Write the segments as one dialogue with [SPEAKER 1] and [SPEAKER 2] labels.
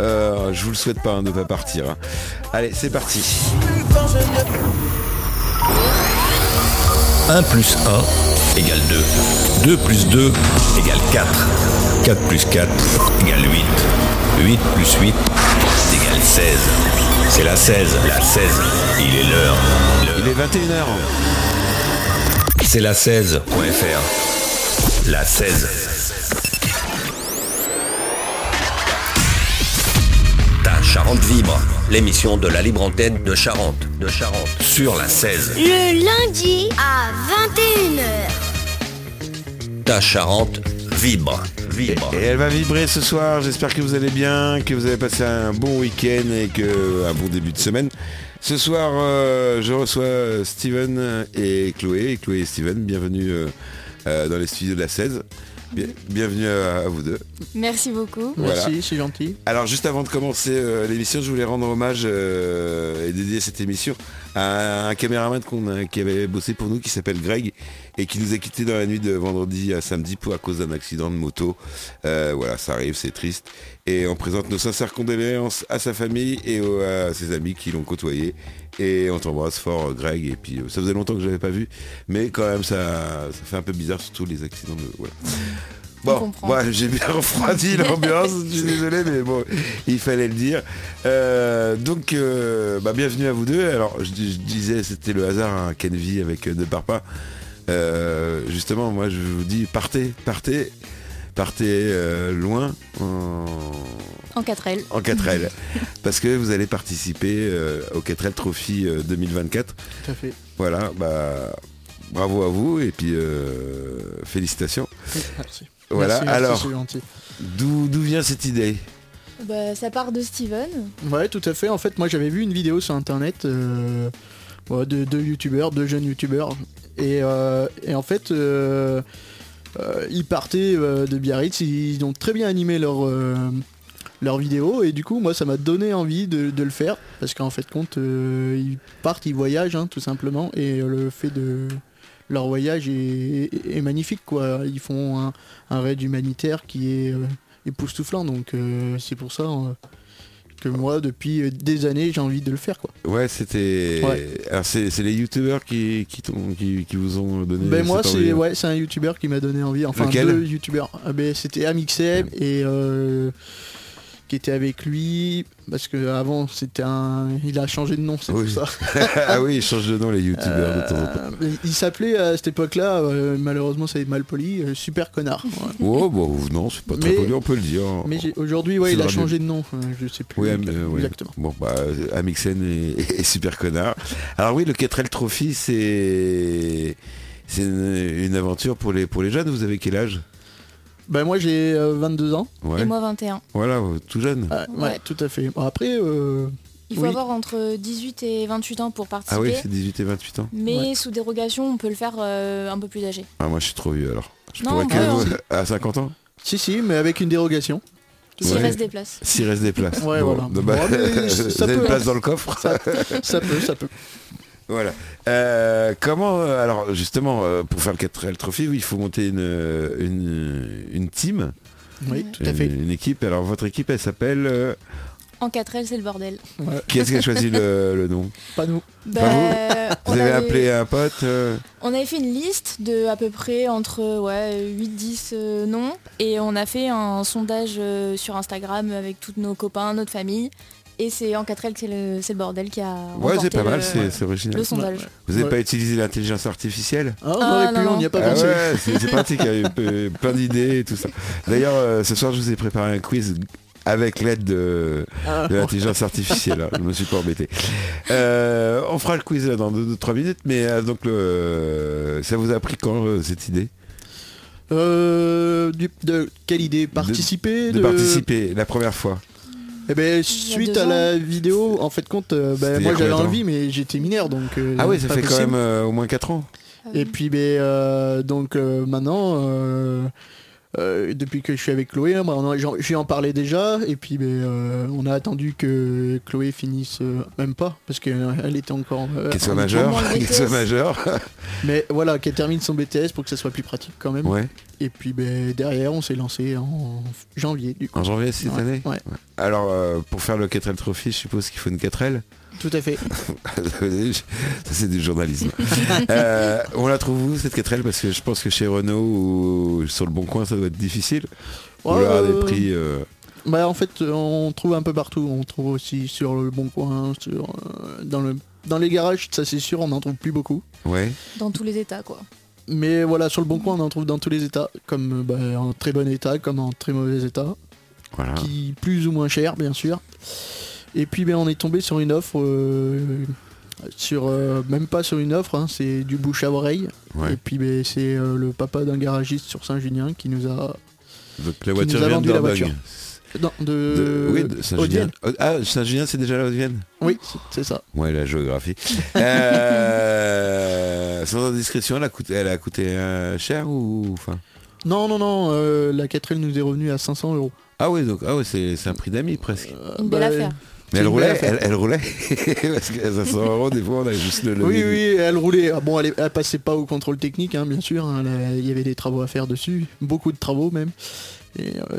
[SPEAKER 1] Euh, je vous le souhaite pas hein, de pas partir. hein. Allez, c'est parti.
[SPEAKER 2] 1 plus 1 égale 2. 2 plus 2 égale 4. 4 plus 4 égale 8. 8 plus 8 égale 16. C'est la 16, la 16. Il est l'heure.
[SPEAKER 1] Il est 21h.
[SPEAKER 2] C'est la 16.fr. La 16. Ta Charente vibre, l'émission de la libre antenne de Charente, de Charente, sur la 16.
[SPEAKER 3] Le lundi à 21h.
[SPEAKER 2] Ta Charente vibre, vibre.
[SPEAKER 1] Et elle va vibrer ce soir. J'espère que vous allez bien, que vous avez passé un bon week-end et que un bon début de semaine. Ce soir, euh, je reçois euh, Steven et Chloé. Et Chloé et Steven, bienvenue euh, euh, dans les studios de la 16. Bien- bienvenue à, à vous deux.
[SPEAKER 4] Merci beaucoup.
[SPEAKER 1] Voilà.
[SPEAKER 5] Merci, c'est gentil.
[SPEAKER 1] Alors juste avant de commencer euh, l'émission, je voulais rendre hommage euh, et dédier cette émission à un caméraman qu'on a- qui avait bossé pour nous qui s'appelle Greg et qui nous a quittés dans la nuit de vendredi à samedi pour, à cause d'un accident de moto. Euh, voilà, ça arrive, c'est triste. Et on présente nos sincères condoléances à sa famille et au- à ses amis qui l'ont côtoyé. Et on t'embrasse fort euh, Greg et puis euh, ça faisait longtemps que je l'avais pas vu, mais quand même ça, ça fait un peu bizarre surtout les accidents de. Voilà.
[SPEAKER 4] On
[SPEAKER 1] Bon,
[SPEAKER 4] comprend.
[SPEAKER 1] voilà, j'ai bien refroidi l'ambiance, je suis désolé, mais bon, il fallait le dire. Euh, donc, euh, bah, bienvenue à vous deux. Alors, je, dis- je disais, c'était le hasard, hein, Kenvi avec euh, De Parpa. Euh, justement, moi, je vous dis, partez, partez, partez euh, loin en,
[SPEAKER 4] En 4L.
[SPEAKER 1] en 4L, parce que vous allez participer euh, au 4L Trophy euh, 2024.
[SPEAKER 5] Tout à fait.
[SPEAKER 1] Voilà, bah, bravo à vous et puis euh, félicitations.
[SPEAKER 5] Merci.
[SPEAKER 1] Voilà,
[SPEAKER 5] Merci, merci,
[SPEAKER 1] alors.
[SPEAKER 5] c'est gentil.
[SPEAKER 1] D'où d'où vient cette idée
[SPEAKER 4] Bah, ça part de Steven.
[SPEAKER 5] Ouais, tout à fait. En fait, moi, j'avais vu une vidéo sur internet euh, ouais, de deux youtubeurs, deux jeunes youtubeurs. Et, euh, et en fait, euh, euh, ils partaient euh, de Biarritz. Ils ont très bien animé leur, euh, leur vidéo. Et du coup, moi, ça m'a donné envie de, de le faire. Parce qu'en fait, compte, euh, ils partent, ils voyagent, hein, tout simplement. Et euh, le fait de. Leur voyage est, est- est magnifique, quoi. Ils font un, un raid humanitaire qui est euh, époustouflant. Donc, euh, c'est pour ça. euh, que moi depuis euh, des années j'ai envie de le faire quoi.
[SPEAKER 1] Ouais, c'était.
[SPEAKER 5] Ouais.
[SPEAKER 1] Alors c'est c'est les youtubeurs qui, qui, t'ont- qui, qui vous ont donné.
[SPEAKER 5] ben moi
[SPEAKER 1] cette
[SPEAKER 5] c'est
[SPEAKER 1] envie. hein.
[SPEAKER 5] ouais, c'est un youtubeur qui m'a donné envie, enfin
[SPEAKER 1] Lequel
[SPEAKER 5] deux youtubeurs. Ah ben, c'était Amixem et euh, qui était avec lui parce que avant c'était un il a changé de nom, c'est
[SPEAKER 1] Oui,
[SPEAKER 5] pour ça.
[SPEAKER 1] ah oui, ils changent de nom les youtubeurs de temps en temps.
[SPEAKER 5] Euh, mais il s'appelait à cette époque-là euh, malheureusement ça est mal poli, euh, super connard. ouais.
[SPEAKER 1] Oh, bon, non, c'est pas très
[SPEAKER 5] Mais-
[SPEAKER 1] poli, on peut le dire.
[SPEAKER 5] Mais j'ai- aujourd'hui
[SPEAKER 1] Oh.
[SPEAKER 5] ouais,
[SPEAKER 1] C'est
[SPEAKER 5] il a
[SPEAKER 1] drôle.
[SPEAKER 5] changé de nom, euh, je sais plus
[SPEAKER 1] Oui, Am-
[SPEAKER 5] lequel,
[SPEAKER 1] euh, ouais.
[SPEAKER 5] exactement.
[SPEAKER 1] Bon, bah, Amixen est, est super connard. Alors oui, le 4L Trophy, c'est. C'est une, une aventure pour les, pour les jeunes. Vous avez quel âge
[SPEAKER 5] Ben moi j'ai euh, 22 ans.
[SPEAKER 1] Ouais.
[SPEAKER 4] Et moi 21.
[SPEAKER 1] Voilà, tout jeune.
[SPEAKER 5] Ah, ouais,
[SPEAKER 4] Ouais.
[SPEAKER 5] tout à fait. Bon, après euh,
[SPEAKER 4] Il faut
[SPEAKER 5] Oui.
[SPEAKER 4] avoir entre 18 et 28 ans pour participer.
[SPEAKER 1] Ah oui, c'est 18 et 28 ans.
[SPEAKER 4] mais sous dérogation, on peut le faire euh, un peu plus âgé.
[SPEAKER 1] Ah, moi, je suis trop vieux alors. Je
[SPEAKER 4] Non,
[SPEAKER 1] pourrais
[SPEAKER 5] non,
[SPEAKER 1] que à 50 ans
[SPEAKER 5] si si mais avec une dérogation.
[SPEAKER 4] S'il
[SPEAKER 1] Ouais.
[SPEAKER 4] reste des places.
[SPEAKER 1] S'il reste des places.
[SPEAKER 5] Ouais, voilà.
[SPEAKER 1] dommage.
[SPEAKER 5] Bon, mais
[SPEAKER 1] vous
[SPEAKER 5] ça
[SPEAKER 1] avez
[SPEAKER 5] peut,
[SPEAKER 1] une place
[SPEAKER 5] hein.
[SPEAKER 1] dans le coffre.
[SPEAKER 5] Ça, ça peut, ça peut.
[SPEAKER 1] Voilà. Euh, comment, euh, alors justement, euh, pour faire le 4L Trophy, oui, il faut monter une, euh, une, une team,
[SPEAKER 5] Oui, tout à
[SPEAKER 1] une,
[SPEAKER 5] fait.
[SPEAKER 1] une équipe. Alors votre équipe, elle s'appelle... euh,
[SPEAKER 4] En 4L, c'est le bordel.
[SPEAKER 1] qui est-ce qui a choisi le, le nom
[SPEAKER 5] Pas nous.
[SPEAKER 1] Bah,
[SPEAKER 4] euh, on,
[SPEAKER 1] Vous avez
[SPEAKER 4] avait,
[SPEAKER 1] appelé un pote euh,
[SPEAKER 4] on avait fait une liste de à peu près entre ouais, 8-10 euh, noms. Et on a fait un sondage euh, sur Instagram avec tous nos copains, notre famille. Et c'est en 4L que c'est le, c'est le bordel qui a...
[SPEAKER 1] Ouais,
[SPEAKER 4] remporté
[SPEAKER 1] c'est pas
[SPEAKER 5] euh,
[SPEAKER 1] mal,
[SPEAKER 4] le-
[SPEAKER 1] c'est c'est original.
[SPEAKER 4] le sondage.
[SPEAKER 1] Vous n'avez
[SPEAKER 5] Ouais.
[SPEAKER 1] pas utilisé l'intelligence artificielle
[SPEAKER 5] Ah, on
[SPEAKER 4] Ah,
[SPEAKER 5] aurait pu,
[SPEAKER 4] non,
[SPEAKER 5] on n'y a pas
[SPEAKER 1] Ah
[SPEAKER 5] pensé.
[SPEAKER 1] ouais, c'est c'est pratique, hein, il y a eu peu- plein d'idées et tout ça. D'ailleurs, euh, ce soir, je vous ai préparé un quiz avec l'aide de,
[SPEAKER 5] Ah,
[SPEAKER 1] de l'intelligence artificielle. hein. Je me suis pas embêté. Euh, on fera le quiz là, dans 2-3 minutes, mais euh, donc le, ça vous a pris quand euh, cette idée
[SPEAKER 5] euh, du- de quelle idée Participer
[SPEAKER 1] de, participer la première fois
[SPEAKER 5] Eh ben,
[SPEAKER 4] y a
[SPEAKER 5] suite
[SPEAKER 4] deux
[SPEAKER 5] à
[SPEAKER 4] ans.
[SPEAKER 5] la vidéo, en fait, compte, euh,
[SPEAKER 1] C'était il
[SPEAKER 5] ben,
[SPEAKER 1] y a
[SPEAKER 5] moi j'avais
[SPEAKER 1] combien de
[SPEAKER 5] envie, mais j'étais mineur, donc. euh,
[SPEAKER 1] Ah oui, ça
[SPEAKER 5] pas
[SPEAKER 1] fait quand
[SPEAKER 5] possible.
[SPEAKER 1] même euh, au moins 4 ans.
[SPEAKER 5] Et puis, ben, euh, donc euh, maintenant, euh, euh, depuis que je suis avec Chloé, là, moi, on en- j'en- j'y en parlais déjà, et puis ben, euh, on a attendu que Chloé finisse, euh, même pas, parce qu'elle elle était encore. euh,
[SPEAKER 1] Qu'elle soit
[SPEAKER 5] en-
[SPEAKER 1] majeure,
[SPEAKER 4] moment, le
[SPEAKER 1] qu'elle soit
[SPEAKER 4] BTS.
[SPEAKER 1] majeure.
[SPEAKER 5] Mais voilà, qu'elle termine son BTS pour que ça soit plus pratique quand même.
[SPEAKER 1] Ouais.
[SPEAKER 5] Et puis ben, derrière, on s'est lancé en janvier. Du coup.
[SPEAKER 1] En janvier cette
[SPEAKER 5] Ouais,
[SPEAKER 1] année
[SPEAKER 5] ouais,
[SPEAKER 1] Alors, euh, pour faire le 4L Trophy, je suppose qu'il faut une 4L.
[SPEAKER 5] tout à fait.
[SPEAKER 1] Ça, c'est du journalisme. Euh, on la trouve où, cette 4L Parce que je pense que chez Renault ou sur le Bon Coin, ça doit être difficile. Ou
[SPEAKER 5] Ouais,
[SPEAKER 1] alors à des
[SPEAKER 5] euh,
[SPEAKER 1] prix... euh,
[SPEAKER 5] Bah en fait euh, on trouve un peu partout, on trouve aussi sur le bon coin, sur, euh, dans, le, dans les garages, ça c'est sûr, on n'en trouve plus beaucoup.
[SPEAKER 1] Ouais.
[SPEAKER 4] Dans tous les états, quoi.
[SPEAKER 5] Mais voilà, sur le bon coin on en trouve dans tous les états, comme euh, bah, en très bon état, comme en très mauvais état,
[SPEAKER 1] Voilà.
[SPEAKER 5] qui plus ou moins cher bien sûr. Et puis ben on est tombé sur une offre, euh, sur euh, même pas sur une offre, hein, c'est du bouche à oreille.
[SPEAKER 1] Ouais.
[SPEAKER 5] Et puis ben, c'est euh, le papa d'un garagiste sur Saint-Julien qui nous a...
[SPEAKER 1] Donc la
[SPEAKER 5] nous
[SPEAKER 1] voiture
[SPEAKER 5] a
[SPEAKER 1] vient de
[SPEAKER 5] vendu la Euh,
[SPEAKER 1] Dordogne.
[SPEAKER 5] Non, de...
[SPEAKER 1] De- oui, de Saint-Julien.
[SPEAKER 5] Haute-Vienne.
[SPEAKER 1] Ah, Saint-Julien, c'est déjà la Haute-Vienne
[SPEAKER 5] Oui, c'est- c'est ça.
[SPEAKER 1] Ouais, la géographie. Euh, sans indiscrétion, elle a coûté, elle a coûté euh, cher ou... Enfin...
[SPEAKER 5] Non, non, non, euh, la 4L nous est revenue à 500 euros.
[SPEAKER 1] Ah ouais, donc ah ouais, c'est c'est un prix d'amis presque.
[SPEAKER 5] Euh,
[SPEAKER 4] Une belle
[SPEAKER 5] bah,
[SPEAKER 4] affaire.
[SPEAKER 5] c'est
[SPEAKER 1] Mais elle
[SPEAKER 5] une
[SPEAKER 1] roulait,
[SPEAKER 5] belle
[SPEAKER 1] elle,
[SPEAKER 5] affaire.
[SPEAKER 1] elle roulait. Parce que à 500 euros, des fois, on a juste le
[SPEAKER 5] Oui,
[SPEAKER 1] levier.
[SPEAKER 5] oui, elle roulait. Ah, Bon, elle, est- elle passait pas au contrôle technique, hein, bien sûr. hein, là, Il y avait des travaux à faire dessus, beaucoup de travaux même. Et, euh,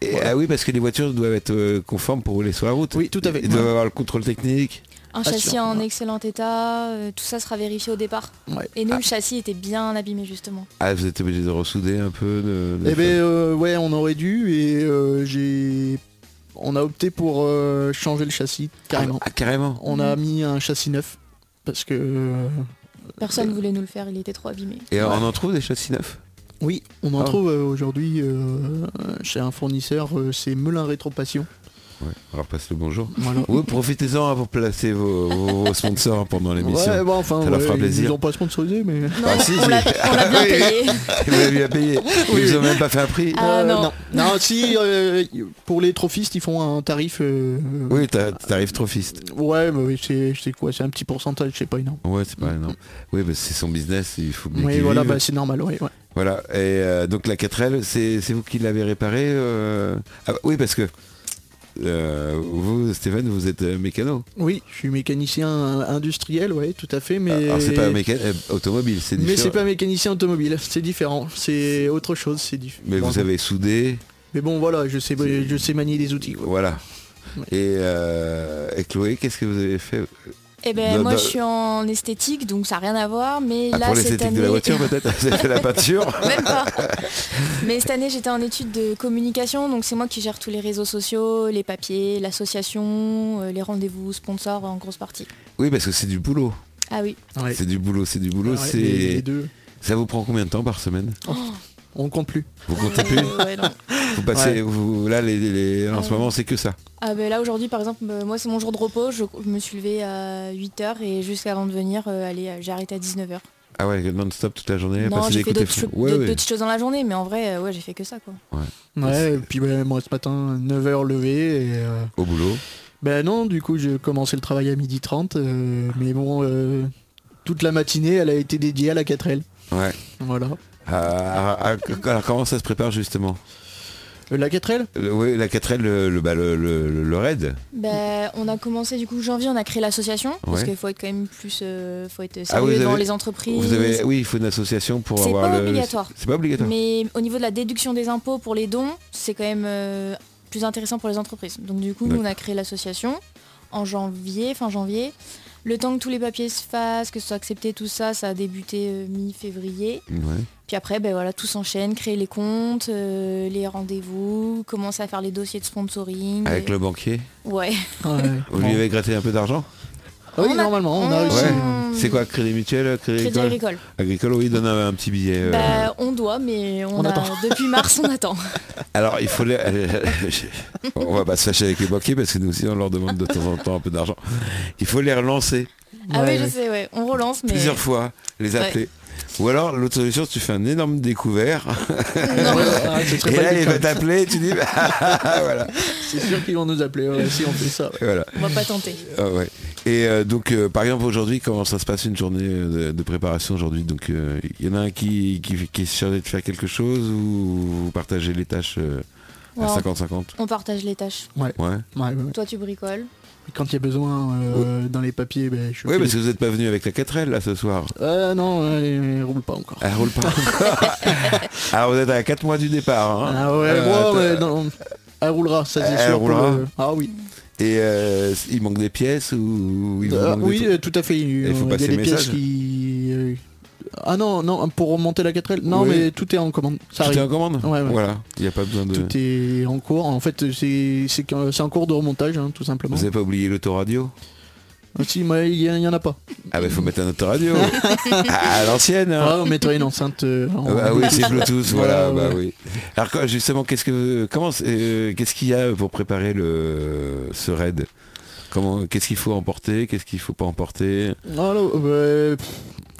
[SPEAKER 1] Et-
[SPEAKER 5] Voilà.
[SPEAKER 1] Ah oui, parce que les voitures doivent être euh, conformes pour rouler sur la route.
[SPEAKER 5] Oui, tout à fait.
[SPEAKER 1] Ils doivent avoir le contrôle technique.
[SPEAKER 4] Un
[SPEAKER 5] Pas
[SPEAKER 4] châssis
[SPEAKER 5] sûr.
[SPEAKER 4] en excellent état, euh, tout ça sera vérifié au départ.
[SPEAKER 5] euh, ouais.
[SPEAKER 4] Et nous, le châssis était bien abîmé, justement.
[SPEAKER 1] Ah, vous êtes obligé de ressouder un peu. De, de
[SPEAKER 5] Eh ben,
[SPEAKER 1] faire-
[SPEAKER 5] euh, ouais, on aurait dû et euh, j'ai, on a opté pour euh, changer le châssis carrément.
[SPEAKER 1] Ah, carrément.
[SPEAKER 5] On a mis un châssis neuf parce que euh,
[SPEAKER 4] Personne voulait nous le faire, il était trop abîmé.
[SPEAKER 1] Et on en trouve des châssis neufs
[SPEAKER 5] oui, on en
[SPEAKER 1] Ah.
[SPEAKER 5] trouve euh, aujourd'hui euh, chez un fournisseur, euh, c'est Melin Rétropassion.
[SPEAKER 1] Ouais, on leur passe le bonjour.
[SPEAKER 5] Voilà.
[SPEAKER 1] Oui, profitez-en hein, pour placer vos, vos- vos sponsors hein, pendant l'émission.
[SPEAKER 5] Ouais, bah, enfin,
[SPEAKER 1] Ça leur
[SPEAKER 5] ouais,
[SPEAKER 1] fera plaisir.
[SPEAKER 5] Ils nous ont pas sponsorisé, mais. euh,
[SPEAKER 4] Non,
[SPEAKER 1] Ah, si,
[SPEAKER 4] on
[SPEAKER 1] si.
[SPEAKER 4] l'a on l'a bien payé.
[SPEAKER 1] Vous avez bien payé. Ils vous ont même pas fait un prix.
[SPEAKER 4] Ah. non.
[SPEAKER 5] euh, non. Non, si, euh, pour les trophistes, ils font un tarif. euh,
[SPEAKER 1] Oui, t'as- t'arrives trophiste.
[SPEAKER 5] Ouais, mais oui, c'est c'est quoi C'est un petit pourcentage, c'est pas énorme.
[SPEAKER 1] Ouais, c'est pas non. Oui, bah, c'est son business, il faut bien
[SPEAKER 5] Oui,
[SPEAKER 1] qu'il
[SPEAKER 5] voilà,
[SPEAKER 1] vive.
[SPEAKER 5] bah, c'est normal, ouais, ouais.
[SPEAKER 1] Voilà, et euh, donc la 4L, c'est c'est vous qui l'avez réparée euh Ah bah Oui, parce que euh, vous, Stéphane, vous êtes euh, mécano.
[SPEAKER 5] Oui, je suis mécanicien euh, industriel, ouais, tout à fait, mais.
[SPEAKER 1] Ah, Alors c'est pas méca- euh, automobile, c'est
[SPEAKER 5] mais
[SPEAKER 1] différent.
[SPEAKER 5] c'est pas mécanicien automobile, c'est différent, c'est autre chose, c'est différent.
[SPEAKER 1] Mais vous avez soudé,
[SPEAKER 5] Mais bon, voilà, je sais, je sais manier les outils. quoi.
[SPEAKER 1] voilà.
[SPEAKER 5] Ouais.
[SPEAKER 1] Et, euh, et Chloé, qu'est-ce que vous avez fait
[SPEAKER 4] Eh ben
[SPEAKER 1] Non,
[SPEAKER 4] moi
[SPEAKER 1] non.
[SPEAKER 4] je suis en esthétique donc ça n'a rien à voir mais
[SPEAKER 1] Ah,
[SPEAKER 4] là
[SPEAKER 1] Pour
[SPEAKER 4] cette
[SPEAKER 1] l'esthétique
[SPEAKER 4] année
[SPEAKER 1] de la voiture peut-être Vous avez fait la peinture
[SPEAKER 4] même pas. Mais cette année j'étais en études de communication donc c'est moi qui gère tous les réseaux sociaux, les papiers, l'association, euh, les rendez-vous sponsors en grosse partie.
[SPEAKER 1] Oui, parce que c'est du boulot.
[SPEAKER 4] Ah oui,
[SPEAKER 5] Ouais.
[SPEAKER 1] C'est du boulot, c'est du boulot.
[SPEAKER 5] Ouais,
[SPEAKER 1] c'est
[SPEAKER 5] les- les deux,
[SPEAKER 1] Ça vous prend combien de temps par semaine
[SPEAKER 5] on compte plus.
[SPEAKER 1] Vous comptez plus
[SPEAKER 4] Euh, ouais, non.
[SPEAKER 1] Vous passez vous- là les, les-
[SPEAKER 4] Euh.
[SPEAKER 1] en ce moment c'est que ça.
[SPEAKER 4] Ah ben là aujourd'hui par exemple euh, moi c'est mon jour de repos, je, je me suis levée à 8h et jusqu'avant de venir, euh, allez euh, j'ai arrêté à 19h.
[SPEAKER 1] Ah ouais, non-stop toute la journée,
[SPEAKER 4] Non
[SPEAKER 1] passer des
[SPEAKER 4] j'ai fait
[SPEAKER 1] coups de
[SPEAKER 4] d'autres
[SPEAKER 1] fou.
[SPEAKER 4] cho-
[SPEAKER 1] Ouais,
[SPEAKER 4] d'autres
[SPEAKER 1] ouais.
[SPEAKER 4] petites choses dans la journée mais en vrai euh, ouais j'ai fait que ça quoi.
[SPEAKER 5] Ouais, et puis ben, moi ce matin, 9h levé, et euh,
[SPEAKER 1] Au boulot.
[SPEAKER 5] Ben non, du coup, j'ai commencé le travail à 12h30, euh, mais bon, euh, toute la matinée, elle a été dédiée à la 4L.
[SPEAKER 1] Ouais.
[SPEAKER 5] Voilà.
[SPEAKER 1] Ah, ah, ah, alors, comment ça se prépare justement
[SPEAKER 5] Euh, la 4L
[SPEAKER 1] Le- ouais, La 4L, le, le, bah, le, le- le raid.
[SPEAKER 4] Ben, on a commencé du coup janvier, on a créé l'association parce
[SPEAKER 1] Ouais.
[SPEAKER 4] qu'il faut être quand même plus, euh, faut être
[SPEAKER 1] Ah, vous
[SPEAKER 4] sérieux dans
[SPEAKER 1] avez-
[SPEAKER 4] les entreprises.
[SPEAKER 1] Vous avez, oui, il faut une association pour
[SPEAKER 4] C'est
[SPEAKER 1] avoir
[SPEAKER 4] pas
[SPEAKER 1] le. le-
[SPEAKER 4] obligatoire.
[SPEAKER 1] C'est pas obligatoire.
[SPEAKER 4] Mais au niveau de la déduction des impôts pour les dons, c'est quand même euh, plus intéressant pour les entreprises. Donc du coup, nous, on a créé l'association en janvier, fin janvier. Le temps que tous les papiers se fassent, que ce soit accepté, tout ça, ça a débuté euh, mi-février.
[SPEAKER 1] Ouais.
[SPEAKER 4] Puis après, ben voilà, tout s'enchaîne, créer les comptes, euh, les rendez-vous, commencer à faire les dossiers de sponsoring. Euh,
[SPEAKER 1] Avec le banquier.
[SPEAKER 4] Ouais.
[SPEAKER 5] Ouais.
[SPEAKER 1] Vous lui avez gratté un peu d'argent
[SPEAKER 5] Ah oui,
[SPEAKER 4] On a-
[SPEAKER 5] normalement, on a
[SPEAKER 4] on-
[SPEAKER 5] réussi.
[SPEAKER 1] Ouais.
[SPEAKER 4] Hum.
[SPEAKER 1] C'est quoi Crédit mutuel euh, Crédit
[SPEAKER 4] Crédit
[SPEAKER 1] agricole
[SPEAKER 4] agricole.
[SPEAKER 1] Agricole, oui, il donne un, un petit billet. euh.
[SPEAKER 4] Bah, on doit, mais on,
[SPEAKER 5] On
[SPEAKER 4] a,
[SPEAKER 5] attend.
[SPEAKER 4] depuis mars, on attend.
[SPEAKER 1] Alors, il faut les... On va pas se fâcher avec les banquiers parce que nous aussi, on leur demande de temps en temps un peu d'argent. Il faut les relancer
[SPEAKER 4] ah oui,
[SPEAKER 5] Ouais,
[SPEAKER 4] je
[SPEAKER 5] ouais.
[SPEAKER 4] sais, ouais. On relance, mais
[SPEAKER 1] plusieurs fois, les appeler. Ou alors, l'autre solution, tu fais un énorme découvert.
[SPEAKER 5] Ouais, ouais, Ah, ce serait
[SPEAKER 1] Et
[SPEAKER 5] pas
[SPEAKER 1] là,
[SPEAKER 5] le
[SPEAKER 1] il
[SPEAKER 5] cas.
[SPEAKER 1] va t'appeler, tu dis... bah, voilà.
[SPEAKER 5] C'est sûr qu'ils vont nous appeler ouais, si on fait ça. ouais.
[SPEAKER 1] Et voilà.
[SPEAKER 4] on va pas tenter.
[SPEAKER 1] Ah ouais. Et euh, donc, euh, par exemple, aujourd'hui, comment ça se passe une journée euh, de, de préparation aujourd'hui Donc, euh, il y en a un qui, qui, qui est chargé de faire quelque chose ou vous partagez les tâches euh, À
[SPEAKER 4] Ouais,
[SPEAKER 1] 50-50
[SPEAKER 4] On partage les tâches.
[SPEAKER 1] Ouais.
[SPEAKER 5] Ouais, ouais.
[SPEAKER 4] Toi, tu bricoles.
[SPEAKER 5] Quand il y a besoin euh, dans les papiers, ben, je
[SPEAKER 1] Ouais,
[SPEAKER 5] fais-
[SPEAKER 1] parce que vous n'êtes pas venu avec la 4L là ce soir.
[SPEAKER 5] Euh, non, elle, elle roule pas encore.
[SPEAKER 1] Elle roule pas encore. Alors vous êtes à 4 mois du départ. hein.
[SPEAKER 5] Ah ouais,
[SPEAKER 1] Euh,
[SPEAKER 5] bon,
[SPEAKER 1] t'as-
[SPEAKER 5] mais non, elle roulera, ça c'est
[SPEAKER 1] Elle
[SPEAKER 5] sûr. pour
[SPEAKER 1] roulera.
[SPEAKER 5] le- Ah oui,
[SPEAKER 1] Et euh, il manque des pièces ou il vous
[SPEAKER 5] Ah,
[SPEAKER 1] manque des
[SPEAKER 5] oui,
[SPEAKER 1] trucs
[SPEAKER 5] euh, tout à fait. Il,
[SPEAKER 1] faut
[SPEAKER 5] y a
[SPEAKER 1] passer
[SPEAKER 5] des
[SPEAKER 1] le
[SPEAKER 5] pièces
[SPEAKER 1] message.
[SPEAKER 5] qui. euh, Ah non, non, pour remonter la 4L. Non,
[SPEAKER 1] Oui.
[SPEAKER 5] mais tout est en commande. Ça
[SPEAKER 1] Tout est
[SPEAKER 5] arrive.
[SPEAKER 1] en commande
[SPEAKER 5] Ouais, ouais.
[SPEAKER 1] Voilà, il n'y a pas besoin de...
[SPEAKER 5] Tout est en cours. En fait, c'est c'est qu'un- c'est en cours de remontage, hein, tout simplement.
[SPEAKER 1] Vous n'avez pas oublié l'autoradio
[SPEAKER 5] Ah, si, mais il y, en- il y en a pas.
[SPEAKER 1] Ah bah il faut mettre un autoradio À l'ancienne hein.
[SPEAKER 5] Ah, on mettra une enceinte. euh, en-
[SPEAKER 1] Ah bah oui, c'est Bluetooth, voilà,
[SPEAKER 5] Voilà,
[SPEAKER 1] bah
[SPEAKER 5] ouais.
[SPEAKER 1] oui. Alors quoi, justement, qu'est-ce que comment c'est- euh, qu'est-ce qu'il y a pour préparer le ce raid Comment qu'est-ce qu'il faut emporter, qu'est-ce qu'il faut pas emporter
[SPEAKER 5] Ah, là, euh, pff,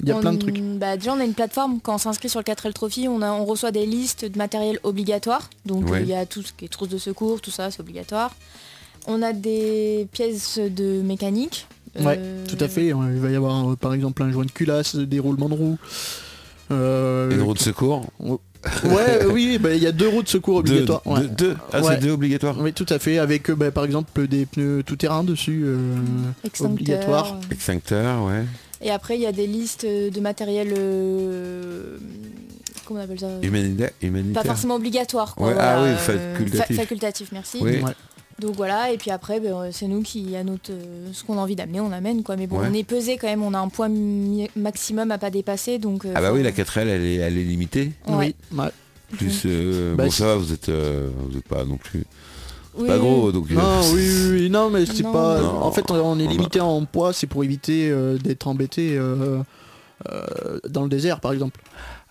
[SPEAKER 5] il y a
[SPEAKER 4] On-
[SPEAKER 5] plein de trucs.
[SPEAKER 4] Bah, déjà, on a une plateforme. Quand on s'inscrit sur le 4L Trophy, on, a, on reçoit des listes de matériel obligatoire. Donc, euh, il
[SPEAKER 1] Ouais.
[SPEAKER 4] y a tout ce qui est trousse de secours, tout ça, c'est obligatoire. On a des pièces de mécanique.
[SPEAKER 5] Ouais,
[SPEAKER 4] Euh,
[SPEAKER 5] Tout à fait. Il va y avoir, euh, par exemple, un joint de culasse, des roulements de roues. Euh,
[SPEAKER 1] Une roue de secours
[SPEAKER 5] Ouais, euh, oui, bah, il y a deux roues de secours
[SPEAKER 1] Deux,
[SPEAKER 5] obligatoires. ouais.
[SPEAKER 1] deux, deux. Ah,
[SPEAKER 5] Ouais.
[SPEAKER 1] c'est deux obligatoires.
[SPEAKER 5] Oui, tout à fait, avec euh, bah, par exemple des pneus tout-terrain dessus, euh,
[SPEAKER 4] extincteur,
[SPEAKER 5] obligatoires.
[SPEAKER 4] euh,
[SPEAKER 1] Extincteur, ouais.
[SPEAKER 5] Mm.
[SPEAKER 4] Et après, il y a des listes de matériel. euh, comment on appelle ça
[SPEAKER 1] Humanita-
[SPEAKER 4] Pas
[SPEAKER 1] humanitaire.
[SPEAKER 4] forcément obligatoire. Quoi,
[SPEAKER 1] Ouais, ah
[SPEAKER 4] voilà, euh,
[SPEAKER 1] oui, facultatif.
[SPEAKER 4] facultatif, merci.
[SPEAKER 1] Oui.
[SPEAKER 5] Ouais.
[SPEAKER 4] Donc voilà, et puis après, ben, c'est nous qui annotent euh, ce qu'on a envie d'amener, on amène quoi. Mais bon,
[SPEAKER 1] Ouais.
[SPEAKER 4] on est pesé quand même, on a un poids mi- maximum à pas dépasser. Donc, euh,
[SPEAKER 1] Ah bah oui,
[SPEAKER 4] faut-
[SPEAKER 1] la 4L, elle est, elle est limitée.
[SPEAKER 4] Ouais.
[SPEAKER 5] Oui, ouais.
[SPEAKER 1] Plus, euh,
[SPEAKER 5] Bah,
[SPEAKER 1] bon,
[SPEAKER 5] si-
[SPEAKER 1] ça va, vous êtes, euh, vous êtes pas non plus...
[SPEAKER 4] Oui,
[SPEAKER 1] Pas
[SPEAKER 4] oui,
[SPEAKER 1] gros, donc... euh,
[SPEAKER 5] Non, oui, oui, oui, non, mais c'est
[SPEAKER 4] Non.
[SPEAKER 5] pas.
[SPEAKER 1] Non.
[SPEAKER 5] En fait, on est
[SPEAKER 1] On a-
[SPEAKER 5] limité en poids, c'est pour éviter euh, d'être embêté euh, euh, dans le désert, par exemple.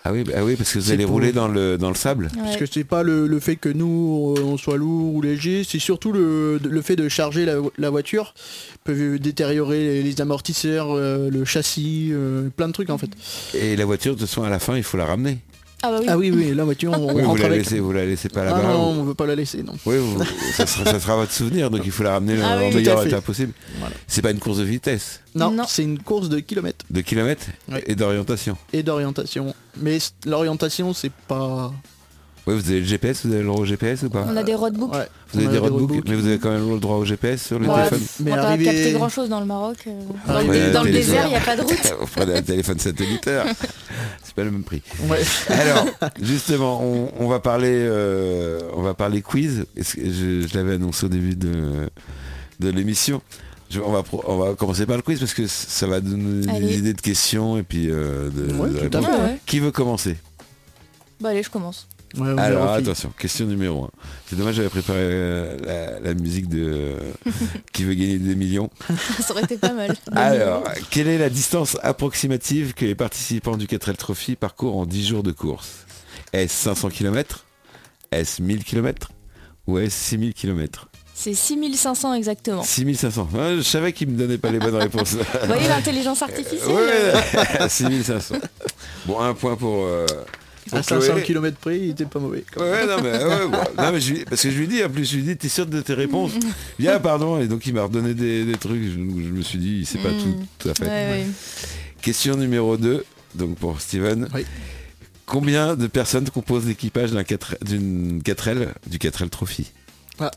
[SPEAKER 1] Ah, oui, bah- ah oui, parce que vous
[SPEAKER 5] C'est
[SPEAKER 1] allez
[SPEAKER 5] pour-
[SPEAKER 1] rouler dans le, dans le sable
[SPEAKER 4] oui.
[SPEAKER 5] Parce
[SPEAKER 4] Ouais.
[SPEAKER 5] que c'est pas le, le fait que nous euh, on soit lourd ou léger, c'est surtout le, le fait de charger la, la voiture peut détériorer les, les amortisseurs, euh, le châssis, euh, plein de trucs en fait.
[SPEAKER 1] et la voiture de toute façon à la fin il faut la ramener.
[SPEAKER 4] Ah bah oui.
[SPEAKER 5] Ah oui, oui, la voiture on, on
[SPEAKER 1] Oui, vous
[SPEAKER 5] rentre
[SPEAKER 1] la
[SPEAKER 5] avec.
[SPEAKER 1] laissez, vous la laissez pas
[SPEAKER 5] Ah
[SPEAKER 1] là-bas.
[SPEAKER 5] non,
[SPEAKER 1] ou-
[SPEAKER 5] on veut pas la laisser, non.
[SPEAKER 1] Oui, vous- ça, sera, ça sera votre souvenir, donc il faut la ramener
[SPEAKER 4] Ah
[SPEAKER 1] en
[SPEAKER 4] oui,
[SPEAKER 5] tout
[SPEAKER 1] meilleur
[SPEAKER 5] à fait.
[SPEAKER 1] état possible.
[SPEAKER 5] Voilà.
[SPEAKER 1] C'est pas une course de vitesse,
[SPEAKER 5] Non,
[SPEAKER 4] Non.
[SPEAKER 5] c'est une course de kilomètres.
[SPEAKER 1] de kilomètres
[SPEAKER 5] Oui.
[SPEAKER 1] et d'orientation.
[SPEAKER 5] et d'orientation. Mais c- l'orientation, c'est pas.
[SPEAKER 1] Oui, vous avez le GPS, vous avez le droit au GPS ou pas
[SPEAKER 4] On a des roadbooks.
[SPEAKER 5] Ouais.
[SPEAKER 1] Vous avez
[SPEAKER 5] on a
[SPEAKER 1] des roadbooks,
[SPEAKER 5] roadbooks.
[SPEAKER 1] mais vous avez quand même le droit au GPS sur le
[SPEAKER 4] Ouais,
[SPEAKER 1] téléphone
[SPEAKER 4] pff,
[SPEAKER 5] Mais
[SPEAKER 4] on va pas
[SPEAKER 5] arrivé-
[SPEAKER 4] capter grand chose dans le Maroc. euh, dans le,
[SPEAKER 1] Ouais,
[SPEAKER 4] dans
[SPEAKER 1] téléphone.
[SPEAKER 4] le désert, il n'y a pas de route.
[SPEAKER 1] Vous prenez un téléphone satellitaire, c'est pas le même prix.
[SPEAKER 5] Ouais.
[SPEAKER 1] Alors, justement, on, on va parler, euh, on va parler quiz. Est-ce que Je, je l'avais annoncé au début de, de l'émission. Je- on, va pro- on va commencer par le quiz parce que c- ça va donner
[SPEAKER 4] Allez.
[SPEAKER 1] des idées de questions et puis euh, de,
[SPEAKER 5] Ouais,
[SPEAKER 1] de
[SPEAKER 5] tout
[SPEAKER 1] réponses.
[SPEAKER 5] à fait.
[SPEAKER 4] Ah Ouais, ouais.
[SPEAKER 1] Qui veut commencer
[SPEAKER 4] Bah allez, je commence.
[SPEAKER 5] Ouais, on
[SPEAKER 1] Alors
[SPEAKER 5] vérifie.
[SPEAKER 1] attention, question numéro 1. C'est dommage, j'avais préparé euh, la, la musique de euh, Qui veut gagner des millions.
[SPEAKER 4] ça aurait été pas mal.
[SPEAKER 1] Alors, quelle est la distance approximative que les participants du 4L Trophy parcourent en 10 jours de course Est-ce 500 km Est-ce 1000 km Ou est-ce 6000 km
[SPEAKER 4] C'est 6500 exactement.
[SPEAKER 1] 6500. Hein, je savais qu'il me donnait pas les bonnes réponses.
[SPEAKER 4] Vous voyez l'intelligence artificielle euh,
[SPEAKER 1] Ouais, 6500. Bon, un point pour... euh, pour
[SPEAKER 5] À 500
[SPEAKER 1] Chloé.
[SPEAKER 5] km près, il était pas mauvais. quand même.
[SPEAKER 1] Ouais, non, mais, ouais, bon. Non, mais je lui- parce que je lui dis, en plus, je lui dis, t'es sûr de tes réponses Bien, pardon, et donc il m'a redonné des, des trucs, je, je me suis dit, il sait pas
[SPEAKER 4] Mm.
[SPEAKER 1] tout, tout à fait.
[SPEAKER 4] ouais, ouais.
[SPEAKER 1] Question numéro 2, donc pour Steven.
[SPEAKER 5] Oui.
[SPEAKER 1] Combien de personnes composent l'équipage d'un 4 d'une 4L, du 4L Trophy
[SPEAKER 5] Ah.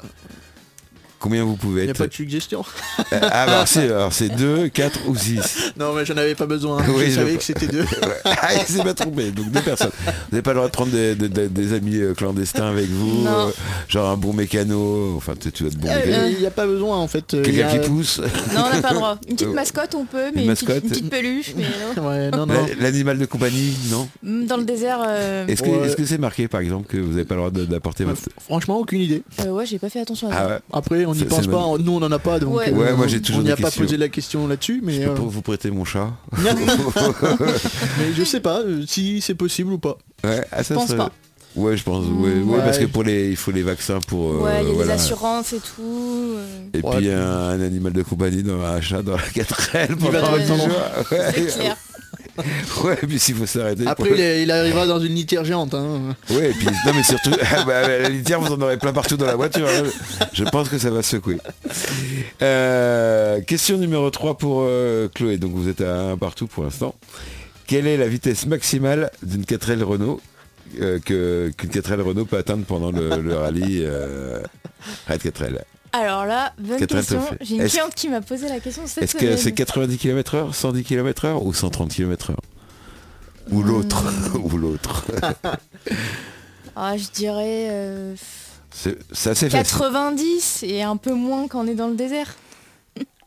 [SPEAKER 1] Combien vous pouvez
[SPEAKER 5] Il n'y a
[SPEAKER 1] être
[SPEAKER 5] pas de suggestion.
[SPEAKER 1] Euh, Ah, bah, alors, c'est- alors c'est 2, 4 ou 6.
[SPEAKER 5] Non, mais j'en avais pas besoin.
[SPEAKER 1] Oui,
[SPEAKER 5] je
[SPEAKER 1] je-
[SPEAKER 5] savais que c'était deux.
[SPEAKER 1] Ah, il s'est pas trompé, donc deux personnes. Vous n'avez pas le droit de prendre des, des- des- des amis euh, clandestins avec vous,
[SPEAKER 4] Non.
[SPEAKER 1] euh, genre un bon mécano, enfin tu, tu vas être bon
[SPEAKER 4] Euh,
[SPEAKER 1] mécano.
[SPEAKER 5] Il n'y a pas besoin en fait. euh, Il y
[SPEAKER 1] Quelqu'un
[SPEAKER 5] a-
[SPEAKER 1] qui pousse,
[SPEAKER 4] Non, on n'a pas le droit. Une petite mascotte, on peut, mais une, petite-
[SPEAKER 1] mascotte.
[SPEAKER 4] une petite peluche. Mais non.
[SPEAKER 5] Ouais, non, non.
[SPEAKER 1] L- l'animal de compagnie, non
[SPEAKER 4] Mm, Dans le désert, euh,
[SPEAKER 1] Est-ce que
[SPEAKER 5] Ouais.
[SPEAKER 1] est-ce que c'est marqué par exemple que vous n'avez pas le droit de- d'apporter
[SPEAKER 5] Ouais,
[SPEAKER 1] votre...
[SPEAKER 5] Franchement, aucune idée.
[SPEAKER 4] euh, ouais, j'ai pas fait attention à ça.
[SPEAKER 1] Ah ouais,
[SPEAKER 5] Après, on n'y
[SPEAKER 1] C'est-
[SPEAKER 5] pense
[SPEAKER 1] c'est
[SPEAKER 5] pas. Nous, on n'en a pas. Donc, euh,
[SPEAKER 4] Ouais.
[SPEAKER 1] Ouais, moi, j'ai toujours
[SPEAKER 5] On n'y
[SPEAKER 1] des
[SPEAKER 5] a pas
[SPEAKER 1] questions.
[SPEAKER 5] posé la question là-dessus,
[SPEAKER 1] je
[SPEAKER 5] mais,
[SPEAKER 1] peux
[SPEAKER 5] euh,
[SPEAKER 1] pas vous prêter mon chat
[SPEAKER 5] mais je sais pas euh, si c'est possible ou pas.
[SPEAKER 1] Ouais, ah, ça
[SPEAKER 4] pense
[SPEAKER 1] serait-
[SPEAKER 4] pas.
[SPEAKER 1] Ouais, je pense. Ouais, ouais,
[SPEAKER 5] Ouais.
[SPEAKER 1] parce que pour les, il faut les vaccins pour. euh,
[SPEAKER 4] ouais, il y a
[SPEAKER 1] voilà.
[SPEAKER 4] des assurances et tout. euh,
[SPEAKER 1] Et
[SPEAKER 5] Ouais.
[SPEAKER 1] puis un, un animal de compagnie dans un chat dans la 4L pendant
[SPEAKER 5] va dans
[SPEAKER 1] dix
[SPEAKER 5] le
[SPEAKER 1] jours. Ouais,
[SPEAKER 4] C'est clair.
[SPEAKER 1] ouais, et puis s'il faut s'arrêter. pour-
[SPEAKER 5] Après, il, est- il arrivera dans une litière géante. hein.
[SPEAKER 1] Ouais, et puis non mais surtout, ah, bah, la litière vous en aurez plein partout dans la voiture. hein. Je pense que ça va secouer. Euh, question numéro 3 pour euh, Chloé. Donc vous êtes à un partout pour l'instant. Quelle est la vitesse maximale d'une 4L Renault euh, que- qu'une 4L Renault peut atteindre pendant le, le rallye euh, Red 4L
[SPEAKER 4] Alors là, bonne
[SPEAKER 1] Catherine te
[SPEAKER 4] question.
[SPEAKER 1] fait.
[SPEAKER 4] J'ai une
[SPEAKER 1] Est-ce-
[SPEAKER 4] cliente qui m'a posé la question cette
[SPEAKER 1] Est-ce que
[SPEAKER 4] semaine.
[SPEAKER 1] c'est 90 km/h, 110 km/h ou 130 km/h Ou l'autre Ou l'autre
[SPEAKER 4] Ah, je dirais euh, pff,
[SPEAKER 1] C'est c'est assez facile.
[SPEAKER 4] 90 et un peu moins quand on est dans le désert.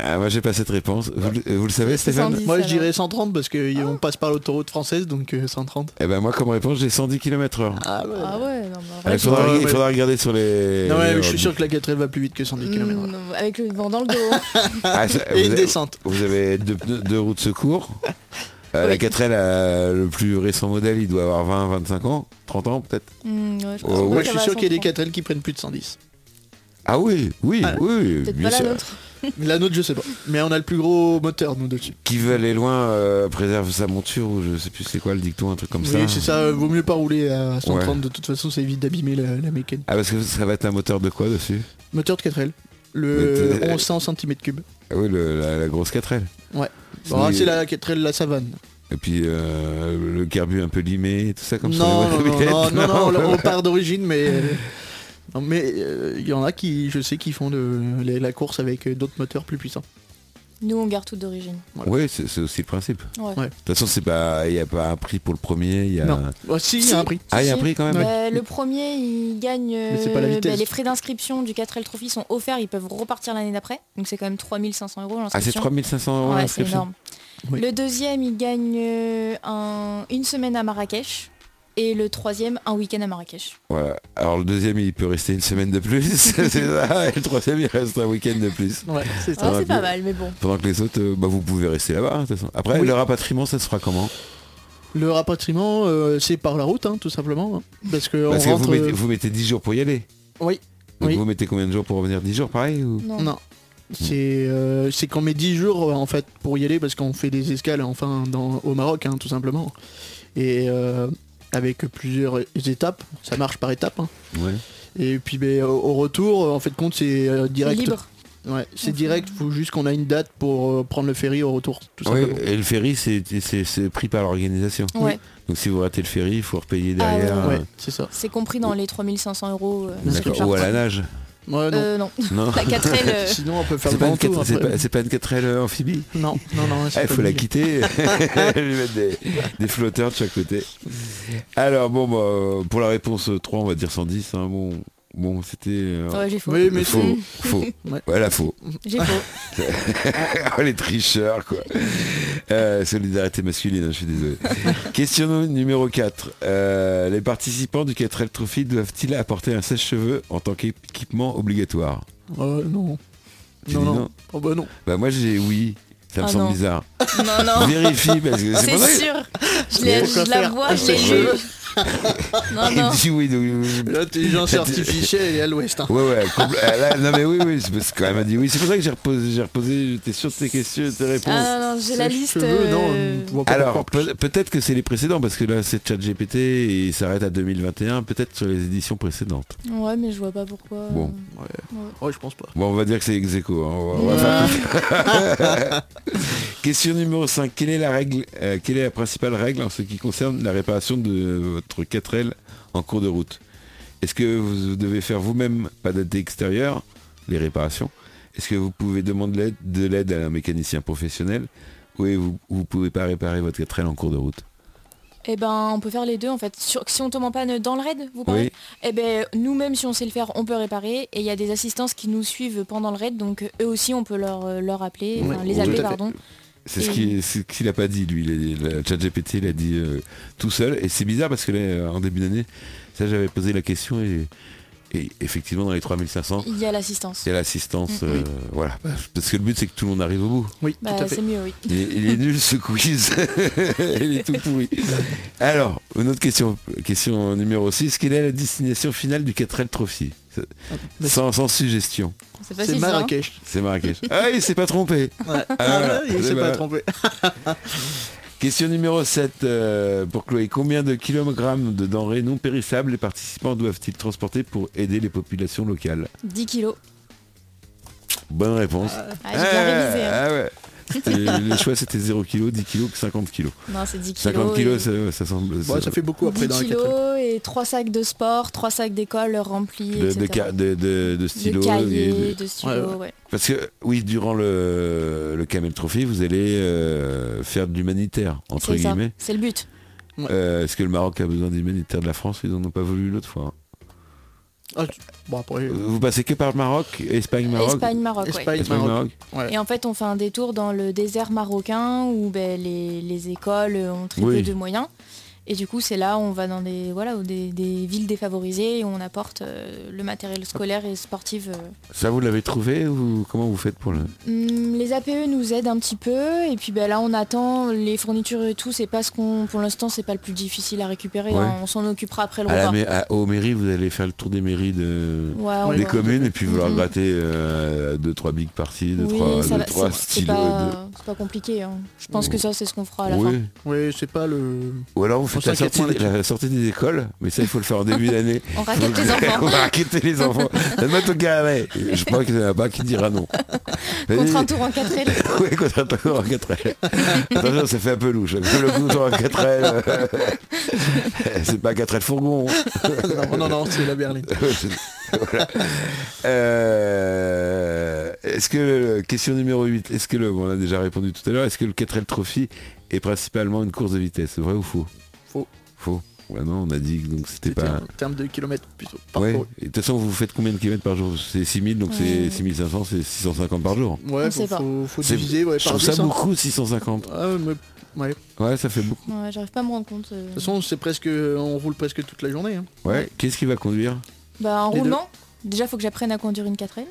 [SPEAKER 1] Ah, moi, j'ai pas cette réponse. Vous, le- vous le savez,
[SPEAKER 4] C'est
[SPEAKER 1] Ah Stéphane
[SPEAKER 4] 110.
[SPEAKER 5] Moi je
[SPEAKER 4] alors.
[SPEAKER 5] dirais 130 parce
[SPEAKER 4] Ah.
[SPEAKER 5] qu'on passe par l'autoroute française donc euh, 130.
[SPEAKER 1] Eh ben, moi, comme réponse, j'ai 110 km/h.
[SPEAKER 5] Ah ouais.
[SPEAKER 4] Ah ouais, non, bah, en
[SPEAKER 1] Ah,
[SPEAKER 4] vrai,
[SPEAKER 1] il, faudra,
[SPEAKER 5] ouais,
[SPEAKER 1] il
[SPEAKER 5] ouais.
[SPEAKER 1] faudra regarder sur les.
[SPEAKER 5] Non
[SPEAKER 1] les
[SPEAKER 5] ouais, je suis
[SPEAKER 1] ordi.
[SPEAKER 5] sûr que la 4L va plus vite que 110 km.
[SPEAKER 4] mm, non, avec le vent dans le dos.
[SPEAKER 1] Ah, ça-
[SPEAKER 5] Et
[SPEAKER 1] vous,
[SPEAKER 5] une
[SPEAKER 1] avez,
[SPEAKER 5] descente.
[SPEAKER 1] vous avez deux, pneus- deux roues de secours. Euh, La
[SPEAKER 4] Oui.
[SPEAKER 1] 4L, euh, le plus récent modèle, il doit avoir 20, 25 ans, 30 ans peut-être.
[SPEAKER 4] Mm, ouais, je pense
[SPEAKER 1] Oh,
[SPEAKER 4] pas
[SPEAKER 1] ouais.
[SPEAKER 4] que
[SPEAKER 5] Moi
[SPEAKER 4] ça
[SPEAKER 5] je suis
[SPEAKER 4] va
[SPEAKER 5] sûr qu'il y a des
[SPEAKER 4] 130.
[SPEAKER 5] 4L qui prennent plus de 110.
[SPEAKER 1] Ah oui, oui,
[SPEAKER 5] Ah,
[SPEAKER 1] oui,
[SPEAKER 4] Peut-être
[SPEAKER 1] bien
[SPEAKER 4] pas la
[SPEAKER 1] sûr.
[SPEAKER 4] nôtre.
[SPEAKER 5] La nôtre je sais pas. Mais on a le plus gros moteur nous dessus.
[SPEAKER 1] Qui veut aller loin euh, préserve sa monture ou je sais plus c'est quoi le dicton, un truc comme
[SPEAKER 5] oui,
[SPEAKER 1] ça.
[SPEAKER 5] c'est ça, euh, vaut mieux pas rouler à 130 de toute façon, ça évite d'abîmer la, la mécanique.
[SPEAKER 1] Ah parce que ça va être un moteur de quoi dessus
[SPEAKER 5] Moteur de 4L,
[SPEAKER 1] Mais
[SPEAKER 5] le
[SPEAKER 1] t'es-
[SPEAKER 5] 1100 cm3.
[SPEAKER 1] Ah oui, le- la, la grosse 4L.
[SPEAKER 5] Ouais.
[SPEAKER 1] C'est-
[SPEAKER 5] Bon, ah, c'est la 4L, la savane.
[SPEAKER 1] Et puis euh, le carbu un peu limé, et tout ça comme ça.
[SPEAKER 5] non, non, non,
[SPEAKER 1] Ouais,
[SPEAKER 5] non, non, non,
[SPEAKER 1] ouais,
[SPEAKER 5] là, on
[SPEAKER 1] ouais.
[SPEAKER 5] part d'origine, mais... euh, Non, mais euh, il y en a qui, je sais, qui font de, les- la course avec euh, d'autres moteurs plus puissants.
[SPEAKER 4] Nous, on garde tout d'origine.
[SPEAKER 1] Oui, c'est c'est aussi le principe. De
[SPEAKER 4] Ouais.
[SPEAKER 5] Ouais.
[SPEAKER 1] toute façon, c'est pas, il n'y a pas un prix pour le premier. il Y a...
[SPEAKER 5] Non. Bah, si, il y a un prix.
[SPEAKER 1] Ah, il y a un
[SPEAKER 4] Si.
[SPEAKER 1] prix quand même.
[SPEAKER 4] Bah, le premier, il gagne.
[SPEAKER 5] c'est pas la
[SPEAKER 4] euh,
[SPEAKER 5] vitesse.
[SPEAKER 4] bah, les frais d'inscription du 4L Trophy sont offerts, ils peuvent repartir l'année d'après. Donc c'est quand même 3500 euros
[SPEAKER 1] Ah, c'est
[SPEAKER 4] l'inscription.
[SPEAKER 1] 3500 euros
[SPEAKER 4] Ouais, c'est
[SPEAKER 1] l'inscription.
[SPEAKER 4] énorme.
[SPEAKER 5] Oui.
[SPEAKER 4] Le deuxième, il gagne euh, un- une semaine à Marrakech. Et le troisième, un week-end à Marrakech.
[SPEAKER 1] Voilà. Alors le deuxième, il peut rester une semaine de plus. c'est ça. Et le troisième, il reste un week-end de plus.
[SPEAKER 5] Ouais, c'est ça.
[SPEAKER 4] Ouais,
[SPEAKER 1] va
[SPEAKER 4] c'est pas
[SPEAKER 1] bien.
[SPEAKER 4] mal, mais bon.
[SPEAKER 1] Pendant que les autres, euh, bah, vous pouvez rester là-bas. hein, de toute façon. Après,
[SPEAKER 5] Oui.
[SPEAKER 1] le rapatriement, ça se fera comment
[SPEAKER 5] Le rapatriement, euh, c'est par la route, hein, tout simplement. hein. parce que
[SPEAKER 1] Parce
[SPEAKER 5] on
[SPEAKER 1] que
[SPEAKER 5] rentre...
[SPEAKER 1] vous mettez,
[SPEAKER 5] euh,
[SPEAKER 1] vous mettez 10 jours pour y aller.
[SPEAKER 5] Oui.
[SPEAKER 1] Donc
[SPEAKER 5] Oui.
[SPEAKER 1] vous mettez combien de jours pour revenir 10 jours, pareil ou...
[SPEAKER 4] Non.
[SPEAKER 5] Non. C'est euh, c'est qu'on met 10 jours euh, en fait pour y aller parce qu'on fait des escales enfin dans, au Maroc hein, tout simplement. Et euh, avec plusieurs étapes, ça marche par étapes. hein.
[SPEAKER 1] Ouais.
[SPEAKER 5] Et puis ben, au au retour, en fait compte c'est euh, direct.
[SPEAKER 4] Libre.
[SPEAKER 5] Ouais, c'est direct, faut juste qu'on a une date pour euh, prendre le ferry au retour, tout
[SPEAKER 1] Oui,
[SPEAKER 5] simplement.
[SPEAKER 1] et le ferry, c'est- c'est c'est pris par l'organisation.
[SPEAKER 4] Ouais,
[SPEAKER 1] Donc si vous ratez le ferry, il faut repayer
[SPEAKER 4] Ah,
[SPEAKER 1] derrière.
[SPEAKER 5] Ouais,
[SPEAKER 1] euh,
[SPEAKER 5] c'est ça.
[SPEAKER 4] c'est compris dans les 3500 euros. euh,
[SPEAKER 1] d'accord.
[SPEAKER 5] l'inscription.
[SPEAKER 1] Ou à oh, la nage.
[SPEAKER 5] Ouais, non.
[SPEAKER 4] Euh, non.
[SPEAKER 1] Non.
[SPEAKER 4] La 4L. euh,
[SPEAKER 5] Sinon on peut faire
[SPEAKER 1] C'est
[SPEAKER 5] le
[SPEAKER 1] pas,
[SPEAKER 5] grand
[SPEAKER 1] une
[SPEAKER 5] tour.
[SPEAKER 1] quatre- c'est
[SPEAKER 5] après.
[SPEAKER 1] pas- c'est pas une 4L amphibie.
[SPEAKER 5] Non, non, non.
[SPEAKER 1] Il
[SPEAKER 5] c'est pas
[SPEAKER 1] Eh, faut la
[SPEAKER 5] obligé.
[SPEAKER 1] quitter. Lui mettre des, des flotteurs de chaque côté. Alors bon, bah, euh, pour la réponse 3, on va dire 110. hein, bon, bon c'était... euh,
[SPEAKER 4] Ouais, j'ai faux.
[SPEAKER 5] Oui, mais
[SPEAKER 1] faux.
[SPEAKER 5] c'est-
[SPEAKER 1] Faux.
[SPEAKER 5] Ouais.
[SPEAKER 1] Voilà, faux.
[SPEAKER 4] J'ai faux.
[SPEAKER 1] Oh, les tricheurs, quoi. Euh, solidarité masculine, hein, je suis désolé. Question numéro 4. Euh, les participants du 4L Trophy doivent-ils apporter un sèche-cheveux en tant qu'équipement obligatoire
[SPEAKER 5] Euh, non.
[SPEAKER 1] Tu
[SPEAKER 5] Non,
[SPEAKER 1] dis
[SPEAKER 5] non.
[SPEAKER 1] non
[SPEAKER 5] Oh, bah non.
[SPEAKER 1] Bah moi j'ai oui. Ça me
[SPEAKER 4] Ah
[SPEAKER 1] semble
[SPEAKER 4] non.
[SPEAKER 1] bizarre.
[SPEAKER 4] Non, non.
[SPEAKER 1] Vérifie parce que Ah, c'est pas
[SPEAKER 4] C'est
[SPEAKER 1] vrai.
[SPEAKER 4] sûr.
[SPEAKER 1] Mais
[SPEAKER 4] Je, l'ai-
[SPEAKER 5] pourquoi
[SPEAKER 4] je la
[SPEAKER 5] faire Ah,
[SPEAKER 4] vois, je l'ai
[SPEAKER 1] Ouais.
[SPEAKER 4] lu. Non, non.
[SPEAKER 1] Il dit oui, donc, euh, oui.
[SPEAKER 5] L'intelligence artificielle elle est à l'ouest. hein.
[SPEAKER 1] Ouais ouais, compl- euh, là, non mais oui oui, c'est parce que quand même elle dit oui, c'est pour ça que j'ai reposé, j'ai reposé, j'étais sûr de tes questions, de tes réponses.
[SPEAKER 4] Ah non, non, j'ai la liste.
[SPEAKER 5] Cheveux, non,
[SPEAKER 4] euh,
[SPEAKER 5] on voit pas
[SPEAKER 1] Alors
[SPEAKER 5] encore.
[SPEAKER 1] peut- peut-être que c'est les précédents parce que là c'est ChatGPT et il s'arrête à 2021, peut-être sur les éditions précédentes.
[SPEAKER 4] Ouais, mais je vois pas pourquoi.
[SPEAKER 1] Bon.
[SPEAKER 5] Ouais, je pense pas.
[SPEAKER 1] Bon, on va dire que c'est ex aequo, hein, on va- on va
[SPEAKER 4] Ouais.
[SPEAKER 1] faire- Question numéro 5. Quelle est la règle euh, Quelle est la principale règle en ce qui concerne la réparation de votre 4L en cours de route Est-ce que vous devez faire vous-même, pas d'aide extérieure, les réparations Est-ce que vous pouvez demander l'aide- de l'aide à un mécanicien professionnel ou est- vous ne pouvez pas réparer votre 4L en cours de route
[SPEAKER 4] Eh ben, on peut faire les deux en fait. Sur- si on tombe en panne dans le raid, vous parlez
[SPEAKER 1] Oui.
[SPEAKER 4] Eh ben, nous-mêmes, si on sait le faire, on peut réparer. Et il y a des assistances qui nous suivent pendant le raid, donc eux aussi, on peut leur, euh, leur appeler,
[SPEAKER 1] Ouais,
[SPEAKER 4] enfin,
[SPEAKER 1] tout
[SPEAKER 4] les
[SPEAKER 1] à
[SPEAKER 4] appeler,
[SPEAKER 1] fait.
[SPEAKER 4] pardon.
[SPEAKER 1] C'est ce qui- c'est ce qu'il n'a pas dit, lui. Il a- le ChatGPT l'a dit euh, tout seul. Et c'est bizarre parce que là, en début d'année, ça, j'avais posé la question et, et effectivement, dans les 3500,
[SPEAKER 4] Il y a l'assistance.
[SPEAKER 1] il y a
[SPEAKER 5] Mm.
[SPEAKER 1] l'assistance. euh, Voilà. Parce que le but, c'est que tout le monde arrive au bout.
[SPEAKER 5] Oui,
[SPEAKER 4] Bah,
[SPEAKER 5] tout à fait.
[SPEAKER 4] c'est mieux, oui.
[SPEAKER 1] Il est, il est nul, ce quiz. il est tout pourri. Alors, une autre question. Question numéro 6. Quelle est la destination finale du 4L Trophy
[SPEAKER 5] bah,
[SPEAKER 1] sans, sans suggestion.
[SPEAKER 4] C'est
[SPEAKER 5] C'est
[SPEAKER 4] facile. ça, hein.
[SPEAKER 5] Marrakech.
[SPEAKER 1] C'est Marrakech. ah, il s'est pas trompé.
[SPEAKER 5] Ouais. Ah,
[SPEAKER 1] voilà.
[SPEAKER 5] ouais, il
[SPEAKER 1] Eh
[SPEAKER 5] s'est
[SPEAKER 1] ben.
[SPEAKER 5] pas trompé.
[SPEAKER 1] Question numéro 7 euh, pour Chloé. Combien de kilogrammes de denrées non périssables les participants doivent-ils transporter pour aider les populations locales
[SPEAKER 4] 10 kilos.
[SPEAKER 1] Bonne réponse.
[SPEAKER 4] Ah, j'ai bien
[SPEAKER 5] Eh,
[SPEAKER 4] révisé. hein.
[SPEAKER 1] ah ouais. C'était- le choix c'était 0 kg, 10 kg, 50 kg.
[SPEAKER 4] Non, c'est 10 kilos.
[SPEAKER 1] 50 kg,
[SPEAKER 4] et-
[SPEAKER 1] ça, ça semble.
[SPEAKER 5] Bon,
[SPEAKER 1] ça-
[SPEAKER 5] ça fait beaucoup eh. après
[SPEAKER 4] 10
[SPEAKER 5] dans la 4
[SPEAKER 4] kilos et c'est trois sacs de sport, trois sacs d'école remplis,
[SPEAKER 1] de, de,
[SPEAKER 4] etc.
[SPEAKER 1] ca- de- de- de
[SPEAKER 4] de
[SPEAKER 1] stylos. et de-
[SPEAKER 4] cahiers, de stylos,
[SPEAKER 5] Ouais,
[SPEAKER 4] ouais.
[SPEAKER 1] Parce que oui, durant le, le Camel Trophy, vous allez euh, faire de l'humanitaire, entre
[SPEAKER 4] C'est ça.
[SPEAKER 1] guillemets.
[SPEAKER 4] C'est le but.
[SPEAKER 1] Euh, Est-ce que le Maroc a besoin d'humanitaire de la France Ils n'en ont pas voulu l'autre fois. hein.
[SPEAKER 5] Ah, Bon, après, euh,
[SPEAKER 1] Vous passez que par le Maroc, Espagne, Maroc
[SPEAKER 4] Espagne, Maroc, ouais.
[SPEAKER 5] Espagne,
[SPEAKER 1] Espagne,
[SPEAKER 5] Maroc.
[SPEAKER 1] Maroc.
[SPEAKER 4] Et en fait, on fait un détour dans le désert marocain où ben, les, les écoles ont très
[SPEAKER 1] Oui.
[SPEAKER 4] peu de moyens. Et du coup, c'est là où on va dans des, voilà, où des, des villes défavorisées et on apporte euh, le matériel scolaire et sportif. euh.
[SPEAKER 1] Ça, vous l'avez trouvé ou comment vous faites pour le...
[SPEAKER 4] Hum, les APE nous aident un petit peu et puis ben, là, on attend les fournitures et tout. C'est pas ce qu'on, pour l'instant, c'est pas le plus difficile à récupérer.
[SPEAKER 1] Ouais.
[SPEAKER 4] hein. On s'en occupera après le
[SPEAKER 1] à la,
[SPEAKER 4] repas.
[SPEAKER 1] mai- à- Aux mairies, vous allez faire le tour des mairies de...
[SPEAKER 4] Ouais, on
[SPEAKER 1] des
[SPEAKER 4] va-
[SPEAKER 1] communes et puis vous leur
[SPEAKER 4] Mhm.
[SPEAKER 1] grattez euh, deux trois big parties, deux
[SPEAKER 4] Oui,
[SPEAKER 1] trois,
[SPEAKER 4] ça
[SPEAKER 1] deux,
[SPEAKER 4] va,
[SPEAKER 1] trois
[SPEAKER 4] c'est- c'est
[SPEAKER 1] stylos.
[SPEAKER 4] pas,
[SPEAKER 1] deux-
[SPEAKER 4] c'est pas compliqué. hein. Je pense que ça, c'est ce qu'on fera à la
[SPEAKER 1] Oui.
[SPEAKER 4] fin.
[SPEAKER 5] Oui, c'est pas le.
[SPEAKER 1] Ou alors vous faites la
[SPEAKER 5] s'inquiète
[SPEAKER 1] sortie,
[SPEAKER 5] moins
[SPEAKER 1] des- la sortie des écoles, mais ça il faut le faire en début d'année.
[SPEAKER 4] On raquette les
[SPEAKER 1] On
[SPEAKER 4] enfants.
[SPEAKER 1] va raqueter les enfants. Donne-moi ton carnet. Je crois qu'il n'y en a pas qui dira non.
[SPEAKER 4] Contre un tour en 4
[SPEAKER 1] Oui, contre un tour en 4 L. Attention, ça fait un peu louche. Parce que Le coup de tour en 4 L, euh, c'est pas 4 L fourgon.
[SPEAKER 5] non, non, non, c'est la berline.
[SPEAKER 1] Voilà. Euh, est-ce que, question numéro 8, est-ce que le, bon, on a déjà répondu tout à l'heure, est-ce que le 4L Trophy est principalement une course de vitesse Vrai ou faux
[SPEAKER 5] Faux.
[SPEAKER 1] Faux. Ouais, non, on a dit que donc c'était
[SPEAKER 5] C'était
[SPEAKER 1] pas...
[SPEAKER 5] en termes de kilomètres plutôt.
[SPEAKER 1] Ouais.
[SPEAKER 5] parcouru.
[SPEAKER 1] Et De toute façon, vous faites combien de kilomètres par jour C'est 6000, donc c'est
[SPEAKER 4] Ouais.
[SPEAKER 1] 6500, c'est 650 par jour.
[SPEAKER 5] Ouais, faut,
[SPEAKER 4] On sait pas.
[SPEAKER 5] faut, faut
[SPEAKER 1] C'est-
[SPEAKER 5] diviser ouais,
[SPEAKER 1] Je
[SPEAKER 5] Euh, par
[SPEAKER 1] trouve ça
[SPEAKER 5] 10, hein.
[SPEAKER 1] beaucoup, 650.
[SPEAKER 5] Ah, mais- ouais. De
[SPEAKER 1] Ouais, ça fait beaucoup.
[SPEAKER 4] Ouais, j'arrive pas à me rendre compte. euh.
[SPEAKER 5] toute façon, c'est presque, on roule presque toute la journée. hein.
[SPEAKER 1] Ouais, qu'est-ce qui va conduire
[SPEAKER 4] Bah en
[SPEAKER 5] Les deux.
[SPEAKER 4] roulement, déjà faut que j'apprenne à conduire une 4L.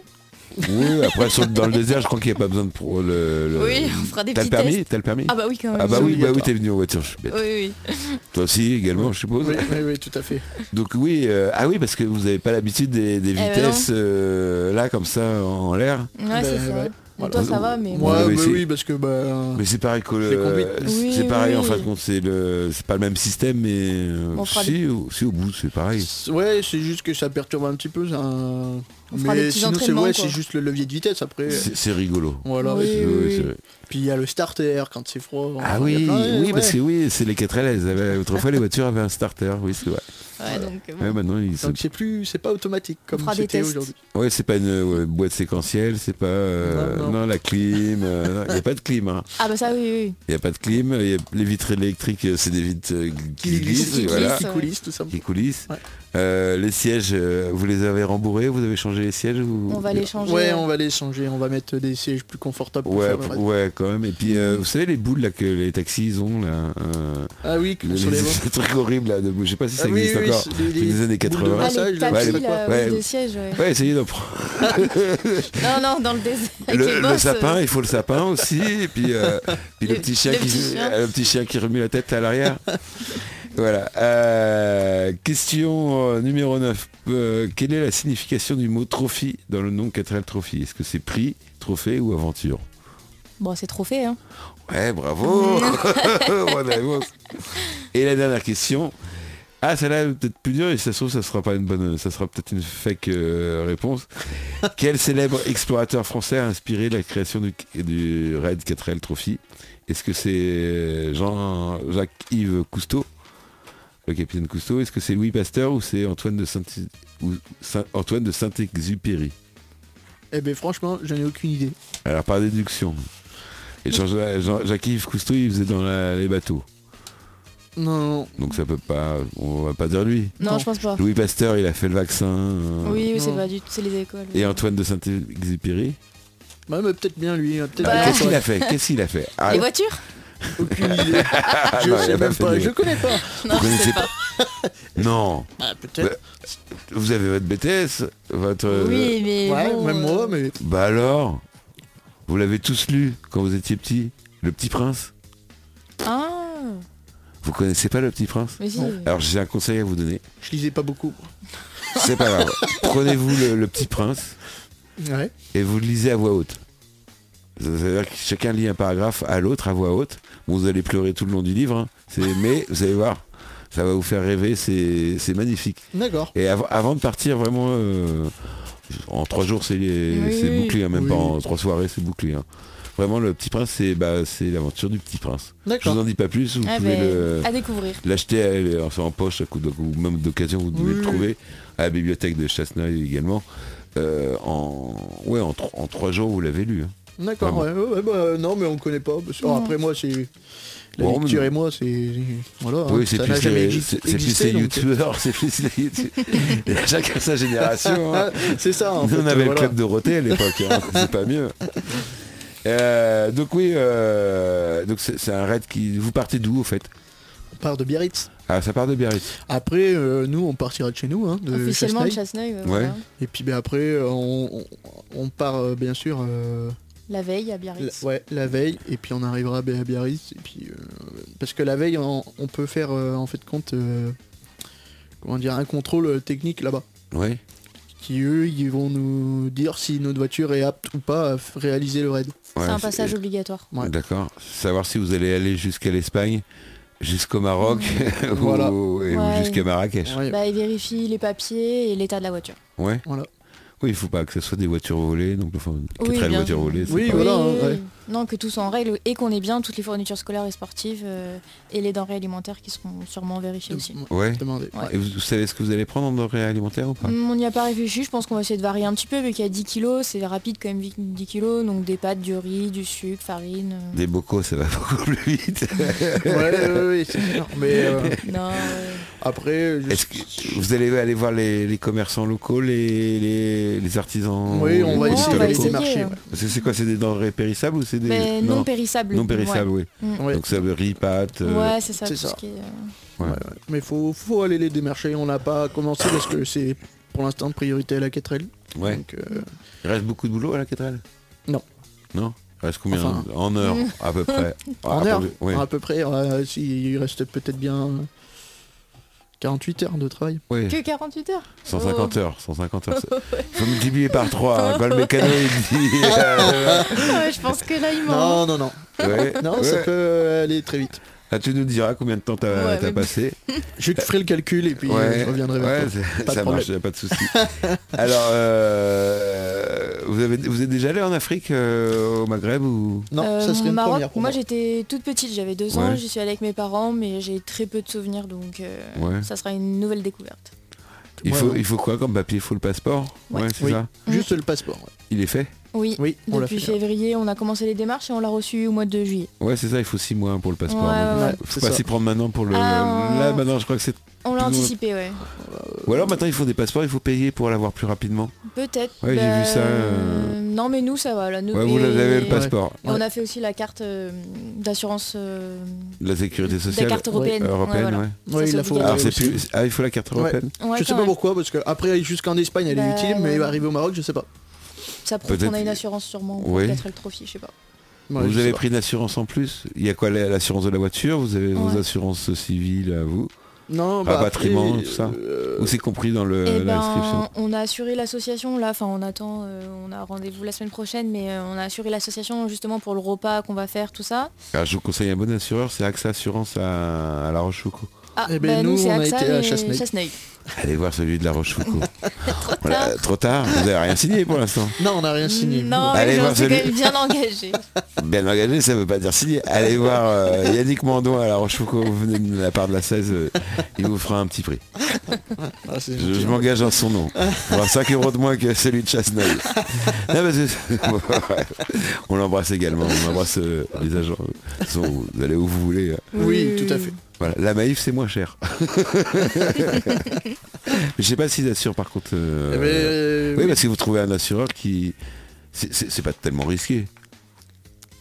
[SPEAKER 1] Oui, après, saute dans le désert, je crois qu'il n'y a pas besoin de... pro- le, le-
[SPEAKER 4] on fera des
[SPEAKER 1] Euh, T'as le permis T'as le permis
[SPEAKER 4] Ah bah oui quand même.
[SPEAKER 1] Ah bah oui, bah oui,
[SPEAKER 5] obligatoire.
[SPEAKER 1] t'es venu en voiture, je suis bête.
[SPEAKER 4] Oui, oui.
[SPEAKER 1] Toi aussi également, je suppose.
[SPEAKER 5] Oui, oui, oui, tout à fait.
[SPEAKER 1] Donc oui, euh, ah oui, parce que vous n'avez pas l'habitude des, des
[SPEAKER 4] ben
[SPEAKER 1] vitesses euh, là comme ça en, en l'air.
[SPEAKER 4] Ouais,
[SPEAKER 5] Bah,
[SPEAKER 4] c'est ça.
[SPEAKER 5] ouais.
[SPEAKER 4] Bon,
[SPEAKER 5] Voilà.
[SPEAKER 4] Toi ça va mais
[SPEAKER 1] Vous
[SPEAKER 5] Moi,
[SPEAKER 4] moi,
[SPEAKER 1] l'avez
[SPEAKER 5] bah
[SPEAKER 1] essayé
[SPEAKER 5] oui, parce que bah,
[SPEAKER 1] Mais c'est pareil que
[SPEAKER 5] Les combines.
[SPEAKER 1] le,
[SPEAKER 4] Oui,
[SPEAKER 1] c'est pareil
[SPEAKER 4] oui,
[SPEAKER 1] en fin de
[SPEAKER 4] oui.
[SPEAKER 1] compte, c'est le, c'est pas le même système, mais euh,
[SPEAKER 4] On fera
[SPEAKER 1] si, au- si, au bout c'est pareil.
[SPEAKER 5] c'est- ouais, c'est juste que ça perturbe un petit peu. ça.
[SPEAKER 4] fera des
[SPEAKER 5] Mais
[SPEAKER 4] petits
[SPEAKER 5] sinon, c'est
[SPEAKER 4] entraînements,
[SPEAKER 5] ouais,
[SPEAKER 4] quoi.
[SPEAKER 5] c'est juste le levier de vitesse après.
[SPEAKER 1] C'est c'est rigolo.
[SPEAKER 5] Voilà.
[SPEAKER 4] Oui,
[SPEAKER 1] Oui,
[SPEAKER 4] oui,
[SPEAKER 1] oui, euh, c'est
[SPEAKER 4] oui.
[SPEAKER 1] vrai.
[SPEAKER 5] Puis il y a le starter quand c'est froid.
[SPEAKER 1] Ah
[SPEAKER 5] enfin, il y a
[SPEAKER 1] oui,
[SPEAKER 5] plein-
[SPEAKER 1] oui,
[SPEAKER 5] ouais.
[SPEAKER 1] parce que oui, c'est les 4 LS. avaient- Eh ben, Autrefois les voitures avaient un starter, oui c'est vrai.
[SPEAKER 4] ouais, donc euh, bon.
[SPEAKER 1] Ouais, maintenant ils sont...
[SPEAKER 5] Donc c'est plus, c'est pas automatique comme
[SPEAKER 4] fera des
[SPEAKER 5] c'était
[SPEAKER 4] tests.
[SPEAKER 5] aujourd'hui.
[SPEAKER 1] Ouais, c'est pas une euh, boîte séquentielle, c'est pas euh,
[SPEAKER 5] Non,
[SPEAKER 1] non,
[SPEAKER 5] non.
[SPEAKER 1] la clim, euh, il n'y a pas de clim. hein.
[SPEAKER 4] Ah bah ça oui oui.
[SPEAKER 1] Il n'y a pas de clim, il y a- les vitres électriques, euh, c'est des vitres euh, qui glissent,
[SPEAKER 5] qui
[SPEAKER 1] voilà,
[SPEAKER 5] glisse, qui coulisse, tout ça.
[SPEAKER 1] qui coulissent.
[SPEAKER 5] Ouais.
[SPEAKER 1] Euh, les sièges, euh, vous les avez rembourrés, vous avez changé les sièges ou...
[SPEAKER 4] On va les changer.
[SPEAKER 5] Ouais, on va les changer, on va mettre des sièges plus confortables. pour
[SPEAKER 1] Ouais,
[SPEAKER 5] faire le reste.
[SPEAKER 1] ouais, quand même. Et puis, euh, vous savez les boules là, que les taxis ils ont là, euh,
[SPEAKER 5] Ah oui,
[SPEAKER 1] les-
[SPEAKER 5] sur les voies.
[SPEAKER 1] ce truc horrible là, de, je sais pas si ça
[SPEAKER 5] Ah oui,
[SPEAKER 1] existe
[SPEAKER 5] oui,
[SPEAKER 1] encore.
[SPEAKER 5] c'est les-
[SPEAKER 1] C'est des
[SPEAKER 5] les
[SPEAKER 1] années
[SPEAKER 5] boules de
[SPEAKER 1] 80.
[SPEAKER 4] Ah, les
[SPEAKER 5] massage,
[SPEAKER 4] tapis,
[SPEAKER 1] ouais, les-
[SPEAKER 4] là,
[SPEAKER 1] ouais.
[SPEAKER 4] de siège. ouais.
[SPEAKER 1] Ouais, essayez d'en prendre.
[SPEAKER 4] Non non dans le désert. avec les
[SPEAKER 1] Le, le
[SPEAKER 4] bosses,
[SPEAKER 1] sapin,
[SPEAKER 4] euh,
[SPEAKER 1] il faut le sapin aussi. Et puis, euh, puis le,
[SPEAKER 4] Le-
[SPEAKER 1] petit chien
[SPEAKER 4] le
[SPEAKER 1] qui, euh,
[SPEAKER 4] petit chien.
[SPEAKER 1] le petit chien qui remue la tête à l'arrière. voilà. Euh, question euh, numéro 9. Euh, quelle est la signification du mot trophy dans le nom 4L Trophy Est-ce que c'est prix, trophée ou aventure
[SPEAKER 4] Bon c'est trop fait hein.
[SPEAKER 1] Ouais, Eh, bravo Bonne réponse. Et la dernière question. Ah, celle-là est peut-être plus dure et si ça se trouve, ça sera pas une bonne, ça sera peut-être une fake euh, réponse. Quel célèbre explorateur français a inspiré la création du, du Red 4L Trophy Est-ce que c'est euh, Jean-Jacques-Yves Cousteau, le capitaine Cousteau Est-ce que c'est Louis Pasteur ou c'est Antoine de Saint ou Saint- Antoine de Saint-Exupéry
[SPEAKER 5] Eh ben franchement, j'en ai aucune idée.
[SPEAKER 1] Alors par déduction. Et Jean- Jean- Jacques-Yves Cousteau, il faisait dans la- les bateaux.
[SPEAKER 5] Non, non, non.
[SPEAKER 1] Donc ça peut pas, on va pas dire lui.
[SPEAKER 4] Non,
[SPEAKER 5] Non.
[SPEAKER 4] je pense pas.
[SPEAKER 1] Louis Pasteur, il a fait le vaccin. euh,
[SPEAKER 4] Oui oui, c'est
[SPEAKER 5] Non.
[SPEAKER 4] pas du tout, c'est les écoles.
[SPEAKER 1] Et Antoine de Saint-Exupéry.
[SPEAKER 5] Ouais, mais peut-être bien lui. hein, Peut-être
[SPEAKER 1] Ah,
[SPEAKER 4] Bah.
[SPEAKER 5] bien
[SPEAKER 1] Qu'est-ce qu'il a fait Qu'est-ce qu'il a fait Ah,
[SPEAKER 4] Les voitures
[SPEAKER 5] aucune idée.
[SPEAKER 1] ah,
[SPEAKER 5] je
[SPEAKER 1] non, il a
[SPEAKER 5] sais même
[SPEAKER 1] fait
[SPEAKER 5] pas,
[SPEAKER 1] de-
[SPEAKER 5] je connais pas.
[SPEAKER 4] Non,
[SPEAKER 1] Vous
[SPEAKER 4] je sais
[SPEAKER 1] connaissez
[SPEAKER 4] pas.
[SPEAKER 1] Non,
[SPEAKER 5] Ah, peut-être.
[SPEAKER 1] vous avez votre BTS, votre. euh,
[SPEAKER 4] Oui, mais
[SPEAKER 5] Ouais,
[SPEAKER 4] bon,
[SPEAKER 5] même
[SPEAKER 4] euh,
[SPEAKER 5] moi, mais
[SPEAKER 1] Bah alors, vous l'avez tous lu quand vous étiez petit, Le Petit Prince.
[SPEAKER 4] Ah,
[SPEAKER 1] Vous connaissez pas Le Petit Prince
[SPEAKER 4] mais si.
[SPEAKER 5] Non.
[SPEAKER 1] Alors j'ai un conseil à vous donner.
[SPEAKER 5] je lisais pas beaucoup.
[SPEAKER 1] C'est pas grave. Prenez-vous le- le Petit Prince.
[SPEAKER 5] Ouais.
[SPEAKER 1] et vous le lisez à voix haute. C'est-à-dire que chacun lit un paragraphe à l'autre à voix haute. Bon, vous allez pleurer tout le long du livre, hein. C'est- mais vous allez voir, ça va vous faire rêver, c'est c'est magnifique.
[SPEAKER 5] D'accord.
[SPEAKER 1] Et av- avant de partir, vraiment, euh, en trois jours, c'est
[SPEAKER 4] Oui,
[SPEAKER 1] c'est
[SPEAKER 4] oui.
[SPEAKER 1] bouclé, hein, même
[SPEAKER 5] Oui,
[SPEAKER 1] pas
[SPEAKER 5] oui.
[SPEAKER 1] en trois soirées, c'est bouclé. hein. Vraiment, le petit prince, c'est bah, c'est l'aventure du petit prince. Je vous
[SPEAKER 5] D'accord.
[SPEAKER 1] en dis pas plus, vous
[SPEAKER 4] Ah
[SPEAKER 1] pouvez
[SPEAKER 4] ben,
[SPEAKER 1] le-
[SPEAKER 4] À découvrir.
[SPEAKER 1] l'acheter euh, enfin, en poche, à coup de- ou même d'occasion, vous devez le
[SPEAKER 5] Oui.
[SPEAKER 1] trouver à la bibliothèque de Chasseneuil également. Euh, en, ouais, en, tro- en trois jours, vous l'avez lu. hein.
[SPEAKER 5] D'accord,
[SPEAKER 1] Vraiment.
[SPEAKER 5] ouais, ouais, ouais, bah, non, mais on connaît pas. parce que- oh,
[SPEAKER 4] Non.
[SPEAKER 5] après, moi, c'est. La
[SPEAKER 1] Bon, mais-
[SPEAKER 5] lecture et moi, c'est. Voilà. hein,
[SPEAKER 1] oui, c'est
[SPEAKER 5] ça
[SPEAKER 1] plus,
[SPEAKER 5] n'a jamais
[SPEAKER 1] les-
[SPEAKER 5] exi-
[SPEAKER 1] c'est- c'est plus
[SPEAKER 5] existé,
[SPEAKER 1] les
[SPEAKER 5] donc-
[SPEAKER 1] youtubeurs, c'est plus les youtubeurs. Chacun sa génération. hein.
[SPEAKER 5] euh, ah, c'est ça. en
[SPEAKER 1] Nous, on
[SPEAKER 5] fait,
[SPEAKER 1] avait le
[SPEAKER 5] voilà.
[SPEAKER 1] club Dorothée à l'époque, hein, c'est pas mieux. Euh, donc oui, euh, donc c'est c'est un raid qui. Vous partez d'où au fait
[SPEAKER 5] On part de Biarritz.
[SPEAKER 1] Ah, ça part de Biarritz.
[SPEAKER 5] Après, euh, nous, on partira de chez nous, hein, de
[SPEAKER 4] Officiellement,
[SPEAKER 5] Chasseneuil.
[SPEAKER 4] Chasseneuil, euh,
[SPEAKER 1] Ouais.
[SPEAKER 4] voilà.
[SPEAKER 5] Et puis, ben, après, euh, on, on- on part euh, bien sûr euh,
[SPEAKER 4] la veille à
[SPEAKER 5] la,
[SPEAKER 4] Biarritz.
[SPEAKER 5] ouais, la veille, et puis on arrivera ben, à Biarritz. Et puis, euh, parce que la veille, on, on peut faire euh, en fait compte, euh, comment dire, un contrôle euh, technique là-bas.
[SPEAKER 1] Oui.
[SPEAKER 5] Qui eux, ils vont nous dire si notre voiture est apte ou pas à f- réaliser le raid.
[SPEAKER 1] Ouais,
[SPEAKER 4] c'est un passage obligatoire.
[SPEAKER 5] Ouais.
[SPEAKER 1] D'accord. Savoir si vous allez aller jusqu'à l'Espagne, jusqu'au Maroc ou,
[SPEAKER 5] Voilà.
[SPEAKER 1] et- ou
[SPEAKER 4] Ouais.
[SPEAKER 1] jusqu'à Marrakech.
[SPEAKER 5] Ouais.
[SPEAKER 4] Bah, il vérifie les papiers et l'état de la voiture.
[SPEAKER 1] Ouais.
[SPEAKER 5] Voilà.
[SPEAKER 1] Oui, il faut pas que ce soit des voitures volées, donc enfin,
[SPEAKER 4] Oui,
[SPEAKER 1] quatre
[SPEAKER 4] bien.
[SPEAKER 1] voitures volées. c'est
[SPEAKER 5] Oui,
[SPEAKER 1] pas-
[SPEAKER 5] voilà, hein, ouais.
[SPEAKER 4] oui. Non, que tout soit en règle et qu'on ait bien toutes les fournitures scolaires et sportives euh, et les denrées alimentaires qui seront sûrement vérifiées aussi.
[SPEAKER 5] Ouais, Mm.
[SPEAKER 1] Ouais.
[SPEAKER 5] demander.
[SPEAKER 4] Ouais.
[SPEAKER 1] Et vous, vous savez ce que vous allez prendre en denrées alimentaires ou pas
[SPEAKER 4] Hum, On n'y a pas réfléchi, je pense qu'on va essayer de varier un petit peu vu qu'il y a 10 kilos, c'est rapide quand même 10 kilos, donc des pâtes, du riz, du sucre, farine. euh,
[SPEAKER 1] Des bocaux, ça va beaucoup plus vite.
[SPEAKER 5] Ouais, ouais, ouais, c'est sûr. Mais euh,
[SPEAKER 4] Non, ouais.
[SPEAKER 5] après, je-
[SPEAKER 1] Est-ce que vous allez aller voir les, les commerçants locaux, les, les, les artisans
[SPEAKER 5] oui, on va
[SPEAKER 1] les
[SPEAKER 4] Ouais,
[SPEAKER 5] essayer
[SPEAKER 4] euh, on va
[SPEAKER 5] d'aller
[SPEAKER 1] locaux
[SPEAKER 4] essayer,
[SPEAKER 5] démarcher.
[SPEAKER 4] ouais.
[SPEAKER 5] ouais.
[SPEAKER 1] Parce que c'est quoi C'est des denrées périssables ou c'est des.
[SPEAKER 4] Mais non, périssable.
[SPEAKER 1] non périssables, oui.
[SPEAKER 5] Ouais. Mm.
[SPEAKER 1] Donc ça veut riz, pâtes.
[SPEAKER 4] Ouais,
[SPEAKER 1] euh,
[SPEAKER 4] Ouais, c'est ça.
[SPEAKER 5] c'est
[SPEAKER 4] tout ce
[SPEAKER 5] ça.
[SPEAKER 4] qui est, euh,
[SPEAKER 5] Mais faut, faut aller les démarcher. On n'a pas commencé parce que c'est pour l'instant de priorité à la 4L.
[SPEAKER 1] ouais.
[SPEAKER 5] Donc, euh,
[SPEAKER 1] Il reste beaucoup de boulot à la cathédrale
[SPEAKER 5] Non.
[SPEAKER 1] Non Il reste combien
[SPEAKER 5] Enfin.
[SPEAKER 1] En heure, à peu près.
[SPEAKER 5] en
[SPEAKER 1] Ah,
[SPEAKER 5] heure,
[SPEAKER 1] pour- ouais.
[SPEAKER 5] à peu près, euh, si, il reste peut-être bien euh, 48 heures de travail.
[SPEAKER 1] Ouais.
[SPEAKER 4] Que 48 heures
[SPEAKER 1] 150 heures, 150 heures. c'est- Faut multiplier par 3. Quand le mécano il dit. euh,
[SPEAKER 4] Ouais, Je pense que là, il manque.
[SPEAKER 5] Non, non, non.
[SPEAKER 1] ouais,
[SPEAKER 5] Non,
[SPEAKER 1] ouais.
[SPEAKER 5] ça peut euh, aller très vite.
[SPEAKER 1] Ah, tu nous diras combien de temps t'as
[SPEAKER 4] Ouais,
[SPEAKER 1] t'as
[SPEAKER 4] mais-
[SPEAKER 1] passé.
[SPEAKER 5] Je te ferai le calcul et puis euh, je reviendrai vers
[SPEAKER 1] ouais,
[SPEAKER 5] toi.
[SPEAKER 1] c'est-
[SPEAKER 5] Pas de
[SPEAKER 1] ça marche, y a pas de souci. Alors, euh, vous, avez, vous êtes déjà allé en Afrique, euh, au Maghreb ou
[SPEAKER 5] Non,
[SPEAKER 4] Euh,
[SPEAKER 5] ça serait une
[SPEAKER 4] Maroc,
[SPEAKER 5] première pour
[SPEAKER 4] moi
[SPEAKER 5] moi.
[SPEAKER 4] j'étais toute petite, j'avais deux ans,
[SPEAKER 1] Ouais.
[SPEAKER 4] j'y suis allée avec mes parents, mais j'ai très peu de souvenirs, donc euh,
[SPEAKER 1] Ouais.
[SPEAKER 4] ça sera une nouvelle découverte.
[SPEAKER 1] il
[SPEAKER 5] Ouais,
[SPEAKER 1] faut,
[SPEAKER 5] ouais.
[SPEAKER 1] il faut quoi comme papier Il faut le passeport. Ouais,
[SPEAKER 4] Ouais.
[SPEAKER 1] c'est
[SPEAKER 5] Oui.
[SPEAKER 1] ça.
[SPEAKER 5] Juste le passeport. ouais.
[SPEAKER 1] Il est fait.
[SPEAKER 4] Oui,
[SPEAKER 5] Oui, on l'a
[SPEAKER 4] depuis
[SPEAKER 5] fait. hein.
[SPEAKER 4] février, on a commencé les démarches et on l'a reçu au mois de juillet.
[SPEAKER 1] Ouais, c'est ça. Il faut six mois pour le passeport.
[SPEAKER 4] Ouais,
[SPEAKER 1] donc,
[SPEAKER 4] ouais, ouais.
[SPEAKER 1] Faut
[SPEAKER 5] C'est
[SPEAKER 1] pas
[SPEAKER 5] ça.
[SPEAKER 1] s'y prendre maintenant pour le.
[SPEAKER 4] Ah.
[SPEAKER 1] Là, maintenant, je crois que c'est.
[SPEAKER 4] On l'a
[SPEAKER 1] Plus ou moins.
[SPEAKER 4] anticipé, ouais.
[SPEAKER 1] Ou alors maintenant, il faut des passeports. Il faut payer pour l'avoir plus rapidement.
[SPEAKER 4] Peut-être.
[SPEAKER 1] Ouais, j'ai
[SPEAKER 4] bah,
[SPEAKER 1] vu ça, euh,
[SPEAKER 4] euh, Non, mais nous, ça va. Là, nous,
[SPEAKER 1] Ouais, vous
[SPEAKER 4] et-
[SPEAKER 1] avez le
[SPEAKER 4] et
[SPEAKER 1] passeport.
[SPEAKER 4] On a fait aussi la carte euh, d'assurance. euh,
[SPEAKER 1] La sécurité
[SPEAKER 4] la
[SPEAKER 1] sociale
[SPEAKER 4] carte européenne.
[SPEAKER 1] européenne, ouais.
[SPEAKER 4] Ça,
[SPEAKER 5] Ouais,
[SPEAKER 4] c'est
[SPEAKER 5] il la faut.
[SPEAKER 4] obligatoire.
[SPEAKER 1] Alors, c'est
[SPEAKER 5] aussi.
[SPEAKER 1] plus... Ah, il faut la carte
[SPEAKER 5] Ouais.
[SPEAKER 1] européenne.
[SPEAKER 4] Ouais,
[SPEAKER 5] je sais
[SPEAKER 4] quand
[SPEAKER 5] pas
[SPEAKER 4] même.
[SPEAKER 5] pourquoi, parce que après jusqu'en Espagne elle
[SPEAKER 4] Bah,
[SPEAKER 5] est utile, mais
[SPEAKER 4] ouais.
[SPEAKER 5] arriver au Maroc, je sais pas.
[SPEAKER 4] Ça prouve
[SPEAKER 1] Peut-être-
[SPEAKER 4] qu'on a une assurance sûrement pour
[SPEAKER 1] Oui.
[SPEAKER 4] le 4L Trophy, je sais pas.
[SPEAKER 5] Ouais, je
[SPEAKER 1] vous
[SPEAKER 5] sais
[SPEAKER 1] avez
[SPEAKER 5] pas.
[SPEAKER 1] pris une assurance en plus Il y a quoi la- L'assurance de la voiture Vous avez vos
[SPEAKER 4] Ouais.
[SPEAKER 1] assurances civiles à vous
[SPEAKER 5] Non, bah,
[SPEAKER 1] rapatriement,
[SPEAKER 5] après,
[SPEAKER 1] tout ça
[SPEAKER 5] euh,
[SPEAKER 1] Ou c'est compris dans le- la
[SPEAKER 4] Eh ben,
[SPEAKER 1] description
[SPEAKER 4] on a assuré l'association là, enfin on attend, euh, on a rendez-vous la semaine prochaine, mais euh, on a assuré l'association justement pour le repas qu'on va faire, tout ça.
[SPEAKER 1] Alors, Je vous conseille un bon assureur, c'est AXA Assurance à, à La Rochefoucauld.
[SPEAKER 4] Ah,
[SPEAKER 5] Eh ben, nous,
[SPEAKER 4] c'est
[SPEAKER 5] on a
[SPEAKER 4] AXA,
[SPEAKER 5] été à
[SPEAKER 4] mais
[SPEAKER 5] Chasseneuil.
[SPEAKER 1] Allez voir celui de La Rochefoucauld. Voilà, trop, tard. Vous n'avez rien signé pour l'instant.
[SPEAKER 5] Non, on n'a rien signé.
[SPEAKER 4] Non,
[SPEAKER 1] Allez
[SPEAKER 4] mais
[SPEAKER 1] voir
[SPEAKER 4] on s'est quand
[SPEAKER 1] celui-
[SPEAKER 4] même bien engagé.
[SPEAKER 1] Bien engagé, Ben, ça veut pas dire signé. Allez voir euh, Yannick Mandon à La Rochefoucauld. Vous venez de la part de la 16, euh, il vous fera un petit prix.
[SPEAKER 5] Ah, c'est
[SPEAKER 1] Je,
[SPEAKER 5] gentil.
[SPEAKER 1] je m'engage en son nom. Pour un 5 euros de moins que celui de Chasseneuil. Non, parce que- on l'embrasse également. On embrasse euh, les agents. De toute façon, vous allez où vous voulez. hein.
[SPEAKER 5] Oui, tout à fait.
[SPEAKER 1] Voilà. La Maïf, c'est moins cher. Je sais pas s'ils assurent par contre. euh,
[SPEAKER 5] Eh ben, euh,
[SPEAKER 1] oui, parce que vous trouvez un assureur qui. C'est c'est- c'est pas tellement risqué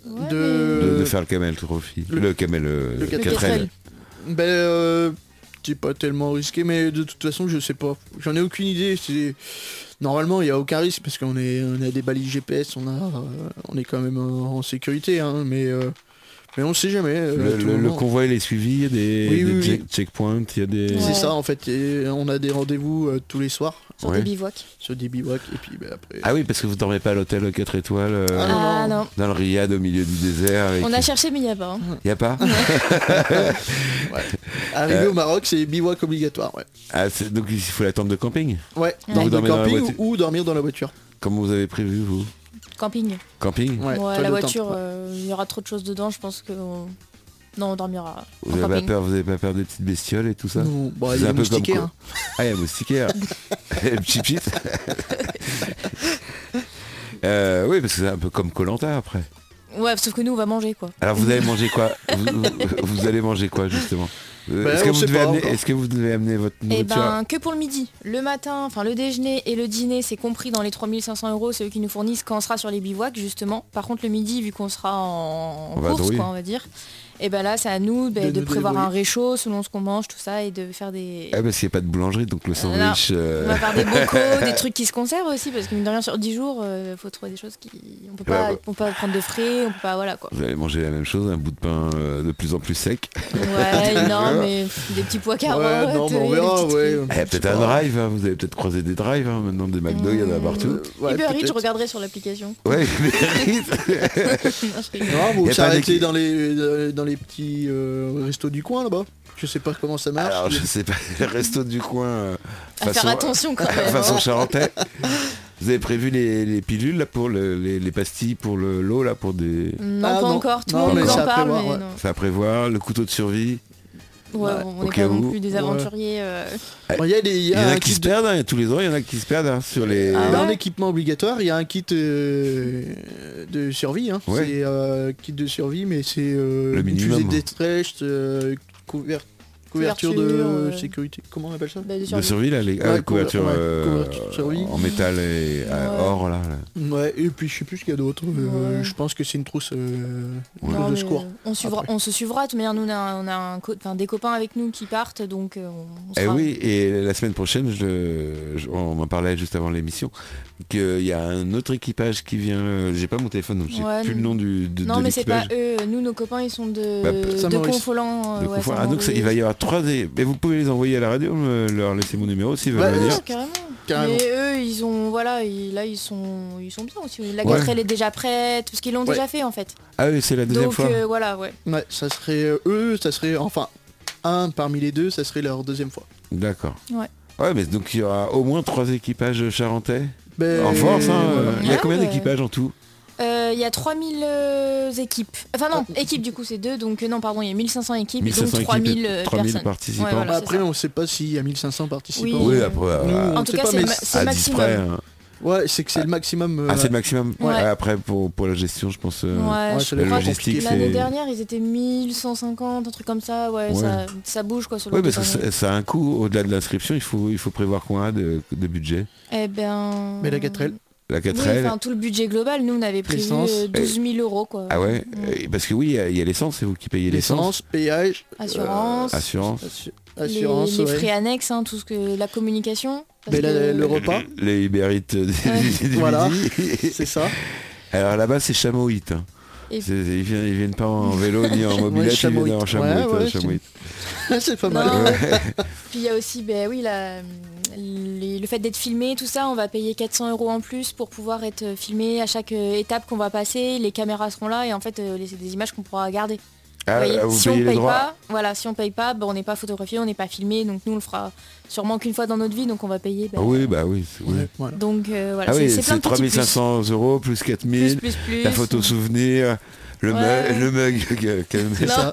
[SPEAKER 4] Ouais,
[SPEAKER 1] de,
[SPEAKER 5] de-
[SPEAKER 1] de faire le camel trophy. Le,
[SPEAKER 5] Euh, le-
[SPEAKER 1] camel euh,
[SPEAKER 5] le 4L.
[SPEAKER 1] 4L.
[SPEAKER 5] Ben, euh, c'est pas tellement risqué, mais de toute façon, je sais pas. J'en ai aucune idée. c'est- Normalement, il n'y a aucun risque parce qu'on est, on a des balises GPS, on, a, euh, on est quand même euh, en sécurité, hein, mais, euh, mais on sait jamais. euh,
[SPEAKER 1] Le,
[SPEAKER 5] à tout
[SPEAKER 1] le- le
[SPEAKER 5] moment.
[SPEAKER 1] convoi il est suivi, il y a des,
[SPEAKER 5] Oui,
[SPEAKER 1] des
[SPEAKER 5] oui,
[SPEAKER 1] check-
[SPEAKER 5] oui.
[SPEAKER 1] checkpoints, il y a des.
[SPEAKER 5] C'est
[SPEAKER 4] Ouais.
[SPEAKER 5] ça, en fait. et on a des rendez-vous euh, tous les soirs
[SPEAKER 4] Sur
[SPEAKER 1] Ouais.
[SPEAKER 4] des bivouacs.
[SPEAKER 5] sur des bivouacs, et puis ben, après.
[SPEAKER 1] Ah oui, parce que vous dormez pas à l'hôtel 4 étoiles. euh,
[SPEAKER 5] Ah,
[SPEAKER 4] Ah
[SPEAKER 5] non.
[SPEAKER 4] non,
[SPEAKER 1] Dans le riad au milieu du désert avec...
[SPEAKER 4] on a cherché mais il n'y a pas. hein.
[SPEAKER 1] Y a pas euh,
[SPEAKER 5] Arrivé au Maroc, c'est bivouac obligatoire, ouais.
[SPEAKER 1] Ah, c'est- Donc il faut la tente de camping
[SPEAKER 5] Ouais,
[SPEAKER 1] Vous
[SPEAKER 5] dans le
[SPEAKER 1] dormez dans la
[SPEAKER 5] camping
[SPEAKER 1] voiture.
[SPEAKER 5] ou, ou dormir dans la voiture.
[SPEAKER 1] Comme vous avez prévu vous
[SPEAKER 4] Camping.
[SPEAKER 1] Camping
[SPEAKER 5] Ouais,
[SPEAKER 4] Bon, euh,
[SPEAKER 5] toile
[SPEAKER 4] la
[SPEAKER 5] de
[SPEAKER 4] voiture,
[SPEAKER 5] tente.
[SPEAKER 4] euh, il y aura trop de choses dedans, je pense que... on- Non, on dormira en
[SPEAKER 1] Vous avez, pas
[SPEAKER 4] camping.
[SPEAKER 1] peur, vous avez pas peur des petites bestioles et tout ça
[SPEAKER 5] Non, bah,
[SPEAKER 1] C'est
[SPEAKER 5] il y a
[SPEAKER 1] un peu comme
[SPEAKER 5] moustiqué,
[SPEAKER 1] quoi.
[SPEAKER 5] hein.
[SPEAKER 1] Ah, il y a un moustiquaire. Et le petit pit. Euh, oui, parce que c'est un peu comme Colanta après.
[SPEAKER 4] Ouais, sauf que nous, on va manger, quoi.
[SPEAKER 1] Alors vous allez manger quoi vous, vous- vous allez manger quoi justement Euh,
[SPEAKER 5] Bah,
[SPEAKER 1] Est-ce
[SPEAKER 5] on
[SPEAKER 1] que, vous
[SPEAKER 5] sait
[SPEAKER 1] devez
[SPEAKER 5] pas
[SPEAKER 1] amener-
[SPEAKER 5] encore.
[SPEAKER 1] est-ce que vous devez amener votre
[SPEAKER 4] Eh
[SPEAKER 1] nourriture Ah,
[SPEAKER 4] ben, que pour le midi. Le matin, enfin le déjeuner et le dîner, c'est compris dans les 3500 euros, c'est eux qui nous fournissent quand on sera sur les bivouacs, justement. Par contre, le midi, vu qu'on sera en, en
[SPEAKER 1] On va
[SPEAKER 4] course,
[SPEAKER 1] drouiller.
[SPEAKER 4] quoi, on va dire, et ben là, c'est à nous ben,
[SPEAKER 5] De
[SPEAKER 4] de,
[SPEAKER 5] nous
[SPEAKER 4] prévoir
[SPEAKER 5] débrouiller.
[SPEAKER 4] un réchaud selon ce qu'on mange, tout ça, et de faire des...
[SPEAKER 1] Ah parce qu'il n'y a pas de boulangerie donc le sandwich. euh,
[SPEAKER 4] On va faire des bocaux, des trucs qui se conservent aussi, parce que mine de rien, sur 10 jours, il faut trouver des choses qui... On peut pas,
[SPEAKER 1] Ouais, ouais.
[SPEAKER 4] on peut pas prendre de frais, on peut pas... Voilà, quoi.
[SPEAKER 1] Vous allez manger la même chose, un bout de pain euh, de plus en plus sec.
[SPEAKER 4] Ouais, non, mais pff, des petits pois carottes,
[SPEAKER 5] Ouais, non, mais
[SPEAKER 4] et
[SPEAKER 5] on
[SPEAKER 4] des
[SPEAKER 5] verra,
[SPEAKER 4] petites-
[SPEAKER 5] ouais.
[SPEAKER 1] Ah, Il y a peut-être un drive, hein, vous avez peut-être croisé des drives hein, maintenant des McDo, il y en a partout.
[SPEAKER 5] Euh, Ouais,
[SPEAKER 4] Uber Eats, je
[SPEAKER 5] peut-être.
[SPEAKER 4] regarderai sur l'application.
[SPEAKER 1] Ouais, mais-
[SPEAKER 4] Non, je rigole.
[SPEAKER 5] Non, vous
[SPEAKER 1] Y a pas
[SPEAKER 5] s'arrêtez
[SPEAKER 1] d'équipe.
[SPEAKER 5] dans les, dans les petits euh, restos du coin là-bas. Je sais pas comment ça marche.
[SPEAKER 1] Alors je sais pas, le resto du coin. euh,
[SPEAKER 4] À faire attention quand même.
[SPEAKER 1] façon
[SPEAKER 4] hein.
[SPEAKER 1] charentais. Vous avez prévu les, les pilules là pour le- les, les pastilles pour le l'eau là pour des.
[SPEAKER 4] Non,
[SPEAKER 5] Ah,
[SPEAKER 4] pas
[SPEAKER 5] non.
[SPEAKER 4] encore, tout le
[SPEAKER 5] Non,
[SPEAKER 4] monde
[SPEAKER 1] mais
[SPEAKER 4] nous
[SPEAKER 1] ça
[SPEAKER 4] en
[SPEAKER 5] à
[SPEAKER 4] parle,
[SPEAKER 5] prévoir,
[SPEAKER 4] mais
[SPEAKER 5] ouais.
[SPEAKER 4] non.
[SPEAKER 1] Ça à prévoir, le couteau de survie.
[SPEAKER 4] Ouais,
[SPEAKER 5] Ouais.
[SPEAKER 4] on
[SPEAKER 1] Au
[SPEAKER 4] n'est
[SPEAKER 1] cas
[SPEAKER 4] pas non
[SPEAKER 1] où.
[SPEAKER 4] plus des aventuriers. euh.
[SPEAKER 5] Bon, Il y a, des, il y
[SPEAKER 1] Il y
[SPEAKER 5] a
[SPEAKER 1] en
[SPEAKER 5] un
[SPEAKER 1] a qui
[SPEAKER 5] kit
[SPEAKER 1] se
[SPEAKER 5] de-
[SPEAKER 1] perdent, hein, tous les ans il y en a qui se perdent hein, sur les.
[SPEAKER 4] Ah
[SPEAKER 5] dans
[SPEAKER 4] ouais
[SPEAKER 5] l'équipement obligatoire, il y a un kit euh, de survie. Hein.
[SPEAKER 1] Ouais.
[SPEAKER 5] C'est euh, kit de survie, mais c'est euh,
[SPEAKER 1] Le
[SPEAKER 5] une
[SPEAKER 1] minimum.
[SPEAKER 5] fusée de détresse, euh, couvert- couverture,
[SPEAKER 4] Couverture,
[SPEAKER 5] de
[SPEAKER 4] euh,
[SPEAKER 5] sécurité. Comment on appelle ça
[SPEAKER 4] Bah, de
[SPEAKER 1] De
[SPEAKER 4] survie.
[SPEAKER 1] survie là, les ah,
[SPEAKER 5] Ouais,
[SPEAKER 1] couverture,
[SPEAKER 5] couver- ouais,
[SPEAKER 1] euh,
[SPEAKER 5] couverture de survie.
[SPEAKER 1] en métal et euh,
[SPEAKER 4] Ouais.
[SPEAKER 1] or là. là.
[SPEAKER 5] Ouais, et puis je sais plus ce qu'il y a d'autre. Euh,
[SPEAKER 4] Ouais.
[SPEAKER 5] Je pense que c'est une trousse euh,
[SPEAKER 1] Ouais.
[SPEAKER 4] Non,
[SPEAKER 5] de
[SPEAKER 4] mais
[SPEAKER 5] secours.
[SPEAKER 4] on, suivra,
[SPEAKER 5] Après.
[SPEAKER 4] on se suivra, de toute manière, nous on a, un- on a un co- enfin, des copains avec nous qui partent, donc euh, on, on
[SPEAKER 1] Eh
[SPEAKER 4] sera-
[SPEAKER 1] oui, et la semaine prochaine, je, je- on m'en parlait juste avant l'émission, qu'il y a un autre équipage qui vient. euh, J'ai pas mon téléphone, donc j'ai
[SPEAKER 4] Ouais,
[SPEAKER 1] plus le
[SPEAKER 4] non.
[SPEAKER 1] nom du de,
[SPEAKER 4] Non
[SPEAKER 1] de
[SPEAKER 4] mais c'est pas
[SPEAKER 1] l'équipage.
[SPEAKER 4] eux, nous nos copains ils sont de,
[SPEAKER 1] Bah,
[SPEAKER 4] de
[SPEAKER 5] Saint-Maurice.
[SPEAKER 4] Confolant. euh,
[SPEAKER 1] De
[SPEAKER 4] ouais,
[SPEAKER 1] confort. Ah, donc ça- il va
[SPEAKER 4] Saint-Maurice.
[SPEAKER 1] y avoir trois dé- Mais vous pouvez les envoyer à la radio, me- leur laisser mon numéro s'ils veulent
[SPEAKER 5] Ouais,
[SPEAKER 1] venir.
[SPEAKER 4] Ah, carrément.
[SPEAKER 5] Carrément.
[SPEAKER 4] Mais eux ils ont voilà ils- là ils sont ils sont bien aussi. La
[SPEAKER 1] Ouais.
[SPEAKER 4] gâterelle est déjà prête, parce qu'ils l'ont
[SPEAKER 5] Ouais.
[SPEAKER 4] déjà fait en fait.
[SPEAKER 1] Ah oui, c'est la deuxième
[SPEAKER 4] donc
[SPEAKER 1] fois.
[SPEAKER 4] euh, voilà ouais.
[SPEAKER 5] Ouais, ça serait euh, eux, ça serait enfin un parmi les deux, ça serait leur deuxième fois.
[SPEAKER 1] D'accord.
[SPEAKER 4] Ouais.
[SPEAKER 1] Ouais, mais donc il y aura au moins trois équipages charentais
[SPEAKER 5] Ben,
[SPEAKER 1] en France. hein, euh, Il y a
[SPEAKER 4] Ah,
[SPEAKER 1] combien
[SPEAKER 4] ouais.
[SPEAKER 1] d'équipages en tout
[SPEAKER 4] Euh, Il y a 3000 euh, équipes. Enfin non, équipes du coup c'est deux, donc euh, non pardon, il y a 1500 équipes,
[SPEAKER 1] 1500
[SPEAKER 4] donc
[SPEAKER 1] équipes,
[SPEAKER 4] 3000 euh,
[SPEAKER 1] 3000
[SPEAKER 4] personnes.
[SPEAKER 1] participants.
[SPEAKER 4] Ouais, voilà.
[SPEAKER 5] Après,
[SPEAKER 4] c'est ça.
[SPEAKER 5] on sait pas s'il y a 1500 participants.
[SPEAKER 4] Oui.
[SPEAKER 1] Oui, après, euh,
[SPEAKER 5] Nous, on
[SPEAKER 4] En
[SPEAKER 5] ne
[SPEAKER 4] tout
[SPEAKER 5] sait
[SPEAKER 4] cas,
[SPEAKER 5] pas,
[SPEAKER 4] c'est
[SPEAKER 5] mais
[SPEAKER 4] le ma-
[SPEAKER 5] c-
[SPEAKER 4] c'est
[SPEAKER 1] à
[SPEAKER 4] le
[SPEAKER 1] 10
[SPEAKER 4] maximum.
[SPEAKER 1] près. hein.
[SPEAKER 5] ouais, c'est que c'est le maximum. euh,
[SPEAKER 1] Ah, c'est le maximum
[SPEAKER 4] Ouais.
[SPEAKER 1] Après, pour, pour la gestion, je pense. euh,
[SPEAKER 4] Ouais,
[SPEAKER 5] ouais,
[SPEAKER 4] je
[SPEAKER 5] c'est
[SPEAKER 1] la
[SPEAKER 4] crois que
[SPEAKER 1] logistique,
[SPEAKER 5] compliqué.
[SPEAKER 4] L'année
[SPEAKER 1] c'est-
[SPEAKER 4] dernière, ils étaient 1150, un truc comme ça, ouais,
[SPEAKER 1] Ouais.
[SPEAKER 4] Ça, ça bouge quoi sur le
[SPEAKER 1] Oui, parce que
[SPEAKER 4] total.
[SPEAKER 1] ça, ça a un coût. Au-delà de l'inscription, il faut, il faut prévoir combien de, de budget
[SPEAKER 4] Eh ben...
[SPEAKER 5] Mais la gâterelle.
[SPEAKER 1] La
[SPEAKER 4] Oui,
[SPEAKER 1] 4L
[SPEAKER 4] enfin, tout le budget global, nous on avait prévu
[SPEAKER 5] L'essence.
[SPEAKER 4] euh, 12 000 euros quoi.
[SPEAKER 1] Ah ouais
[SPEAKER 4] mm.
[SPEAKER 1] euh, Parce que oui, il y a- il y a, l'essence, c'est vous qui payez l'essence.
[SPEAKER 5] L'essence, péage,
[SPEAKER 4] Assurance,
[SPEAKER 1] Assurance.
[SPEAKER 5] assu-
[SPEAKER 4] les-
[SPEAKER 5] Euh, assurance,
[SPEAKER 4] les,
[SPEAKER 5] ouais.
[SPEAKER 4] frais annexes, hein, tout ce que la communication. parce
[SPEAKER 5] Mais la-
[SPEAKER 4] que-
[SPEAKER 5] le repas,
[SPEAKER 1] Les ibérites du, du
[SPEAKER 5] Voilà.
[SPEAKER 1] midi.
[SPEAKER 5] c'est ça.
[SPEAKER 1] Alors là-bas, c'est chamoïte. hein.
[SPEAKER 4] Et-
[SPEAKER 1] C'est- Ils, viennent, ils viennent pas en vélo ni en mobilette, ils viennent en
[SPEAKER 5] chamoïte.
[SPEAKER 1] chamoïte.
[SPEAKER 5] Ouais,
[SPEAKER 1] euh,
[SPEAKER 5] ouais,
[SPEAKER 1] chamoïte.
[SPEAKER 5] c'est pas
[SPEAKER 4] Non,
[SPEAKER 5] mal.
[SPEAKER 4] Puis il y a aussi, ben oui, la- les- le fait d'être filmé, tout ça, on va payer 400 euros en plus pour pouvoir être filmé à chaque euh, étape qu'on va passer. Les caméras seront là et en fait, euh, les- c'est des images qu'on pourra garder.
[SPEAKER 1] Ah,
[SPEAKER 4] Vous voyez,
[SPEAKER 1] vous
[SPEAKER 4] si on
[SPEAKER 1] payez les
[SPEAKER 4] paye
[SPEAKER 1] droits.
[SPEAKER 4] pas, voilà, si on paye pas, ben, on n'est pas photographié, on n'est pas filmé, donc nous on le fera sûrement qu'une fois dans notre vie, donc on va payer. ben,
[SPEAKER 1] Ah oui, bah oui. c'est- oui.
[SPEAKER 5] Ouais, voilà.
[SPEAKER 4] Donc euh, voilà,
[SPEAKER 1] Ah
[SPEAKER 4] c'est
[SPEAKER 1] oui,
[SPEAKER 4] c'est plein
[SPEAKER 1] c'est
[SPEAKER 4] de petits plus.
[SPEAKER 1] 3500 euros plus 4000,
[SPEAKER 4] plus, plus, plus.
[SPEAKER 1] la photo souvenir, le,
[SPEAKER 4] Ouais.
[SPEAKER 1] mug- le mug. que- que-
[SPEAKER 4] Non.
[SPEAKER 5] ça.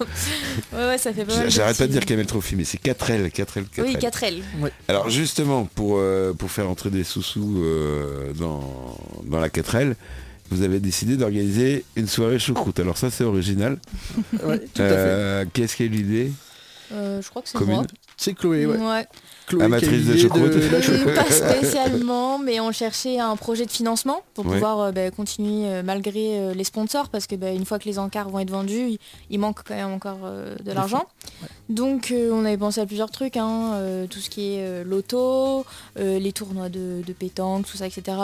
[SPEAKER 4] ouais, ouais, ça fait pas mal.
[SPEAKER 1] J'arrête pas de
[SPEAKER 4] petits-
[SPEAKER 1] dire qu'elle met le trophy, mais c'est 4L, 4L, 4L.
[SPEAKER 4] Oui, 4L.
[SPEAKER 1] Alors justement, pour, euh, pour faire entrer des sous-sous euh, dans, dans la 4L, vous avez décidé d'organiser une soirée choucroute. Alors ça, c'est original.
[SPEAKER 5] Ouais, tout à fait.
[SPEAKER 1] Euh, Qu'est-ce qui est l'idée
[SPEAKER 4] Euh, je crois que c'est
[SPEAKER 1] Commune.
[SPEAKER 4] moi.
[SPEAKER 5] C'est Chloé, ouais.
[SPEAKER 4] Ouais.
[SPEAKER 5] Chloé qui a
[SPEAKER 1] matrice de
[SPEAKER 5] l'idée
[SPEAKER 1] choucroute.
[SPEAKER 5] la chou-
[SPEAKER 4] Euh, pas spécialement, mais on cherchait un projet de financement pour
[SPEAKER 1] Ouais.
[SPEAKER 4] pouvoir euh, bah, continuer euh, malgré euh, les sponsors, parce que bah, une fois que les encarts vont être vendus, il, il manque quand même encore euh, de l'argent. Donc euh, on avait pensé à plusieurs trucs, hein, euh, tout ce qui est euh, loto, euh, les tournois de, de pétanque, tout ça, etc.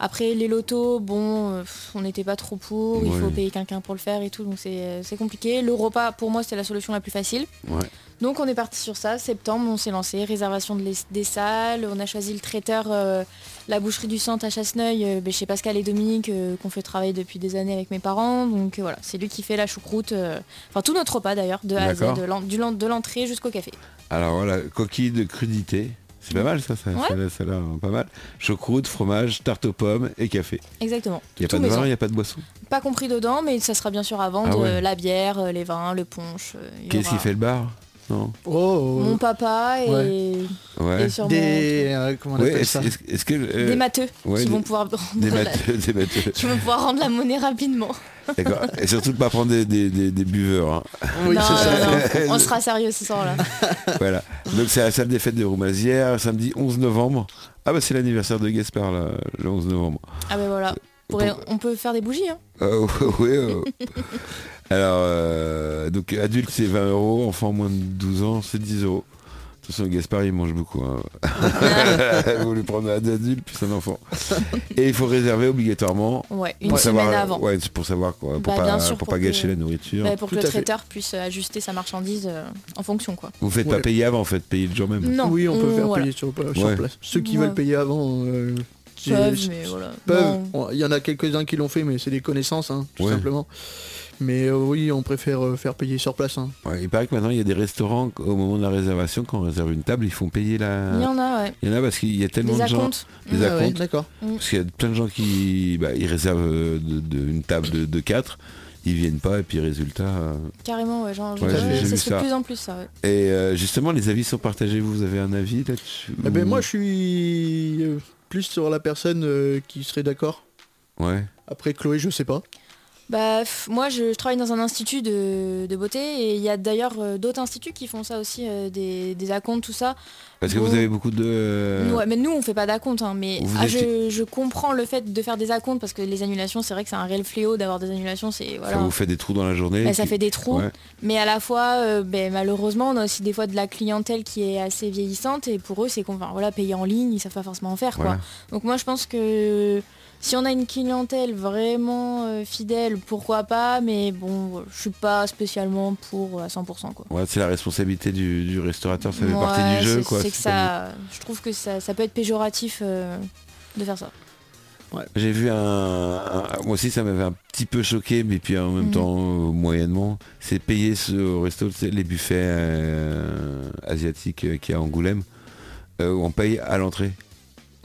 [SPEAKER 4] Après les lotos, bon, euh, pff, on n'était pas trop pour, il
[SPEAKER 1] Ouais.
[SPEAKER 4] faut payer quelqu'un pour le faire et tout, donc c'est euh, c'est compliqué. Le repas, pour moi, c'était la solution la plus facile.
[SPEAKER 1] Ouais.
[SPEAKER 4] Donc on est parti sur ça, septembre, on s'est lancé, réservation de les- des salles, on a choisi le traiteur, euh, la boucherie du centre à Chasseneuil, euh, ben, chez Pascal et Dominique, euh, qu'on fait travailler depuis des années avec mes parents. Donc euh, voilà, c'est lui qui fait la choucroute, euh, enfin tout notre repas d'ailleurs, de A à Z,
[SPEAKER 1] D'accord.
[SPEAKER 4] de l'en- du lan- de l'entrée jusqu'au café.
[SPEAKER 1] Alors voilà, coquille de crudité, C'est pas mal ça, ça,
[SPEAKER 4] Ouais.
[SPEAKER 1] ça, là, ça, là, hein, pas mal. Choucroute, fromage, tarte aux pommes et café.
[SPEAKER 4] Exactement.
[SPEAKER 1] Il n'y a
[SPEAKER 4] Tout
[SPEAKER 1] pas de
[SPEAKER 4] maison.
[SPEAKER 1] vin, il n'y a pas de boisson.
[SPEAKER 4] Pas compris dedans, mais ça sera bien sûr à vendre
[SPEAKER 1] Ah ouais.
[SPEAKER 4] euh, la bière, euh, les vins, le punch. euh, il y
[SPEAKER 1] Qu'est-ce
[SPEAKER 4] aura
[SPEAKER 1] qui fait le bar Non.
[SPEAKER 5] Oh,
[SPEAKER 4] Mon papa et,
[SPEAKER 1] Ouais.
[SPEAKER 4] et sûrement
[SPEAKER 5] des. euh, comment on
[SPEAKER 1] Ouais,
[SPEAKER 5] appelle
[SPEAKER 1] est-ce
[SPEAKER 5] ça
[SPEAKER 1] est-ce- est-ce que. euh,
[SPEAKER 4] des matheux
[SPEAKER 1] ouais,
[SPEAKER 4] qui,
[SPEAKER 1] des-
[SPEAKER 4] vont pouvoir rendre
[SPEAKER 1] des
[SPEAKER 4] la-
[SPEAKER 1] matheux, des matheux.
[SPEAKER 4] qui vont pouvoir rendre la monnaie rapidement.
[SPEAKER 1] D'accord. Et surtout de pas prendre des, des- des- des buveurs. hein.
[SPEAKER 5] Oui,
[SPEAKER 4] non, euh,
[SPEAKER 5] c'est ça.
[SPEAKER 4] non, non, on sera sérieux ce soir-là.
[SPEAKER 1] Voilà. Donc c'est la salle des fêtes de Roumazière, samedi 11 novembre. Ah bah c'est l'anniversaire de Gaspard là, le 11 novembre.
[SPEAKER 4] Ah ben voilà. Pour- on peut faire des bougies. Hein.
[SPEAKER 1] Euh, ouais, euh. Alors, euh, donc adulte c'est 20 euros, enfant moins de 12 ans c'est 10 euros. De toute façon, Gaspard, il mange beaucoup. hein.
[SPEAKER 4] Ah.
[SPEAKER 1] Vous lui prendre un adulte puis un enfant. Et il faut réserver obligatoirement.
[SPEAKER 4] Ouais, une
[SPEAKER 1] pour
[SPEAKER 4] semaine
[SPEAKER 1] savoir- euh,
[SPEAKER 4] avant.
[SPEAKER 1] Ouais, c'est pour savoir quoi. Pour
[SPEAKER 4] Bah,
[SPEAKER 1] pas,
[SPEAKER 4] bien sûr,
[SPEAKER 1] pour
[SPEAKER 4] pour
[SPEAKER 1] pas
[SPEAKER 4] que-
[SPEAKER 1] gâcher la nourriture.
[SPEAKER 4] Bah, pour que
[SPEAKER 5] Tout
[SPEAKER 4] le
[SPEAKER 5] à fait.
[SPEAKER 4] traiteur puisse euh, ajuster sa marchandise euh, en fonction quoi.
[SPEAKER 1] Vous faites pas
[SPEAKER 5] Ouais.
[SPEAKER 1] payer avant, en fait, payer le jour même.
[SPEAKER 4] Non,
[SPEAKER 5] oui, on peut faire
[SPEAKER 4] voilà.
[SPEAKER 5] payer sur, euh, sur
[SPEAKER 1] Ouais.
[SPEAKER 5] place. Ceux qui
[SPEAKER 4] Ouais.
[SPEAKER 5] veulent payer avant. euh, c'est-
[SPEAKER 4] Peuvent, mais voilà.
[SPEAKER 5] peuvent.
[SPEAKER 4] Non.
[SPEAKER 5] Bon, Il y en a quelques-uns qui l'ont fait, mais c'est des connaissances, hein, tout
[SPEAKER 1] Ouais.
[SPEAKER 5] simplement. Mais euh, oui, on préfère euh, faire payer sur place. hein.
[SPEAKER 4] Mm.
[SPEAKER 1] Ouais, il paraît que maintenant il y a des restaurants qu- au moment de la réservation, quand on réserve une table, ils font payer
[SPEAKER 4] Il y
[SPEAKER 1] la.
[SPEAKER 4] en a, ouais.
[SPEAKER 1] Il y en a parce qu'il y a tellement
[SPEAKER 4] Des
[SPEAKER 1] de gens.
[SPEAKER 4] acomptes. Mm.
[SPEAKER 1] Des
[SPEAKER 5] Ah ouais,
[SPEAKER 1] acomptes.
[SPEAKER 5] d'accord.
[SPEAKER 1] Parce qu'il y a plein de gens qui bah, ils réservent euh, de- de- une table de, de 4, ils viennent pas et puis résultat. euh,
[SPEAKER 4] Carrément, ouais. Genre,
[SPEAKER 1] Ouais,
[SPEAKER 4] ouais,
[SPEAKER 5] j'ai- j'ai
[SPEAKER 4] ça
[SPEAKER 1] vu
[SPEAKER 4] se fait
[SPEAKER 1] ça.
[SPEAKER 4] de plus en plus, ça. ouais.
[SPEAKER 1] Et euh, justement, les avis sont partagés. Vous avez un avis là-dessus
[SPEAKER 5] Eh ben,
[SPEAKER 1] Ou-
[SPEAKER 5] moi, je suis euh, plus sur la personne euh, qui serait d'accord.
[SPEAKER 1] Ouais.
[SPEAKER 5] Après, Chloé, je sais pas.
[SPEAKER 4] Bah, pff, moi, je, je travaille dans un institut de, de beauté et il y a d'ailleurs euh, d'autres instituts qui font ça aussi, euh, des, des acomptes, tout ça.
[SPEAKER 1] Parce que
[SPEAKER 4] Bon.
[SPEAKER 1] vous avez beaucoup de. euh,
[SPEAKER 4] Ouais, mais nous, on fait pas d'acompte, hein, mais
[SPEAKER 1] Vous
[SPEAKER 4] ah,
[SPEAKER 1] étiez-
[SPEAKER 4] je, je comprends le fait de faire des acomptes parce que les annulations, c'est vrai que c'est un réel fléau d'avoir des annulations, c'est
[SPEAKER 1] Ça
[SPEAKER 4] voilà.
[SPEAKER 1] vous fait des trous dans la journée.
[SPEAKER 4] Bah, ça
[SPEAKER 1] qui-
[SPEAKER 4] fait des trous,
[SPEAKER 1] Ouais.
[SPEAKER 4] mais à la fois, euh, ben, malheureusement, on a aussi des fois de la clientèle qui est assez vieillissante et pour eux, c'est qu'on va voilà, payer en ligne, ils savent pas forcément en faire.
[SPEAKER 1] Voilà.
[SPEAKER 4] Quoi. Donc moi, je pense que si on a une clientèle vraiment euh, fidèle, pourquoi pas, mais bon, je suis pas spécialement pour euh, à 100%. Quoi.
[SPEAKER 1] Ouais, c'est la responsabilité du, du restaurateur, ça fait
[SPEAKER 4] Ouais,
[SPEAKER 1] partie du jeu.
[SPEAKER 4] c'est-
[SPEAKER 1] quoi.
[SPEAKER 4] C'est que
[SPEAKER 1] comme-
[SPEAKER 4] ça, je trouve que ça, ça peut être péjoratif euh, de faire ça.
[SPEAKER 1] J'ai vu un, un- Moi aussi, ça m'avait un petit peu choqué, mais puis en même
[SPEAKER 4] Mhm.
[SPEAKER 1] temps, euh, moyennement. C'est payer ce- au resto, tu sais, les buffets euh, asiatiques euh, qu'il y a à Angoulême, euh, où on paye à l'entrée.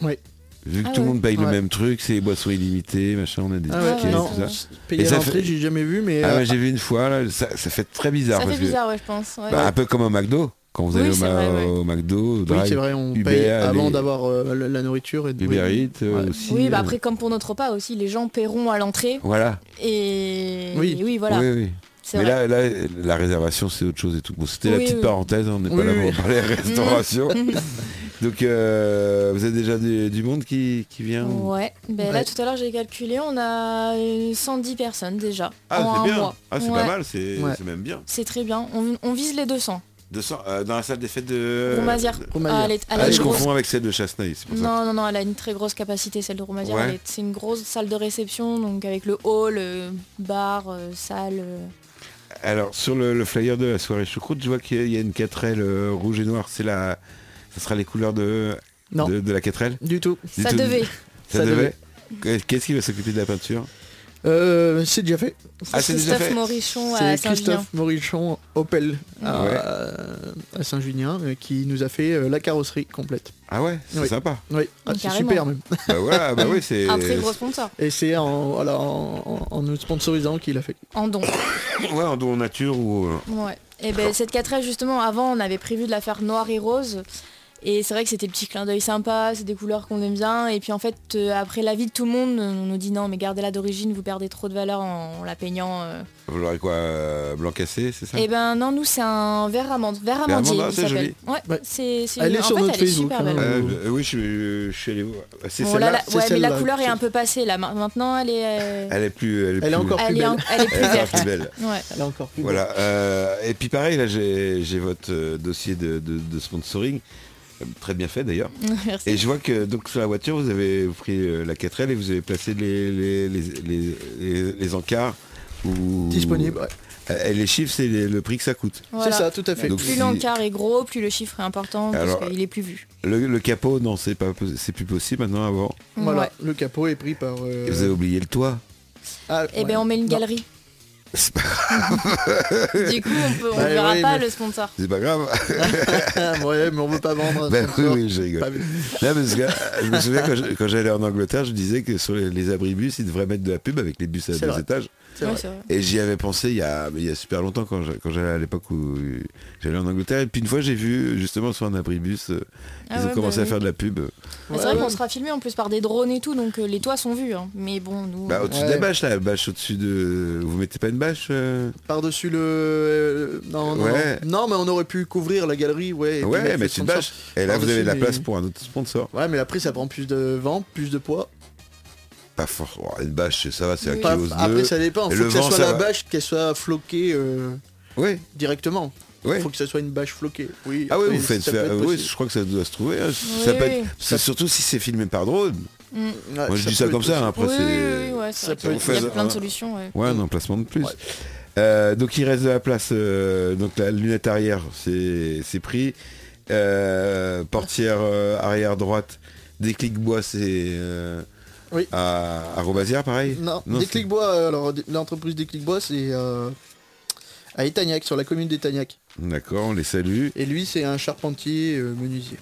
[SPEAKER 5] Ouais.
[SPEAKER 1] Vu que
[SPEAKER 4] Ah
[SPEAKER 1] tout le
[SPEAKER 4] ouais.
[SPEAKER 1] monde paye le
[SPEAKER 5] Ouais.
[SPEAKER 1] même truc, c'est les boissons illimitées, machin, on a des
[SPEAKER 5] Ah ouais,
[SPEAKER 1] tickets,
[SPEAKER 5] non.
[SPEAKER 1] tout ça.
[SPEAKER 5] Payer
[SPEAKER 1] Et
[SPEAKER 5] à
[SPEAKER 1] ça
[SPEAKER 5] l'entrée,
[SPEAKER 1] fait-
[SPEAKER 5] j'ai jamais vu, mais
[SPEAKER 1] Ah
[SPEAKER 5] euh,
[SPEAKER 1] ouais, j'ai vu une fois, là, ça, ça fait très bizarre.
[SPEAKER 4] ça
[SPEAKER 1] parce
[SPEAKER 4] fait
[SPEAKER 1] que-
[SPEAKER 4] bizarre, ouais, je pense. ouais.
[SPEAKER 1] bah, un peu comme au McDo, quand vous
[SPEAKER 4] Oui,
[SPEAKER 1] allez au,
[SPEAKER 4] c'est
[SPEAKER 1] ma-
[SPEAKER 4] vrai, ouais.
[SPEAKER 1] au McDo, au
[SPEAKER 5] oui,
[SPEAKER 1] Drive,
[SPEAKER 5] c'est vrai, on
[SPEAKER 1] bah, Uber,
[SPEAKER 5] paye avant
[SPEAKER 1] les-
[SPEAKER 5] d'avoir euh, la, la nourriture et de
[SPEAKER 1] Uber
[SPEAKER 5] oui.
[SPEAKER 1] Eats, euh,
[SPEAKER 5] Ouais.
[SPEAKER 1] aussi.
[SPEAKER 4] oui, bah
[SPEAKER 1] euh,
[SPEAKER 4] après, comme pour notre repas aussi, les gens paieront à l'entrée
[SPEAKER 1] Voilà,
[SPEAKER 4] et
[SPEAKER 5] Oui.
[SPEAKER 4] et oui, voilà.
[SPEAKER 1] oui, oui.
[SPEAKER 4] c'est
[SPEAKER 1] Mais
[SPEAKER 4] vrai.
[SPEAKER 1] là, là, la réservation, c'est autre chose et tout. Bon, c'était la
[SPEAKER 4] Oui,
[SPEAKER 1] petite
[SPEAKER 4] oui. Mm.
[SPEAKER 1] parenthèse, hein, on n'est
[SPEAKER 5] Oui,
[SPEAKER 1] pas là
[SPEAKER 5] oui.
[SPEAKER 1] pour parler restauration. Donc, euh, vous avez déjà du, du monde qui, qui vient ou-
[SPEAKER 4] Ouais, ben
[SPEAKER 5] Ouais.
[SPEAKER 4] là tout à l'heure j'ai calculé, on a euh, 110 personnes déjà en
[SPEAKER 1] Ah,
[SPEAKER 4] un
[SPEAKER 1] c'est bien.
[SPEAKER 4] mois.
[SPEAKER 1] Ah, c'est
[SPEAKER 4] Ouais,
[SPEAKER 1] pas mal, c'est
[SPEAKER 5] Ouais.
[SPEAKER 1] c'est même bien.
[SPEAKER 4] C'est très bien, on, on vise les 200.
[SPEAKER 1] 200, euh, dans la salle des fêtes de.
[SPEAKER 4] Romazière.
[SPEAKER 5] Romazière.
[SPEAKER 4] Ah, elle est- elle
[SPEAKER 1] Ah,
[SPEAKER 4] a
[SPEAKER 5] Allez,
[SPEAKER 4] une
[SPEAKER 1] je
[SPEAKER 4] grosse-
[SPEAKER 1] confonds avec celle de Chasseneuil, c'est pour ça.
[SPEAKER 4] Non, non, non, elle a une très grosse capacité celle de Romazière.
[SPEAKER 1] Ouais.
[SPEAKER 4] Elle est- C'est une grosse salle de réception, donc avec le hall, euh, bar, euh, salle. euh.
[SPEAKER 1] Alors, sur le, le flyer de la soirée choucroute, je vois qu'il y a une 4L euh, rouge et noire. C'est la... Ça sera les couleurs de,
[SPEAKER 5] Non.
[SPEAKER 1] de, de la 4L
[SPEAKER 5] du tout.
[SPEAKER 1] Du
[SPEAKER 4] Ça
[SPEAKER 1] tout.
[SPEAKER 4] devait. Ah,
[SPEAKER 1] Ça,
[SPEAKER 5] Ça
[SPEAKER 1] devait. Qu'est-ce qui va s'occuper de la peinture
[SPEAKER 5] Euh, c'est déjà fait.
[SPEAKER 1] Ah, c'est déjà
[SPEAKER 4] Christophe
[SPEAKER 1] fait.
[SPEAKER 4] Morichon à
[SPEAKER 5] C'est
[SPEAKER 4] Saint-Julien.
[SPEAKER 5] Christophe Morichon Opel à,
[SPEAKER 1] Ouais.
[SPEAKER 5] à Saint-Junien euh, qui nous a fait euh, la carrosserie complète.
[SPEAKER 1] Ah ouais, c'est
[SPEAKER 5] Oui.
[SPEAKER 1] sympa.
[SPEAKER 5] Oui, Ah,
[SPEAKER 4] Mais
[SPEAKER 5] c'est
[SPEAKER 4] carrément.
[SPEAKER 5] super même.
[SPEAKER 1] bah voilà, bah oui, c'est.
[SPEAKER 4] Un très gros sponsor.
[SPEAKER 5] Et c'est en, voilà, en, en- en nous sponsorisant qu'il a fait.
[SPEAKER 4] En don.
[SPEAKER 1] Ouais, en don nature ou. euh,
[SPEAKER 4] Ouais. Et ben cette 4 justement, avant on avait prévu de la faire noire et rose. Et c'est vrai que c'était le petit clin d'œil sympa, c'est des couleurs qu'on aime bien. Et puis en fait, euh, après l'avis de tout le monde, on nous dit non mais gardez-la d'origine, vous perdez trop de valeur en, en la peignant. euh.
[SPEAKER 1] Vous l'aurez quoi euh, Blanc cassé, c'est ça
[SPEAKER 4] Et ben non, nous c'est un verre amande, verre
[SPEAKER 1] amande,
[SPEAKER 4] amandier
[SPEAKER 1] ah,
[SPEAKER 4] il
[SPEAKER 1] c'est
[SPEAKER 4] s'appelle. Ouais,
[SPEAKER 5] Ouais.
[SPEAKER 4] c'est c'est
[SPEAKER 5] Elle
[SPEAKER 4] une-
[SPEAKER 5] est
[SPEAKER 4] en
[SPEAKER 5] sur
[SPEAKER 4] fait,
[SPEAKER 5] notre
[SPEAKER 4] elle est
[SPEAKER 5] Facebook,
[SPEAKER 4] super
[SPEAKER 5] hein.
[SPEAKER 4] belle.
[SPEAKER 1] Euh, je- euh, Oui, je, je suis allé voir. Bah, C'est
[SPEAKER 4] Bon,
[SPEAKER 1] celle-là
[SPEAKER 4] là, là-
[SPEAKER 5] c'est
[SPEAKER 4] ouais, mais la
[SPEAKER 5] celle-là.
[SPEAKER 4] couleur est un
[SPEAKER 5] C'est-
[SPEAKER 4] peu passée là. Ma- Maintenant, elle est, euh,
[SPEAKER 1] Elle est plus. Elle est,
[SPEAKER 5] Elle
[SPEAKER 1] plus-
[SPEAKER 5] est encore-
[SPEAKER 4] elle
[SPEAKER 5] plus
[SPEAKER 4] est, en-
[SPEAKER 5] belle.
[SPEAKER 4] elle est plus
[SPEAKER 1] Elle est encore
[SPEAKER 4] verte.
[SPEAKER 1] plus belle.
[SPEAKER 4] Ouais.
[SPEAKER 5] Elle a encore plus.
[SPEAKER 1] Voilà. euh, et puis pareil, là, j'ai j'ai votre euh, dossier de, de- de sponsoring. Euh, Très bien fait d'ailleurs.
[SPEAKER 4] Merci.
[SPEAKER 1] Et je vois que donc sur la voiture, vous avez pris euh, la 4L et vous avez placé les, les, les, les- les- les encarts. où-
[SPEAKER 5] Disponible. ouais.
[SPEAKER 1] Euh, Et les chiffres, c'est les- le prix que ça coûte.
[SPEAKER 4] Voilà.
[SPEAKER 5] C'est ça, tout à fait.
[SPEAKER 1] Donc,
[SPEAKER 4] Plus
[SPEAKER 1] si-
[SPEAKER 4] l'encart est gros, plus le chiffre est important,
[SPEAKER 1] Alors-
[SPEAKER 4] parce qu'il est plus vu.
[SPEAKER 1] Le, le capot, non, c'est pas, pos- c'est plus possible maintenant. Avant,
[SPEAKER 5] voilà,
[SPEAKER 4] Ouais.
[SPEAKER 5] le capot est pris par. euh,
[SPEAKER 1] et vous avez oublié le toit.
[SPEAKER 5] ah,
[SPEAKER 4] Et
[SPEAKER 5] ouais.
[SPEAKER 4] ben on met une
[SPEAKER 5] Non.
[SPEAKER 4] galerie.
[SPEAKER 1] C'est pas,
[SPEAKER 4] Du coup, on peut- on
[SPEAKER 5] Bah,
[SPEAKER 4] verra
[SPEAKER 5] oui,
[SPEAKER 4] pas
[SPEAKER 5] mais-
[SPEAKER 4] le sponsor.
[SPEAKER 1] c'est pas grave.
[SPEAKER 5] Ah, ouais, mais on veut pas vendre. un
[SPEAKER 1] Ben oui,
[SPEAKER 5] sponsor.
[SPEAKER 1] oui, je rigole.
[SPEAKER 5] Pas-
[SPEAKER 1] Non, parce que, euh, je me souviens quand je- quand j'allais en Angleterre, je disais que sur les, les abribus, ils devraient mettre de la pub avec les bus à
[SPEAKER 5] C'est
[SPEAKER 1] deux
[SPEAKER 5] vrai.
[SPEAKER 1] étages.
[SPEAKER 5] C'est
[SPEAKER 4] Ouais,
[SPEAKER 5] vrai.
[SPEAKER 4] c'est vrai.
[SPEAKER 1] Et j'y avais pensé il y a, mais il y a super longtemps quand je- quand j'allais à l'époque où j'allais en Angleterre. Et puis une fois, j'ai vu justement sur un abribus, euh, ils
[SPEAKER 4] Ah ouais,
[SPEAKER 1] ont
[SPEAKER 4] bah
[SPEAKER 1] commencé à
[SPEAKER 4] oui.
[SPEAKER 1] faire de la pub.
[SPEAKER 4] Mais c'est
[SPEAKER 5] Ouais,
[SPEAKER 4] vrai
[SPEAKER 5] ouais.
[SPEAKER 4] qu'on sera filmé en plus par des drones et tout, donc euh, les toits sont vus. hein. Mais bon, nous.
[SPEAKER 1] Bah, au-dessus de la
[SPEAKER 5] Ouais.
[SPEAKER 1] bâche, là, la bâche au-dessus de. Vous mettez pas une bâche euh
[SPEAKER 5] Par-dessus le. euh, Non, non,
[SPEAKER 1] Ouais.
[SPEAKER 5] non. Non, mais on aurait pu couvrir la galerie, ouais. et puis
[SPEAKER 1] Ouais,
[SPEAKER 5] mettre
[SPEAKER 1] mais
[SPEAKER 5] le
[SPEAKER 1] c'est une
[SPEAKER 5] sponsor.
[SPEAKER 1] bâche. Et là, vous
[SPEAKER 5] Par-dessus,
[SPEAKER 1] avez de la
[SPEAKER 5] mais-
[SPEAKER 1] place pour un autre sponsor.
[SPEAKER 5] Ouais, mais après, ça prend plus de vent, plus de poids.
[SPEAKER 1] Pas forcément. Une bâche, ça va, c'est
[SPEAKER 4] Oui.
[SPEAKER 1] un
[SPEAKER 5] Pas-
[SPEAKER 1] kilo
[SPEAKER 5] Après,
[SPEAKER 1] deux.
[SPEAKER 5] ça dépend.
[SPEAKER 1] Ah, Et
[SPEAKER 5] Faut
[SPEAKER 1] le
[SPEAKER 5] que ça
[SPEAKER 1] vent,
[SPEAKER 5] soit
[SPEAKER 1] ça
[SPEAKER 5] la
[SPEAKER 1] va.
[SPEAKER 5] bâche, qu'elle soit floquée euh,
[SPEAKER 1] Ouais,
[SPEAKER 5] directement.
[SPEAKER 1] ouais.
[SPEAKER 5] Faut que ça soit une bâche floquée. Oui.
[SPEAKER 1] Ah oui,
[SPEAKER 5] oui,
[SPEAKER 1] vous faites
[SPEAKER 5] ça peut
[SPEAKER 1] faire-
[SPEAKER 5] être
[SPEAKER 1] oui,
[SPEAKER 5] possible.
[SPEAKER 1] je crois que ça doit se trouver. hein. ça peut être-
[SPEAKER 4] oui.
[SPEAKER 1] c'est surtout si c'est filmé par drone.
[SPEAKER 4] Mm.
[SPEAKER 5] Ouais,
[SPEAKER 1] Moi, je dis ça
[SPEAKER 5] peut
[SPEAKER 1] comme
[SPEAKER 5] être
[SPEAKER 1] ça. hein,
[SPEAKER 5] possible.
[SPEAKER 1] Après,
[SPEAKER 4] Oui, oui,
[SPEAKER 1] c'est
[SPEAKER 4] oui, ouais, ça,
[SPEAKER 5] ça peut
[SPEAKER 4] peut-
[SPEAKER 5] être-
[SPEAKER 4] il y
[SPEAKER 1] on
[SPEAKER 4] a
[SPEAKER 1] fait
[SPEAKER 4] plein
[SPEAKER 1] un-
[SPEAKER 4] de solutions. ouais.
[SPEAKER 1] ouais, un emplacement de plus.
[SPEAKER 5] Ouais.
[SPEAKER 1] Euh, donc, il reste de la place. euh, donc, la lunette arrière, c'est c'est pris. Euh, portière euh, arrière droite, déclic bois, c'est euh,
[SPEAKER 5] Oui.
[SPEAKER 1] à, à Robasière, pareil.
[SPEAKER 5] Non,
[SPEAKER 1] Non,
[SPEAKER 5] Déclic Bois, alors d- l'entreprise Déclic Bois, c'est euh, à Étagnac, sur la commune d'Étagnac.
[SPEAKER 1] D'accord, on les salue.
[SPEAKER 5] Et lui, c'est un charpentier euh, menuisier.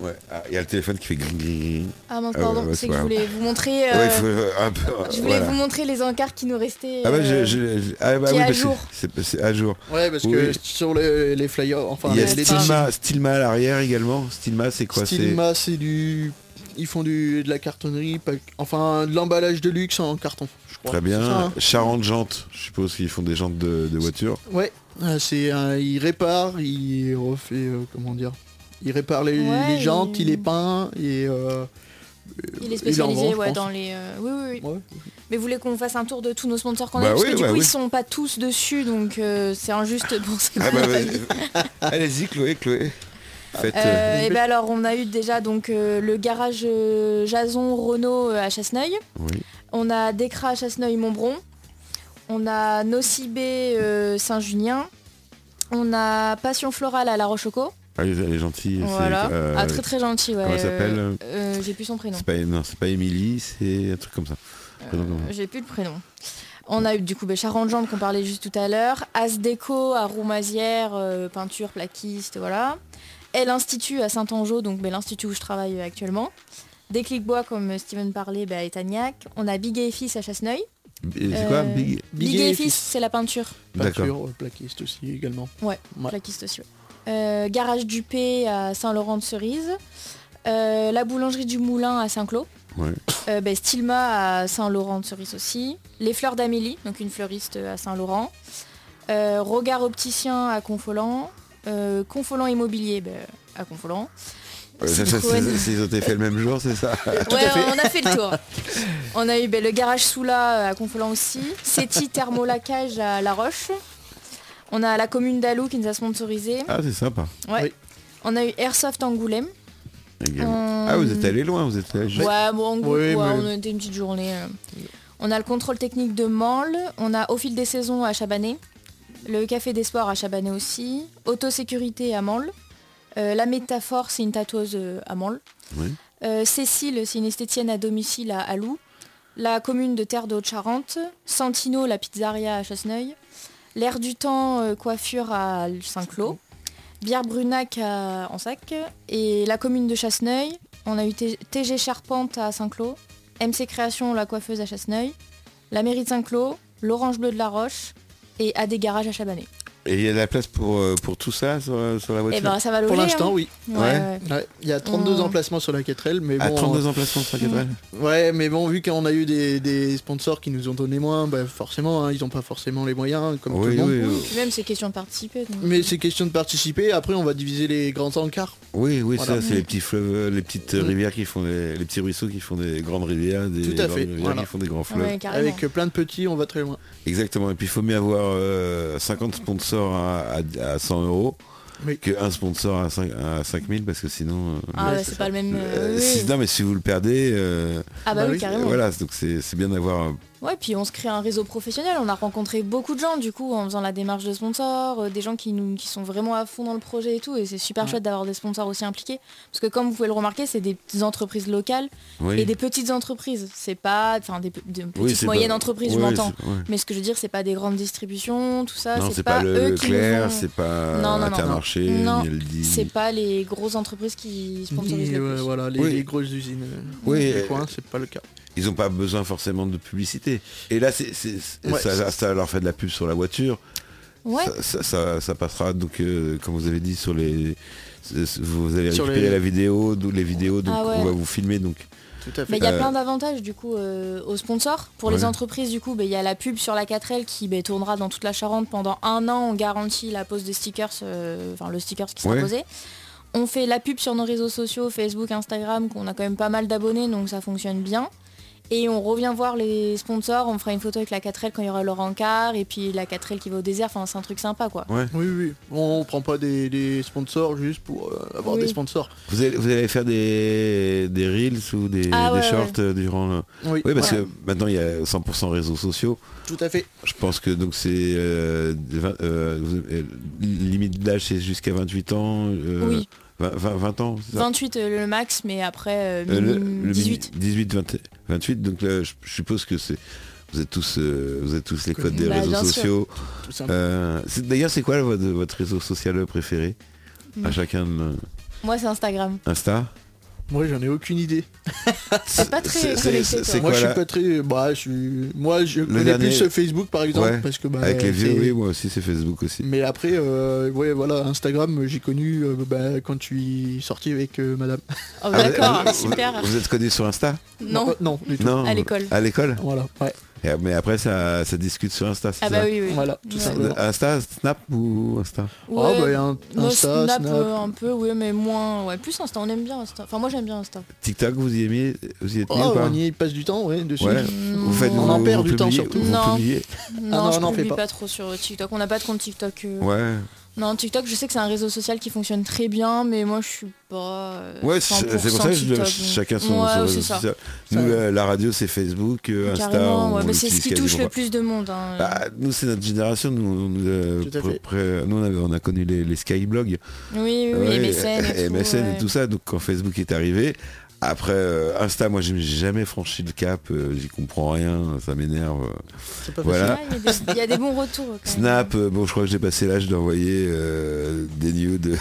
[SPEAKER 1] Ouais, Ah, il y a le téléphone qui fait gring gring gring.
[SPEAKER 4] Ah mince,
[SPEAKER 1] Ah ouais,
[SPEAKER 4] pardon,
[SPEAKER 1] ouais, c'est
[SPEAKER 4] c'est que je
[SPEAKER 1] pas
[SPEAKER 4] voulais vous montrer. euh,
[SPEAKER 1] Ouais, il faut, euh, un peu, euh,
[SPEAKER 4] Je voulais
[SPEAKER 1] voilà.
[SPEAKER 4] vous montrer les encarts qui nous restaient.
[SPEAKER 1] Ah bah, je,
[SPEAKER 4] euh,
[SPEAKER 1] je- je- ah bah
[SPEAKER 4] qui
[SPEAKER 1] oui,
[SPEAKER 4] est à
[SPEAKER 1] parce que
[SPEAKER 4] jour.
[SPEAKER 1] c'est c'est à jour.
[SPEAKER 5] Ouais, parce
[SPEAKER 1] Oui.
[SPEAKER 5] que sur le- les flyers, enfin,
[SPEAKER 1] il y a
[SPEAKER 5] les, les
[SPEAKER 1] Stilma, Stilma à l'arrière également. Stilma, c'est quoi c'est-
[SPEAKER 5] Stilma, c'est du. Ils font du, de la cartonnerie, pas- enfin de l'emballage de luxe en carton, je crois.
[SPEAKER 1] Très
[SPEAKER 5] C'est
[SPEAKER 1] bien.
[SPEAKER 5] ça,
[SPEAKER 1] Charente jantes, je suppose qu'ils font des jantes de, de voiture.
[SPEAKER 5] hein. Ouais, euh, c'est un- il répare, il refait, euh, comment dire, il répare les,
[SPEAKER 4] Ouais,
[SPEAKER 5] les jantes, il...
[SPEAKER 4] il-
[SPEAKER 5] les peint et. euh,
[SPEAKER 4] Il
[SPEAKER 5] il en
[SPEAKER 4] est spécialisé
[SPEAKER 5] vend, je
[SPEAKER 4] ouais,
[SPEAKER 5] pense.
[SPEAKER 4] dans les. euh, Oui, oui, oui.
[SPEAKER 5] ouais.
[SPEAKER 4] Mais vous voulez qu'on fasse un tour de tous nos sponsors qu'on
[SPEAKER 1] Bah
[SPEAKER 4] a Parce
[SPEAKER 1] oui,
[SPEAKER 4] que du
[SPEAKER 1] bah
[SPEAKER 4] coup,
[SPEAKER 1] oui.
[SPEAKER 4] ils sont pas tous dessus, donc euh, c'est injuste pour ça.
[SPEAKER 1] Ah bah, vas-y. Allez-y, Chloé, Chloé. Faites. euh,
[SPEAKER 4] et ben alors, on a eu déjà donc euh, le garage euh, Jason Renault euh, à Chasseneuil.
[SPEAKER 1] oui.
[SPEAKER 4] On a Décra à Chasseneuil-Montbron. On a Nocibé euh, Saint-Junien. On a Passion Florale à La Rocheco.
[SPEAKER 1] Ah, elle est gentille. c'est,
[SPEAKER 4] Voilà.
[SPEAKER 1] euh,
[SPEAKER 4] ah, très très gentil, ouais.
[SPEAKER 1] comment elle s'appelle
[SPEAKER 4] euh, euh, J'ai plus son prénom.
[SPEAKER 1] C'est pas, non, c'est pas Émilie, c'est un truc comme ça. Prénom comme ça.
[SPEAKER 4] J'ai plus le prénom. On a eu du coup ben, Charente Jante qu'on parlait juste tout à l'heure, As Déco à Roumazière, euh, peinture, plaquiste, voilà. Et l'Institut à Saint-Angeau, donc ben, l'Institut où je travaille euh, actuellement. Déclic Bois, comme euh, Steven parlait, ben, à Etagnac. On a Big et Fils à Chasseneuil.
[SPEAKER 1] Et C'est quoi
[SPEAKER 4] Euh,
[SPEAKER 1] Big
[SPEAKER 4] Big,
[SPEAKER 5] Biguet
[SPEAKER 4] et Fils, c'est la peinture,
[SPEAKER 1] D'accord.
[SPEAKER 5] Peinture, euh, plaquiste aussi également. Ouais.
[SPEAKER 4] plaquiste aussi. ouais. Euh, Garage Dupé à Saint-Laurent-de-Cerise. Euh, la boulangerie du Moulin à Saint-Cloud.
[SPEAKER 1] Ouais.
[SPEAKER 4] Euh, ben, Stilma à Saint-Laurent-de-Cerise aussi. Les fleurs d'Amélie, donc une fleuriste à Saint-Laurent. Euh, Regard opticien à Confolant. Euh, Confolant immobilier ben, à Confolant.
[SPEAKER 1] Euh, ça, ça,
[SPEAKER 4] Citroën.
[SPEAKER 1] c'est- c'est- Ils ont été faits le même jour, c'est ça
[SPEAKER 4] Ouais, on a fait le tour. On a eu ben, le garage Soula euh, à Confolant aussi, Ceti Thermolacage à La Roche. On a la commune d'Alou qui nous a sponsorisé.
[SPEAKER 1] Ah, c'est sympa.
[SPEAKER 4] Ouais.
[SPEAKER 5] Oui.
[SPEAKER 4] On a eu Airsoft Angoulême.
[SPEAKER 1] Également.
[SPEAKER 4] On-
[SPEAKER 1] Ah, vous êtes allé loin, vous êtes allé juste.
[SPEAKER 4] Ouais, bon, en gros,
[SPEAKER 5] Oui,
[SPEAKER 4] ouais,
[SPEAKER 5] mais-
[SPEAKER 4] on a été une petite journée. euh. On a le contrôle technique de Manle, on a Au fil des saisons à Chabanais, le Café des Sports à Chabanais aussi, Autosécurité à Manle, euh, La Métaphore, c'est une tatoueuse euh, à Manle,
[SPEAKER 1] Oui.
[SPEAKER 4] Euh, Cécile, c'est une esthétienne à domicile à Alou, la commune de Terre de Haute-Charente, Santino, la pizzeria à Chasseneuil, L'air du temps, euh, coiffure à Saint-Cloud, Bière Brunac à Ansac et la commune de Chasseneuil. On a eu T- TG Charpente à Saint-Cloud, MC Création, la coiffeuse à Chasseneuil, la mairie de Saint-Cloud, l'Orange Bleu de la Roche et à des garages à Chabanais.
[SPEAKER 1] Et il y a de la place pour, euh, pour tout ça sur, euh, sur la
[SPEAKER 4] Et
[SPEAKER 1] voiture
[SPEAKER 4] ben ça va loger.
[SPEAKER 5] Pour
[SPEAKER 4] hein.
[SPEAKER 5] l'instant, oui.
[SPEAKER 4] Ouais,
[SPEAKER 1] ouais.
[SPEAKER 4] ouais. Mmh.
[SPEAKER 5] Ouais, Il y a 32
[SPEAKER 4] On-
[SPEAKER 5] emplacements sur la 4 mais
[SPEAKER 1] À
[SPEAKER 5] bon.
[SPEAKER 1] 32 emplacements sur la cathédrale
[SPEAKER 5] Ouais, mais bon, vu qu'on a eu des, des sponsors qui nous ont donné moins, bah forcément, hein, ils n'ont pas forcément les moyens, comme tout
[SPEAKER 1] Oui,
[SPEAKER 5] le monde.
[SPEAKER 1] oui,
[SPEAKER 4] Oui,
[SPEAKER 1] oui.
[SPEAKER 4] puis même c'est question de participer. donc.
[SPEAKER 5] Mais c'est question de participer, après on va diviser les grands encarts.
[SPEAKER 1] Oui, oui,
[SPEAKER 5] Voilà.
[SPEAKER 1] ça, c'est les petits fleuves, euh, les petites euh,
[SPEAKER 5] Mm.
[SPEAKER 1] rivières qui font des, les petits ruisseaux qui font des grandes rivières, des
[SPEAKER 5] Tout à
[SPEAKER 1] grandes
[SPEAKER 5] fait,
[SPEAKER 1] rivières
[SPEAKER 5] voilà.
[SPEAKER 1] qui font des grands fleuves.
[SPEAKER 4] Ah Ouais, carrément.
[SPEAKER 5] Avec euh, plein de petits, on va très loin.
[SPEAKER 1] Exactement. Et puis, il faut mieux avoir euh, 50 sponsors à, à- à 100 euros
[SPEAKER 5] Oui.
[SPEAKER 1] que un sponsor à, 5, à 5000 parce que sinon. euh,
[SPEAKER 4] Ah
[SPEAKER 5] Ouais,
[SPEAKER 4] ouais,
[SPEAKER 5] c'est
[SPEAKER 4] c'est
[SPEAKER 5] ça.
[SPEAKER 4] pas le même. euh,
[SPEAKER 1] euh,
[SPEAKER 4] oui.
[SPEAKER 1] si- non, mais si vous le perdez, euh,
[SPEAKER 4] Ah bah
[SPEAKER 5] Bah
[SPEAKER 4] oui,
[SPEAKER 5] oui,
[SPEAKER 4] carrément.
[SPEAKER 1] voilà, donc c'est c'est bien d'avoir euh,
[SPEAKER 4] Ouais, puis on se crée un réseau professionnel. On a rencontré beaucoup de gens, du coup, en faisant la démarche de sponsors, euh, des gens qui, nous, qui sont vraiment à fond dans le projet et tout. Et c'est super
[SPEAKER 5] Ouais.
[SPEAKER 4] chouette d'avoir des sponsors aussi impliqués. Parce que, comme vous pouvez le remarquer, c'est des petites entreprises locales
[SPEAKER 1] Oui.
[SPEAKER 4] et des petites entreprises. C'est pas. Enfin, des, pe- des petites
[SPEAKER 1] Oui, c'est
[SPEAKER 4] moyennes
[SPEAKER 1] pas-
[SPEAKER 4] entreprises,
[SPEAKER 1] Ouais,
[SPEAKER 4] je m'entends.
[SPEAKER 1] c'est- ouais.
[SPEAKER 4] Mais ce que je veux dire, c'est pas des grandes distributions, tout ça.
[SPEAKER 1] Non,
[SPEAKER 4] Ah, C'est
[SPEAKER 1] c'est
[SPEAKER 4] pas,
[SPEAKER 1] pas,
[SPEAKER 4] eux
[SPEAKER 1] le Leclerc,
[SPEAKER 4] qui. nous ont-
[SPEAKER 1] c'est pas
[SPEAKER 4] Non, non, non,
[SPEAKER 1] Intermarché,
[SPEAKER 4] non.
[SPEAKER 1] ni Aldi.
[SPEAKER 4] C'est pas les grosses entreprises qui sponsorisent
[SPEAKER 5] Ni,
[SPEAKER 4] le
[SPEAKER 5] euh,
[SPEAKER 4] plus.
[SPEAKER 5] voilà, les,
[SPEAKER 1] Oui.
[SPEAKER 5] les grosses usines. euh,
[SPEAKER 1] Oui,
[SPEAKER 5] du
[SPEAKER 1] euh,
[SPEAKER 5] coin, c'est pas le cas.
[SPEAKER 1] Ils n'ont pas besoin forcément de publicité. Et là, c'est, c'est- c'est-
[SPEAKER 5] Ouais,
[SPEAKER 1] ça,
[SPEAKER 5] c'est-
[SPEAKER 1] ça leur fait de la pub sur la voiture.
[SPEAKER 4] Ouais,
[SPEAKER 1] Ça, ça- ça- ça passera, donc, euh, comme vous avez dit, sur les. Vous allez
[SPEAKER 5] Sur
[SPEAKER 1] récupérer
[SPEAKER 5] les-
[SPEAKER 1] la vidéo, d'où les vidéos, donc
[SPEAKER 4] Ah ouais.
[SPEAKER 1] on va vous filmer. Donc.
[SPEAKER 5] Tout à fait.
[SPEAKER 4] Mais il y a
[SPEAKER 1] Euh,
[SPEAKER 4] plein d'avantages du coup euh, aux sponsors. Pour les
[SPEAKER 1] Ouais.
[SPEAKER 4] entreprises, du coup, ben, il y a la pub sur la 4L qui ben, tournera dans toute la Charente pendant un an. On garantit la pose des stickers, euh, enfin le sticker qui sera
[SPEAKER 1] Ouais.
[SPEAKER 4] posé. On fait la pub sur nos réseaux sociaux, Facebook, Instagram, qu'on a quand même pas mal d'abonnés, donc ça fonctionne bien. Et on revient voir les sponsors, on fera une photo avec la 4L quand il y aura leur encart, et puis la 4L qui va au désert, enfin c'est un truc sympa quoi.
[SPEAKER 5] Oui, oui. On prend pas des, des sponsors juste pour euh, avoir
[SPEAKER 4] Oui.
[SPEAKER 5] des sponsors.
[SPEAKER 1] Vous, allez, vous allez faire des, des reels ou des,
[SPEAKER 4] Ah
[SPEAKER 1] des
[SPEAKER 4] ouais,
[SPEAKER 1] shorts euh, durant. le-
[SPEAKER 5] Oui,
[SPEAKER 1] Oui, parce
[SPEAKER 5] voilà.
[SPEAKER 1] que maintenant, il y a 100% réseaux sociaux.
[SPEAKER 5] Tout à fait.
[SPEAKER 1] Je pense que donc c'est euh, vingt- euh, vous- euh, limite d'âge c'est jusqu'à 28 ans. euh,
[SPEAKER 4] Oui.
[SPEAKER 1] 20, 20 20 ans, c'est ça
[SPEAKER 4] 28 euh, le max, mais après euh,
[SPEAKER 1] Euh, le-
[SPEAKER 4] minimum
[SPEAKER 1] le
[SPEAKER 4] 18.
[SPEAKER 1] 18, 20 28. Donc là, je, je suppose que c'est vous êtes tous euh, vous êtes tous les codes des
[SPEAKER 4] Bah,
[SPEAKER 1] réseaux
[SPEAKER 4] bien sûr.
[SPEAKER 1] sociaux.
[SPEAKER 5] Tout simplement.
[SPEAKER 1] Euh, c'est- D'ailleurs, c'est quoi votre, votre réseau social euh, préféré
[SPEAKER 4] Hmm.
[SPEAKER 1] à chacun de-
[SPEAKER 4] Moi c'est Instagram. Oh,
[SPEAKER 1] Insta
[SPEAKER 5] Moi, j'en ai aucune idée.
[SPEAKER 1] C'est
[SPEAKER 4] pas très
[SPEAKER 1] c'est-
[SPEAKER 4] connecté,
[SPEAKER 1] c'est-
[SPEAKER 4] toi.
[SPEAKER 1] c'est
[SPEAKER 5] Moi,
[SPEAKER 1] quoi
[SPEAKER 5] je
[SPEAKER 1] là
[SPEAKER 5] suis pas très. Bah, je suis- Moi, je connais
[SPEAKER 1] dernier-
[SPEAKER 5] plus Facebook, par exemple,
[SPEAKER 1] Ouais.
[SPEAKER 5] parce que bah,
[SPEAKER 1] Avec les vieux,
[SPEAKER 5] c'est-
[SPEAKER 1] oui, moi aussi c'est Facebook aussi.
[SPEAKER 5] Mais après, euh, ouais, voilà, Instagram, j'ai connu euh, bah, quand je suis sorti avec euh, Madame.
[SPEAKER 4] Oh,
[SPEAKER 1] Ah, vous-
[SPEAKER 4] D'accord,
[SPEAKER 1] vous-
[SPEAKER 4] super.
[SPEAKER 1] Vous, êtes connu sur Insta
[SPEAKER 4] Non.
[SPEAKER 5] euh, non, du tout.
[SPEAKER 1] Non.
[SPEAKER 4] À l'école.
[SPEAKER 1] À l'école
[SPEAKER 5] Voilà, ouais,
[SPEAKER 1] Et- Mais après ça, ça discute sur Insta. c'est
[SPEAKER 4] Ah bah
[SPEAKER 1] ça
[SPEAKER 4] oui, oui.
[SPEAKER 5] voilà, tout
[SPEAKER 4] Ouais.
[SPEAKER 5] simplement.
[SPEAKER 1] Insta, Snap ou Insta
[SPEAKER 5] Ah,
[SPEAKER 4] Ouais,
[SPEAKER 5] bah, y a un-
[SPEAKER 4] moi,
[SPEAKER 5] Insta,
[SPEAKER 4] Snap,
[SPEAKER 5] Snap. Ah,
[SPEAKER 4] euh, un peu, oui, mais moins. Ouais, plus Insta, on aime bien Insta. Enfin, moi j'aime bien Insta.
[SPEAKER 1] TikTok, vous y aimez Vous y êtes
[SPEAKER 5] Oh,
[SPEAKER 1] mis ou pas
[SPEAKER 5] on y passe du temps, ouais, dessus.
[SPEAKER 1] bah. Ouais. Vous faites Ah
[SPEAKER 4] On
[SPEAKER 1] vous-
[SPEAKER 5] en
[SPEAKER 1] vous
[SPEAKER 5] perd du temps,
[SPEAKER 1] publiez-
[SPEAKER 5] surtout.
[SPEAKER 1] vous
[SPEAKER 4] Non.
[SPEAKER 1] publiez
[SPEAKER 4] Non,
[SPEAKER 5] non,
[SPEAKER 4] je
[SPEAKER 5] on en fait
[SPEAKER 4] publie pas.
[SPEAKER 5] pas.
[SPEAKER 4] trop sur TikTok. On n'a pas de compte TikTok. euh.
[SPEAKER 1] Ouais.
[SPEAKER 4] Non, TikTok, je sais que c'est un réseau social qui fonctionne très bien, mais moi je suis pas. euh,
[SPEAKER 1] Ouais, c'est c'est pour
[SPEAKER 4] 100%
[SPEAKER 1] ça que je-
[SPEAKER 4] TikTok, donc.
[SPEAKER 1] chacun son,
[SPEAKER 4] Ouais,
[SPEAKER 1] son
[SPEAKER 4] c'est
[SPEAKER 1] réseau
[SPEAKER 4] ça.
[SPEAKER 1] social. Nous, la, la radio, c'est Facebook, euh, Insta.
[SPEAKER 4] Carrément,
[SPEAKER 1] on
[SPEAKER 4] ouais, mais c'est ce
[SPEAKER 1] l'utilise
[SPEAKER 4] qui touche
[SPEAKER 1] quasiment
[SPEAKER 4] le
[SPEAKER 1] pas.
[SPEAKER 4] plus de monde. hein.
[SPEAKER 1] Bah, nous, c'est notre génération. Nous, on, euh,
[SPEAKER 5] Tout à
[SPEAKER 1] près-
[SPEAKER 5] fait.
[SPEAKER 1] près- nous, on, avait- on a connu les, les Skyblogs.
[SPEAKER 4] oui, oui,
[SPEAKER 1] Ouais,
[SPEAKER 4] oui, MSN. Et, tout,
[SPEAKER 1] MSN
[SPEAKER 4] ouais.
[SPEAKER 1] et tout ça. Donc, quand Facebook est arrivé, après euh, Insta, moi, j'ai jamais franchi le cap. euh, J'y comprends rien. Ça m'énerve.
[SPEAKER 5] C'est pas
[SPEAKER 1] Voilà.
[SPEAKER 4] Ouais, Il y, a des- il y a des bons retours. quand même.
[SPEAKER 1] Snap, euh, bon je crois que j'ai passé l'âge d'envoyer euh, des nudes.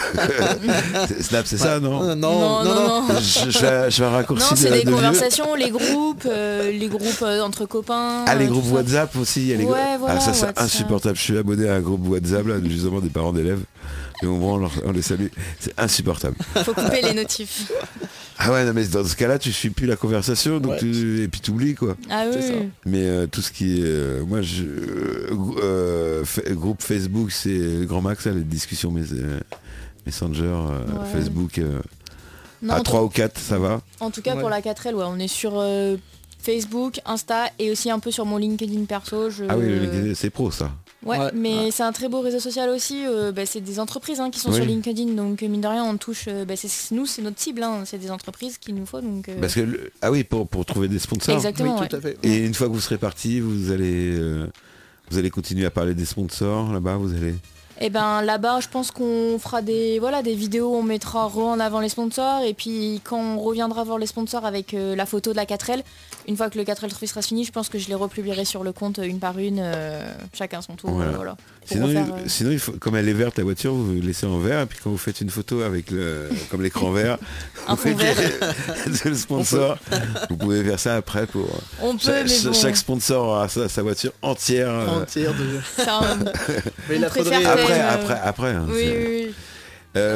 [SPEAKER 1] C'est- Snap c'est ça
[SPEAKER 5] facile.
[SPEAKER 1] non
[SPEAKER 5] Euh, non, non, non,
[SPEAKER 1] Je, je fais- je fais un
[SPEAKER 4] Non,
[SPEAKER 1] raccourci de,
[SPEAKER 4] c'est des
[SPEAKER 1] de vieux.
[SPEAKER 4] conversations, les groupes, euh, les groupes euh, entre copains.
[SPEAKER 1] Ah les
[SPEAKER 4] euh,
[SPEAKER 1] groupes
[SPEAKER 4] tout ça.
[SPEAKER 1] WhatsApp aussi, il y a les
[SPEAKER 4] Ouais,
[SPEAKER 1] gros-
[SPEAKER 4] voilà,
[SPEAKER 1] Ah ça c'est
[SPEAKER 4] WhatsApp.
[SPEAKER 1] insupportable, je suis abonné à un groupe WhatsApp là, justement des parents d'élèves. Et au moment on, leur- on les salue, c'est insupportable.
[SPEAKER 4] Faut couper les notifs.
[SPEAKER 1] Ah ouais non mais dans ce cas là tu suis plus la conversation donc
[SPEAKER 5] Ouais.
[SPEAKER 1] tu- et puis t'oublies quoi.
[SPEAKER 4] Ah oui.
[SPEAKER 5] C'est ça.
[SPEAKER 4] oui.
[SPEAKER 1] Mais euh, tout ce qui est euh, moi je euh, grou- euh, fa- groupe Facebook c'est le grand max là, les discussions mes- euh, Messenger, euh,
[SPEAKER 4] Ouais.
[SPEAKER 1] Facebook, euh,
[SPEAKER 4] Non,
[SPEAKER 1] à
[SPEAKER 4] en,
[SPEAKER 1] 3 ou 4 ça va.
[SPEAKER 4] tout- en tout cas pour
[SPEAKER 5] Ouais.
[SPEAKER 4] la 4L, ouais, on est sur euh, Facebook, Insta et aussi un peu sur mon LinkedIn perso. Je...
[SPEAKER 1] Ah oui le- c'est pro ça.
[SPEAKER 4] Ouais,
[SPEAKER 5] Ouais.
[SPEAKER 4] mais c'est un très beau réseau social aussi. euh, bah, c'est des entreprises hein, qui sont
[SPEAKER 1] Oui.
[SPEAKER 4] sur LinkedIn, donc euh, mine de rien on touche. euh, bah, c'est nous, c'est notre cible, hein, c'est des entreprises qu'il nous faut. Donc, euh,
[SPEAKER 1] Parce que le- ah oui pour, pour trouver des sponsors.
[SPEAKER 4] exactement.
[SPEAKER 5] oui,
[SPEAKER 4] ouais.
[SPEAKER 5] tout à fait.
[SPEAKER 1] Et une fois que vous serez parti, vous allez, euh, vous allez continuer à parler des sponsors là-bas. Vous allez.
[SPEAKER 4] Et ben là-bas, je pense qu'on fera des voilà des vidéos, on mettra re en avant les sponsors et puis quand on reviendra voir les sponsors avec euh, la photo de la 4L, une fois que le 4L Trophy sera fini, je pense que je les republierai sur le compte euh, une par une, euh, chacun son tour.
[SPEAKER 1] Voilà.
[SPEAKER 4] euh, voilà. Pour
[SPEAKER 1] Sinon,
[SPEAKER 4] refaire,
[SPEAKER 1] il-
[SPEAKER 4] euh,
[SPEAKER 1] sinon, il faut, comme elle est verte la voiture, vous laissez en vert et puis quand vous faites une photo avec le, comme l'écran vert,
[SPEAKER 4] Un
[SPEAKER 1] vous faites
[SPEAKER 4] fond vert.
[SPEAKER 1] le- le sponsor. vous pouvez faire ça après pour.
[SPEAKER 4] On peut,
[SPEAKER 1] Cha-
[SPEAKER 4] mais
[SPEAKER 1] cha-
[SPEAKER 4] bon,
[SPEAKER 1] Chaque sponsor aura sa, sa voiture entière. euh,
[SPEAKER 5] Entière de...
[SPEAKER 4] ça, euh,
[SPEAKER 5] Mais
[SPEAKER 4] On
[SPEAKER 5] la
[SPEAKER 4] préfère
[SPEAKER 5] faudrait-
[SPEAKER 4] faire-
[SPEAKER 1] Après,
[SPEAKER 4] euh,
[SPEAKER 1] après, après. hein,
[SPEAKER 4] oui,
[SPEAKER 1] c'est-
[SPEAKER 4] oui, oui.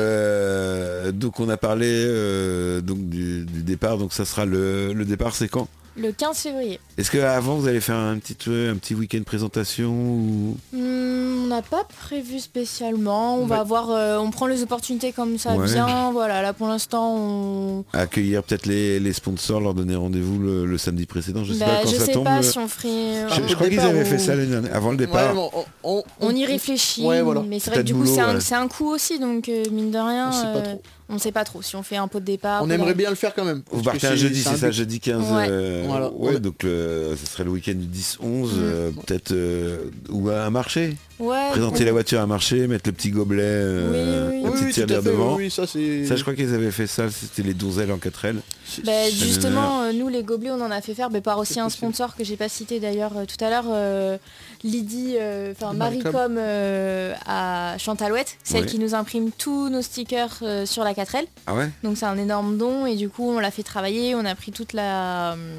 [SPEAKER 1] Euh, donc on a parlé euh, donc du, du départ. Donc ça sera le, le départ. C'est quand
[SPEAKER 4] Le 15 février.
[SPEAKER 1] Est-ce que avant vous allez faire un petit euh, un petit week-end présentation ou...
[SPEAKER 4] Hmm, on n'a pas prévu spécialement. On va avoir, euh, on prend les opportunités comme ça
[SPEAKER 1] Ouais.
[SPEAKER 4] vient. Voilà, là pour l'instant, on,
[SPEAKER 1] accueillir peut-être les, les sponsors, leur donner rendez-vous le, le samedi précédent. Je sais
[SPEAKER 4] Bah,
[SPEAKER 1] pas quand
[SPEAKER 4] je
[SPEAKER 1] ça
[SPEAKER 4] sais
[SPEAKER 1] tombe.
[SPEAKER 4] pas
[SPEAKER 1] le-
[SPEAKER 4] si on ferait. euh,
[SPEAKER 1] Je,
[SPEAKER 5] au
[SPEAKER 1] je crois qu'ils
[SPEAKER 5] départ
[SPEAKER 1] avaient
[SPEAKER 5] ou-
[SPEAKER 1] fait ça l'année dernière, avant le
[SPEAKER 5] Ouais,
[SPEAKER 1] départ.
[SPEAKER 5] on, on-
[SPEAKER 4] On y réfléchit,
[SPEAKER 5] Ouais, voilà.
[SPEAKER 4] mais c'est
[SPEAKER 1] C'est
[SPEAKER 4] vrai
[SPEAKER 1] peut-être
[SPEAKER 4] que du coup
[SPEAKER 1] boulot,
[SPEAKER 4] c'est un,
[SPEAKER 1] ouais.
[SPEAKER 4] c'est un coût aussi, donc euh, mine de rien,
[SPEAKER 5] on sait
[SPEAKER 4] euh,
[SPEAKER 5] pas trop.
[SPEAKER 4] On sait pas trop si on fait un pot de départ.
[SPEAKER 5] On
[SPEAKER 4] voilà.
[SPEAKER 5] aimerait bien le faire quand même.
[SPEAKER 1] Vous
[SPEAKER 5] parce que
[SPEAKER 1] partez un jeudi, c'est
[SPEAKER 5] un
[SPEAKER 1] ça,
[SPEAKER 5] but.
[SPEAKER 1] jeudi 15.
[SPEAKER 4] Ouais.
[SPEAKER 1] euh,
[SPEAKER 5] Voilà.
[SPEAKER 1] ouais,
[SPEAKER 5] On-
[SPEAKER 1] donc le- ce serait le week-end du 10-11,
[SPEAKER 4] Mm.
[SPEAKER 1] euh, peut-être, euh, ou à un marché.
[SPEAKER 4] Ouais,
[SPEAKER 1] Présenter la voiture à un marché, mettre le petit gobelet, euh,
[SPEAKER 4] Oui, oui,
[SPEAKER 1] la
[SPEAKER 5] Oui,
[SPEAKER 1] petite
[SPEAKER 5] oui, tout à
[SPEAKER 1] tirelire
[SPEAKER 5] fait,
[SPEAKER 1] devant.
[SPEAKER 5] oui, oui, ça c'est.
[SPEAKER 1] Ça, je crois qu'ils avaient fait ça, c'était les donzelles en 4 L.
[SPEAKER 4] Bah,
[SPEAKER 1] non,
[SPEAKER 4] justement, euh, nous les gobelets, on en a fait faire mais par aussi un
[SPEAKER 5] possible.
[SPEAKER 4] sponsor que j'ai pas cité d'ailleurs euh, tout à l'heure, euh, Lydie, euh, enfin
[SPEAKER 5] Marie
[SPEAKER 4] Marie
[SPEAKER 5] Comme.
[SPEAKER 4] Comme euh, à Chantalouette, celle
[SPEAKER 1] Ouais.
[SPEAKER 4] qui nous imprime tous nos stickers euh, sur la 4L.
[SPEAKER 1] Ah ouais
[SPEAKER 4] Donc c'est un énorme don et du coup on l'a fait travailler, on a pris toute la euh,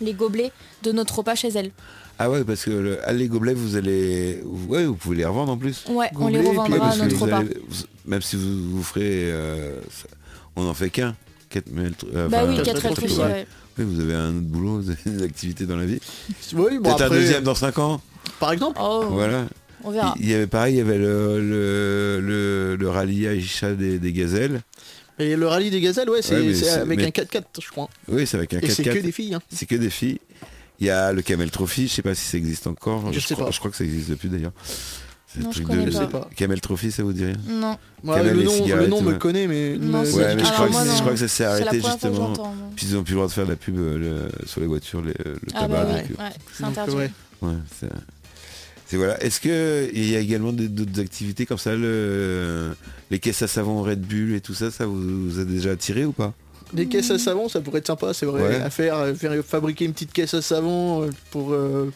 [SPEAKER 4] les gobelets de notre repas chez elle.
[SPEAKER 1] Ah ouais, parce que le- ah, les gobelets, vous allez. Ouais, vous pouvez les revendre en plus.
[SPEAKER 4] Ouais, on
[SPEAKER 5] Gobelets,
[SPEAKER 4] les
[SPEAKER 5] et puis-
[SPEAKER 1] Ouais,
[SPEAKER 4] revendra
[SPEAKER 1] parce
[SPEAKER 4] à
[SPEAKER 1] que
[SPEAKER 4] notre
[SPEAKER 1] vous
[SPEAKER 4] repas.
[SPEAKER 1] allez- vous- même si vous, vous ferez. euh, ça- on en fait qu'un. Quatre mille tru- euh,
[SPEAKER 4] Bah
[SPEAKER 1] enfin,
[SPEAKER 4] oui,
[SPEAKER 5] quatre
[SPEAKER 4] 4L
[SPEAKER 5] trucs,
[SPEAKER 4] trucs,
[SPEAKER 5] ouais.
[SPEAKER 4] ouais.
[SPEAKER 1] Oui, vous avez un autre boulot, vous avez des activités dans la vie.
[SPEAKER 4] Bah,
[SPEAKER 5] Oui, bon,
[SPEAKER 1] Peut-être
[SPEAKER 5] après,
[SPEAKER 1] un deuxième dans 5 ans.
[SPEAKER 5] Par exemple,
[SPEAKER 4] Oh,
[SPEAKER 1] Voilà.
[SPEAKER 4] on verra.
[SPEAKER 1] Il y avait pareil, il y avait le, le, le, le rallye Aïcha des, des gazelles.
[SPEAKER 5] et le rallye des gazelles, ouais, c'est
[SPEAKER 1] Ah. Ouais, mais
[SPEAKER 5] c'est
[SPEAKER 1] c'est-
[SPEAKER 5] avec
[SPEAKER 1] mais-
[SPEAKER 5] un 4x4, je crois.
[SPEAKER 1] Oui, c'est avec un
[SPEAKER 5] Et c'est
[SPEAKER 1] 4
[SPEAKER 5] que des filles. hein.
[SPEAKER 1] C'est que des filles. Il y a le Camel Trophy, je sais pas si ça existe encore.
[SPEAKER 5] Je sais
[SPEAKER 1] crois,
[SPEAKER 5] pas.
[SPEAKER 1] je crois que ça existe plus d'ailleurs. C'est le
[SPEAKER 4] Non, je
[SPEAKER 1] truc
[SPEAKER 4] connais
[SPEAKER 1] de-
[SPEAKER 4] pas.
[SPEAKER 5] Je sais pas.
[SPEAKER 1] Camel Trophy, ça vous dit
[SPEAKER 5] Euh,
[SPEAKER 1] rien
[SPEAKER 4] Non,
[SPEAKER 5] Ouais,
[SPEAKER 1] Canal,
[SPEAKER 5] le
[SPEAKER 1] les
[SPEAKER 5] nom, le
[SPEAKER 1] cigarettes,
[SPEAKER 5] nom me
[SPEAKER 1] ouais.
[SPEAKER 5] connaît, mais.
[SPEAKER 4] Non,
[SPEAKER 5] mais-
[SPEAKER 4] c'est-
[SPEAKER 1] Ouais, mais je
[SPEAKER 4] Alors
[SPEAKER 1] crois,
[SPEAKER 4] moi,
[SPEAKER 1] que, je
[SPEAKER 4] non.
[SPEAKER 1] crois que ça s'est
[SPEAKER 4] c'est la
[SPEAKER 1] arrêté
[SPEAKER 4] première fois que
[SPEAKER 1] justement.
[SPEAKER 4] j'entends. moi.
[SPEAKER 1] Puis ils ont plus le droit de faire de la pub euh, le- sur les voitures, les- euh, le
[SPEAKER 4] Ah
[SPEAKER 1] tabac.
[SPEAKER 4] bah oui,
[SPEAKER 1] donc,
[SPEAKER 4] ouais, c'est
[SPEAKER 5] Donc,
[SPEAKER 4] interdit.
[SPEAKER 5] ouais.
[SPEAKER 1] euh, ouais, c'est- c'est voilà. Est-ce que il y a également des- d'autres activités comme ça, le- les caisses à savon Red Bull et tout ça, ça vous, vous a déjà attiré ou pas
[SPEAKER 5] Des caisses à savon, ça pourrait être sympa, c'est vrai.
[SPEAKER 1] Ouais.
[SPEAKER 5] À faire, euh, faire- fabriquer une petite caisse à savon euh, pour euh,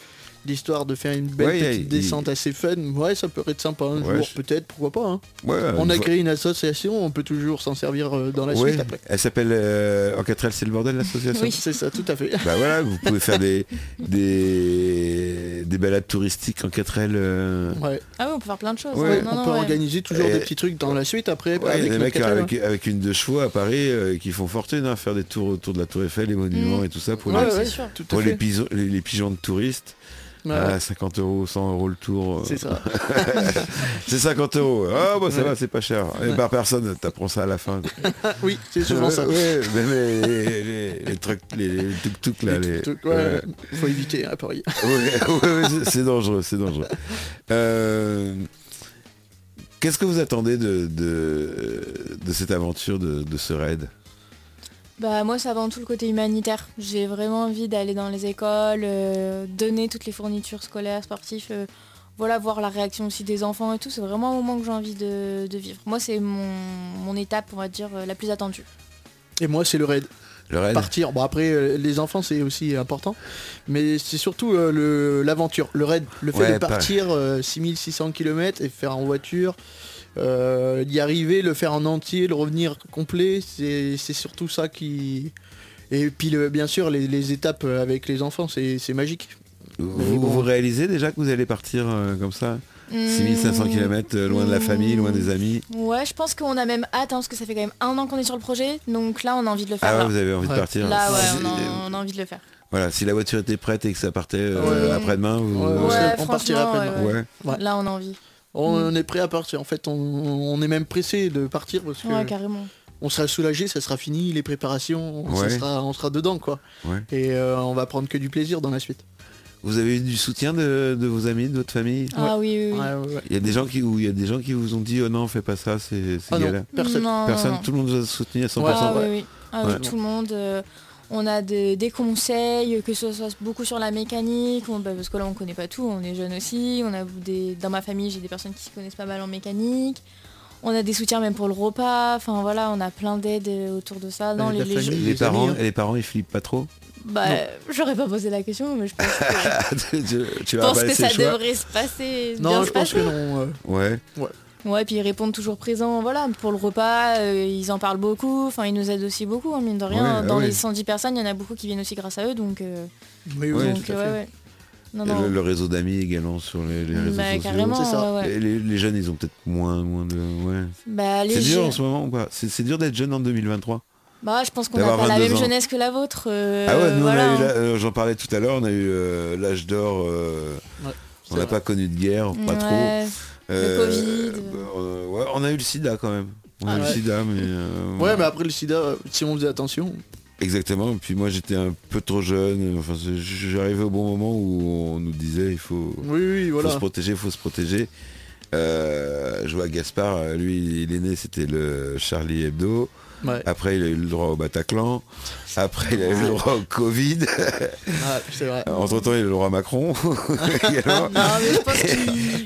[SPEAKER 5] l'histoire de faire une belle
[SPEAKER 1] Ouais,
[SPEAKER 5] petite
[SPEAKER 1] il-
[SPEAKER 5] descente assez fun. Ouais, ça pourrait être sympa un
[SPEAKER 1] Ouais,
[SPEAKER 5] jour,
[SPEAKER 1] je-
[SPEAKER 5] peut-être, pourquoi pas. hein.
[SPEAKER 1] Ouais,
[SPEAKER 5] on
[SPEAKER 1] une
[SPEAKER 5] a
[SPEAKER 1] fois-
[SPEAKER 5] créé une association, on peut toujours s'en servir euh, dans la
[SPEAKER 1] Ouais.
[SPEAKER 5] suite après.
[SPEAKER 1] Elle s'appelle euh, En 4L, c'est le bordel l'association
[SPEAKER 4] Oui.
[SPEAKER 5] C'est ça, tout à fait.
[SPEAKER 1] Bah voilà, vous pouvez faire des, des, des balades touristiques en 4L. euh.
[SPEAKER 5] Ouais.
[SPEAKER 4] Ah oui, on peut faire plein de choses.
[SPEAKER 1] Ouais,
[SPEAKER 4] Non,
[SPEAKER 5] on
[SPEAKER 4] non,
[SPEAKER 5] peut
[SPEAKER 4] ouais.
[SPEAKER 5] organiser toujours
[SPEAKER 1] Et-
[SPEAKER 5] des petits trucs dans la suite après.
[SPEAKER 1] Ouais, il y a
[SPEAKER 5] avec
[SPEAKER 1] des
[SPEAKER 5] notre
[SPEAKER 1] mecs
[SPEAKER 5] catalogue.
[SPEAKER 1] avec, avec une deux chevaux à Paris euh, qui font fortune, hein, faire des tours autour de la Tour Eiffel, les monuments et tout ça pour,
[SPEAKER 5] Mm. Ouais,
[SPEAKER 1] les,
[SPEAKER 5] ouais,
[SPEAKER 4] sûr.
[SPEAKER 5] tout à
[SPEAKER 1] pour les, Ah.
[SPEAKER 5] fait.
[SPEAKER 1] piso- les- les pigeons de touristes.
[SPEAKER 5] Ouais,
[SPEAKER 1] à 50 euros, 100 euros le tour. euh,
[SPEAKER 5] C'est ça.
[SPEAKER 1] C'est 50 euros. Ah bah ça
[SPEAKER 5] Ouais.
[SPEAKER 1] va, c'est pas cher. Et par personne, t'apprends ça à la fin. quoi.
[SPEAKER 5] oui, c'est souvent ça.
[SPEAKER 1] Ouais, même les, les, les, les trucs, les, les tuk-tuk, là.
[SPEAKER 5] Les
[SPEAKER 1] les-
[SPEAKER 5] tuk-tuk, ouais,
[SPEAKER 1] ouais.
[SPEAKER 5] Faut éviter hein, à Paris.
[SPEAKER 1] Ouais, ouais, ouais, c'est- c'est dangereux, c'est dangereux. Euh, Qu'est-ce que vous attendez de, de, de cette aventure, de, de ce raid
[SPEAKER 4] Bah moi c'est avant tout le côté humanitaire. J'ai vraiment envie d'aller dans les écoles, euh, donner toutes les fournitures scolaires, sportives, euh, voilà, voir la réaction aussi des enfants et tout. C'est vraiment un moment que j'ai envie de, de vivre. Moi c'est mon, mon étape, on va dire, euh, la plus attendue.
[SPEAKER 5] Et moi, c'est le raid.
[SPEAKER 1] Le raid
[SPEAKER 5] Partir. Bon, après, euh, les enfants, c'est aussi important. Mais c'est surtout euh, le- l'aventure, le, raid. Le fait
[SPEAKER 1] Ouais,
[SPEAKER 5] de partir euh, 6600 km et faire en voiture, euh, y arriver, le faire en entier, le revenir complet, c'est c'est surtout ça qui. Et puis, le- bien sûr, les, les étapes avec les enfants, c'est c'est magique.
[SPEAKER 1] vous,
[SPEAKER 5] bon.
[SPEAKER 1] vous réalisez déjà que vous allez partir euh, comme ça
[SPEAKER 5] Hmm.
[SPEAKER 4] Mmh.
[SPEAKER 1] 6500 km euh, loin de la famille, loin des amis
[SPEAKER 4] Ouais, je pense qu'on a même hâte hein, parce que ça fait quand même un an qu'on est sur le projet, donc là on a envie de le faire.
[SPEAKER 1] Ah ouais,
[SPEAKER 4] là.
[SPEAKER 1] vous avez envie de
[SPEAKER 5] Ouais.
[SPEAKER 1] partir hein.
[SPEAKER 4] Là,
[SPEAKER 1] C'est-
[SPEAKER 4] ouais, on a, on a envie de le faire.
[SPEAKER 1] Voilà, si la voiture était prête et que ça partait euh,
[SPEAKER 5] Ouais.
[SPEAKER 1] après-demain, vous...
[SPEAKER 5] Ouais,
[SPEAKER 4] Ouais,
[SPEAKER 5] on
[SPEAKER 4] franchement,
[SPEAKER 5] partira après-demain.
[SPEAKER 4] ouais, ouais.
[SPEAKER 1] Ouais.
[SPEAKER 5] Ouais.
[SPEAKER 4] Là on a envie.
[SPEAKER 5] On, on est prêt à partir. En fait, on, on est même pressé de partir parce que
[SPEAKER 4] Ouais, carrément.
[SPEAKER 5] on sera soulagé, ça sera fini, les préparations,
[SPEAKER 1] Ouais.
[SPEAKER 5] ça sera, on sera dedans quoi.
[SPEAKER 1] Ouais.
[SPEAKER 5] Et euh, on va prendre que du plaisir dans la suite.
[SPEAKER 1] Vous avez eu du soutien de, de vos amis, de votre famille
[SPEAKER 4] Ah oui, oui, oui.
[SPEAKER 5] Ouais, ouais, ouais.
[SPEAKER 1] Il y a des gens qui où il y a des gens qui vous ont dit oh non fais pas ça c'est c'est
[SPEAKER 5] Ah non,
[SPEAKER 1] galère.
[SPEAKER 5] personne.
[SPEAKER 4] Oh Non, non,
[SPEAKER 1] Personne,
[SPEAKER 4] non.
[SPEAKER 1] tout le monde vous a soutenu à 100%.
[SPEAKER 4] Ah,
[SPEAKER 5] ouais.
[SPEAKER 4] oui, oui. Ah oui,
[SPEAKER 1] Ouais.
[SPEAKER 4] tout le monde. euh, on a des, des conseils, que ce soit beaucoup sur la mécanique, on- bah, parce que là on connaît pas tout, on est jeune aussi. On a des, dans ma famille, j'ai des personnes qui se connaissent pas mal en mécanique. On a des soutiens même pour le repas. Enfin voilà, on a plein d'aides euh, autour de ça. Non,
[SPEAKER 5] Ouais,
[SPEAKER 4] les,
[SPEAKER 5] la
[SPEAKER 4] les gens-
[SPEAKER 5] famille.
[SPEAKER 1] Les
[SPEAKER 5] Les
[SPEAKER 1] parents,
[SPEAKER 5] amis, hein.
[SPEAKER 1] les parents, ils flippent pas trop.
[SPEAKER 4] bah, j'aurais pas posé la question, mais je pense que,
[SPEAKER 5] Ah
[SPEAKER 4] je
[SPEAKER 1] tu, tu vas
[SPEAKER 4] pense que
[SPEAKER 1] abaisser
[SPEAKER 4] ça
[SPEAKER 1] le choix.
[SPEAKER 4] devrait se passer. bien
[SPEAKER 5] bah, Non,
[SPEAKER 4] se
[SPEAKER 5] je pense
[SPEAKER 4] passer.
[SPEAKER 5] que non. euh,
[SPEAKER 1] Ouais.
[SPEAKER 4] Ouais, puis ils répondent toujours présents, voilà, pour le repas, euh, ils en parlent beaucoup, enfin ils nous aident aussi beaucoup, hein, mine de rien.
[SPEAKER 1] Ouais,
[SPEAKER 4] hein.
[SPEAKER 1] ah
[SPEAKER 4] Dans
[SPEAKER 1] ouais.
[SPEAKER 4] les 110 personnes, il y en a beaucoup qui viennent aussi grâce à eux, donc... euh,
[SPEAKER 5] oui, oui,
[SPEAKER 1] Ouais,
[SPEAKER 4] donc,
[SPEAKER 5] tout à
[SPEAKER 4] ouais,
[SPEAKER 5] fait.
[SPEAKER 4] ouais. Non,
[SPEAKER 1] Et
[SPEAKER 4] Oh non.
[SPEAKER 1] le, le réseau d'amis également sur les, les réseaux
[SPEAKER 4] Bah,
[SPEAKER 1] sociaux.
[SPEAKER 4] carrément,
[SPEAKER 5] c'est ça.
[SPEAKER 4] ouais, ouais.
[SPEAKER 1] Les, les- les jeunes, ils ont peut-être moins, moins de. Ouais.
[SPEAKER 4] Bah, les
[SPEAKER 1] C'est dur
[SPEAKER 4] jeunes-
[SPEAKER 1] en ce moment ou pas C'est c'est dur d'être jeune en 2023.
[SPEAKER 4] Bah, je pense qu'on n'a
[SPEAKER 1] d'avoir
[SPEAKER 4] pas la
[SPEAKER 1] 22
[SPEAKER 4] même
[SPEAKER 1] ans.
[SPEAKER 4] jeunesse que la vôtre. euh,
[SPEAKER 1] ah ouais, nous on
[SPEAKER 4] voilà,
[SPEAKER 1] a eu,
[SPEAKER 4] hein.
[SPEAKER 1] la- euh, j'en parlais tout à l'heure, on a eu euh, l'âge d'or. euh,
[SPEAKER 5] Ouais, c'est
[SPEAKER 1] on n'a
[SPEAKER 5] vrai.
[SPEAKER 1] pas connu de guerre, pas trop.
[SPEAKER 4] Ouais.
[SPEAKER 1] Euh,
[SPEAKER 4] Covid.
[SPEAKER 1] bah, euh, ouais, on a eu le sida quand même. On a
[SPEAKER 5] Ah
[SPEAKER 1] eu le
[SPEAKER 5] ouais.
[SPEAKER 1] sida, mais. euh,
[SPEAKER 5] Ouais, mais après le sida, euh, si on faisait attention,
[SPEAKER 1] Exactement, et puis moi j'étais un peu trop jeune, enfin c'est- j'arrivais au bon moment où on nous disait il faut,
[SPEAKER 5] oui, oui,
[SPEAKER 1] faut
[SPEAKER 5] voilà.
[SPEAKER 1] se protéger, il faut se protéger. Euh, je vois Gaspard, euh, lui il est né, c'était le Charlie Hebdo.
[SPEAKER 5] Ouais.
[SPEAKER 1] Après il a eu le droit au Bataclan. Après il a eu le droit au Covid.
[SPEAKER 5] Ah, c'est vrai.
[SPEAKER 1] Entre temps il a eu le droit à Macron. également.
[SPEAKER 4] Non, mais je pense qu'il-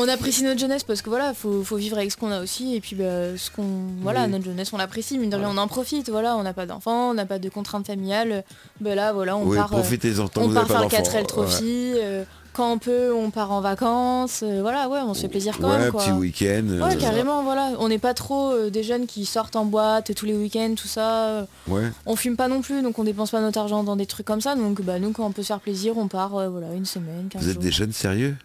[SPEAKER 4] on apprécie notre jeunesse parce que voilà, faut, faut vivre avec ce qu'on a aussi et puis bah, ce qu'on voilà,
[SPEAKER 5] Oui.
[SPEAKER 4] notre jeunesse, on l'apprécie, mine de rien, on en profite. Voilà, on n'a pas d'enfants, on n'a pas de contraintes familiales. Ben là, voilà, on
[SPEAKER 1] oui,
[SPEAKER 4] part, euh,
[SPEAKER 1] profitez-en tant que
[SPEAKER 4] on
[SPEAKER 1] vous n'avez
[SPEAKER 4] part
[SPEAKER 1] pas
[SPEAKER 4] faire le
[SPEAKER 1] d'enfants.
[SPEAKER 4] 4L Trophy. euh, quand on peut, on part en vacances. euh, voilà, ouais, on se fait plaisir quand
[SPEAKER 1] ouais,
[SPEAKER 4] même. Quoi.
[SPEAKER 1] petit week-end.
[SPEAKER 4] Ouais,
[SPEAKER 1] euh,
[SPEAKER 4] carrément, voilà. On n'est pas trop euh, des jeunes qui sortent en boîte tous les week-ends, tout ça.
[SPEAKER 1] ouais.
[SPEAKER 4] On fume pas non plus, donc on dépense pas notre argent dans des trucs comme ça. Donc bah, nous, quand on peut se faire plaisir, on part euh, voilà, une semaine, 15
[SPEAKER 1] Vous êtes
[SPEAKER 4] jours.
[SPEAKER 1] des jeunes sérieux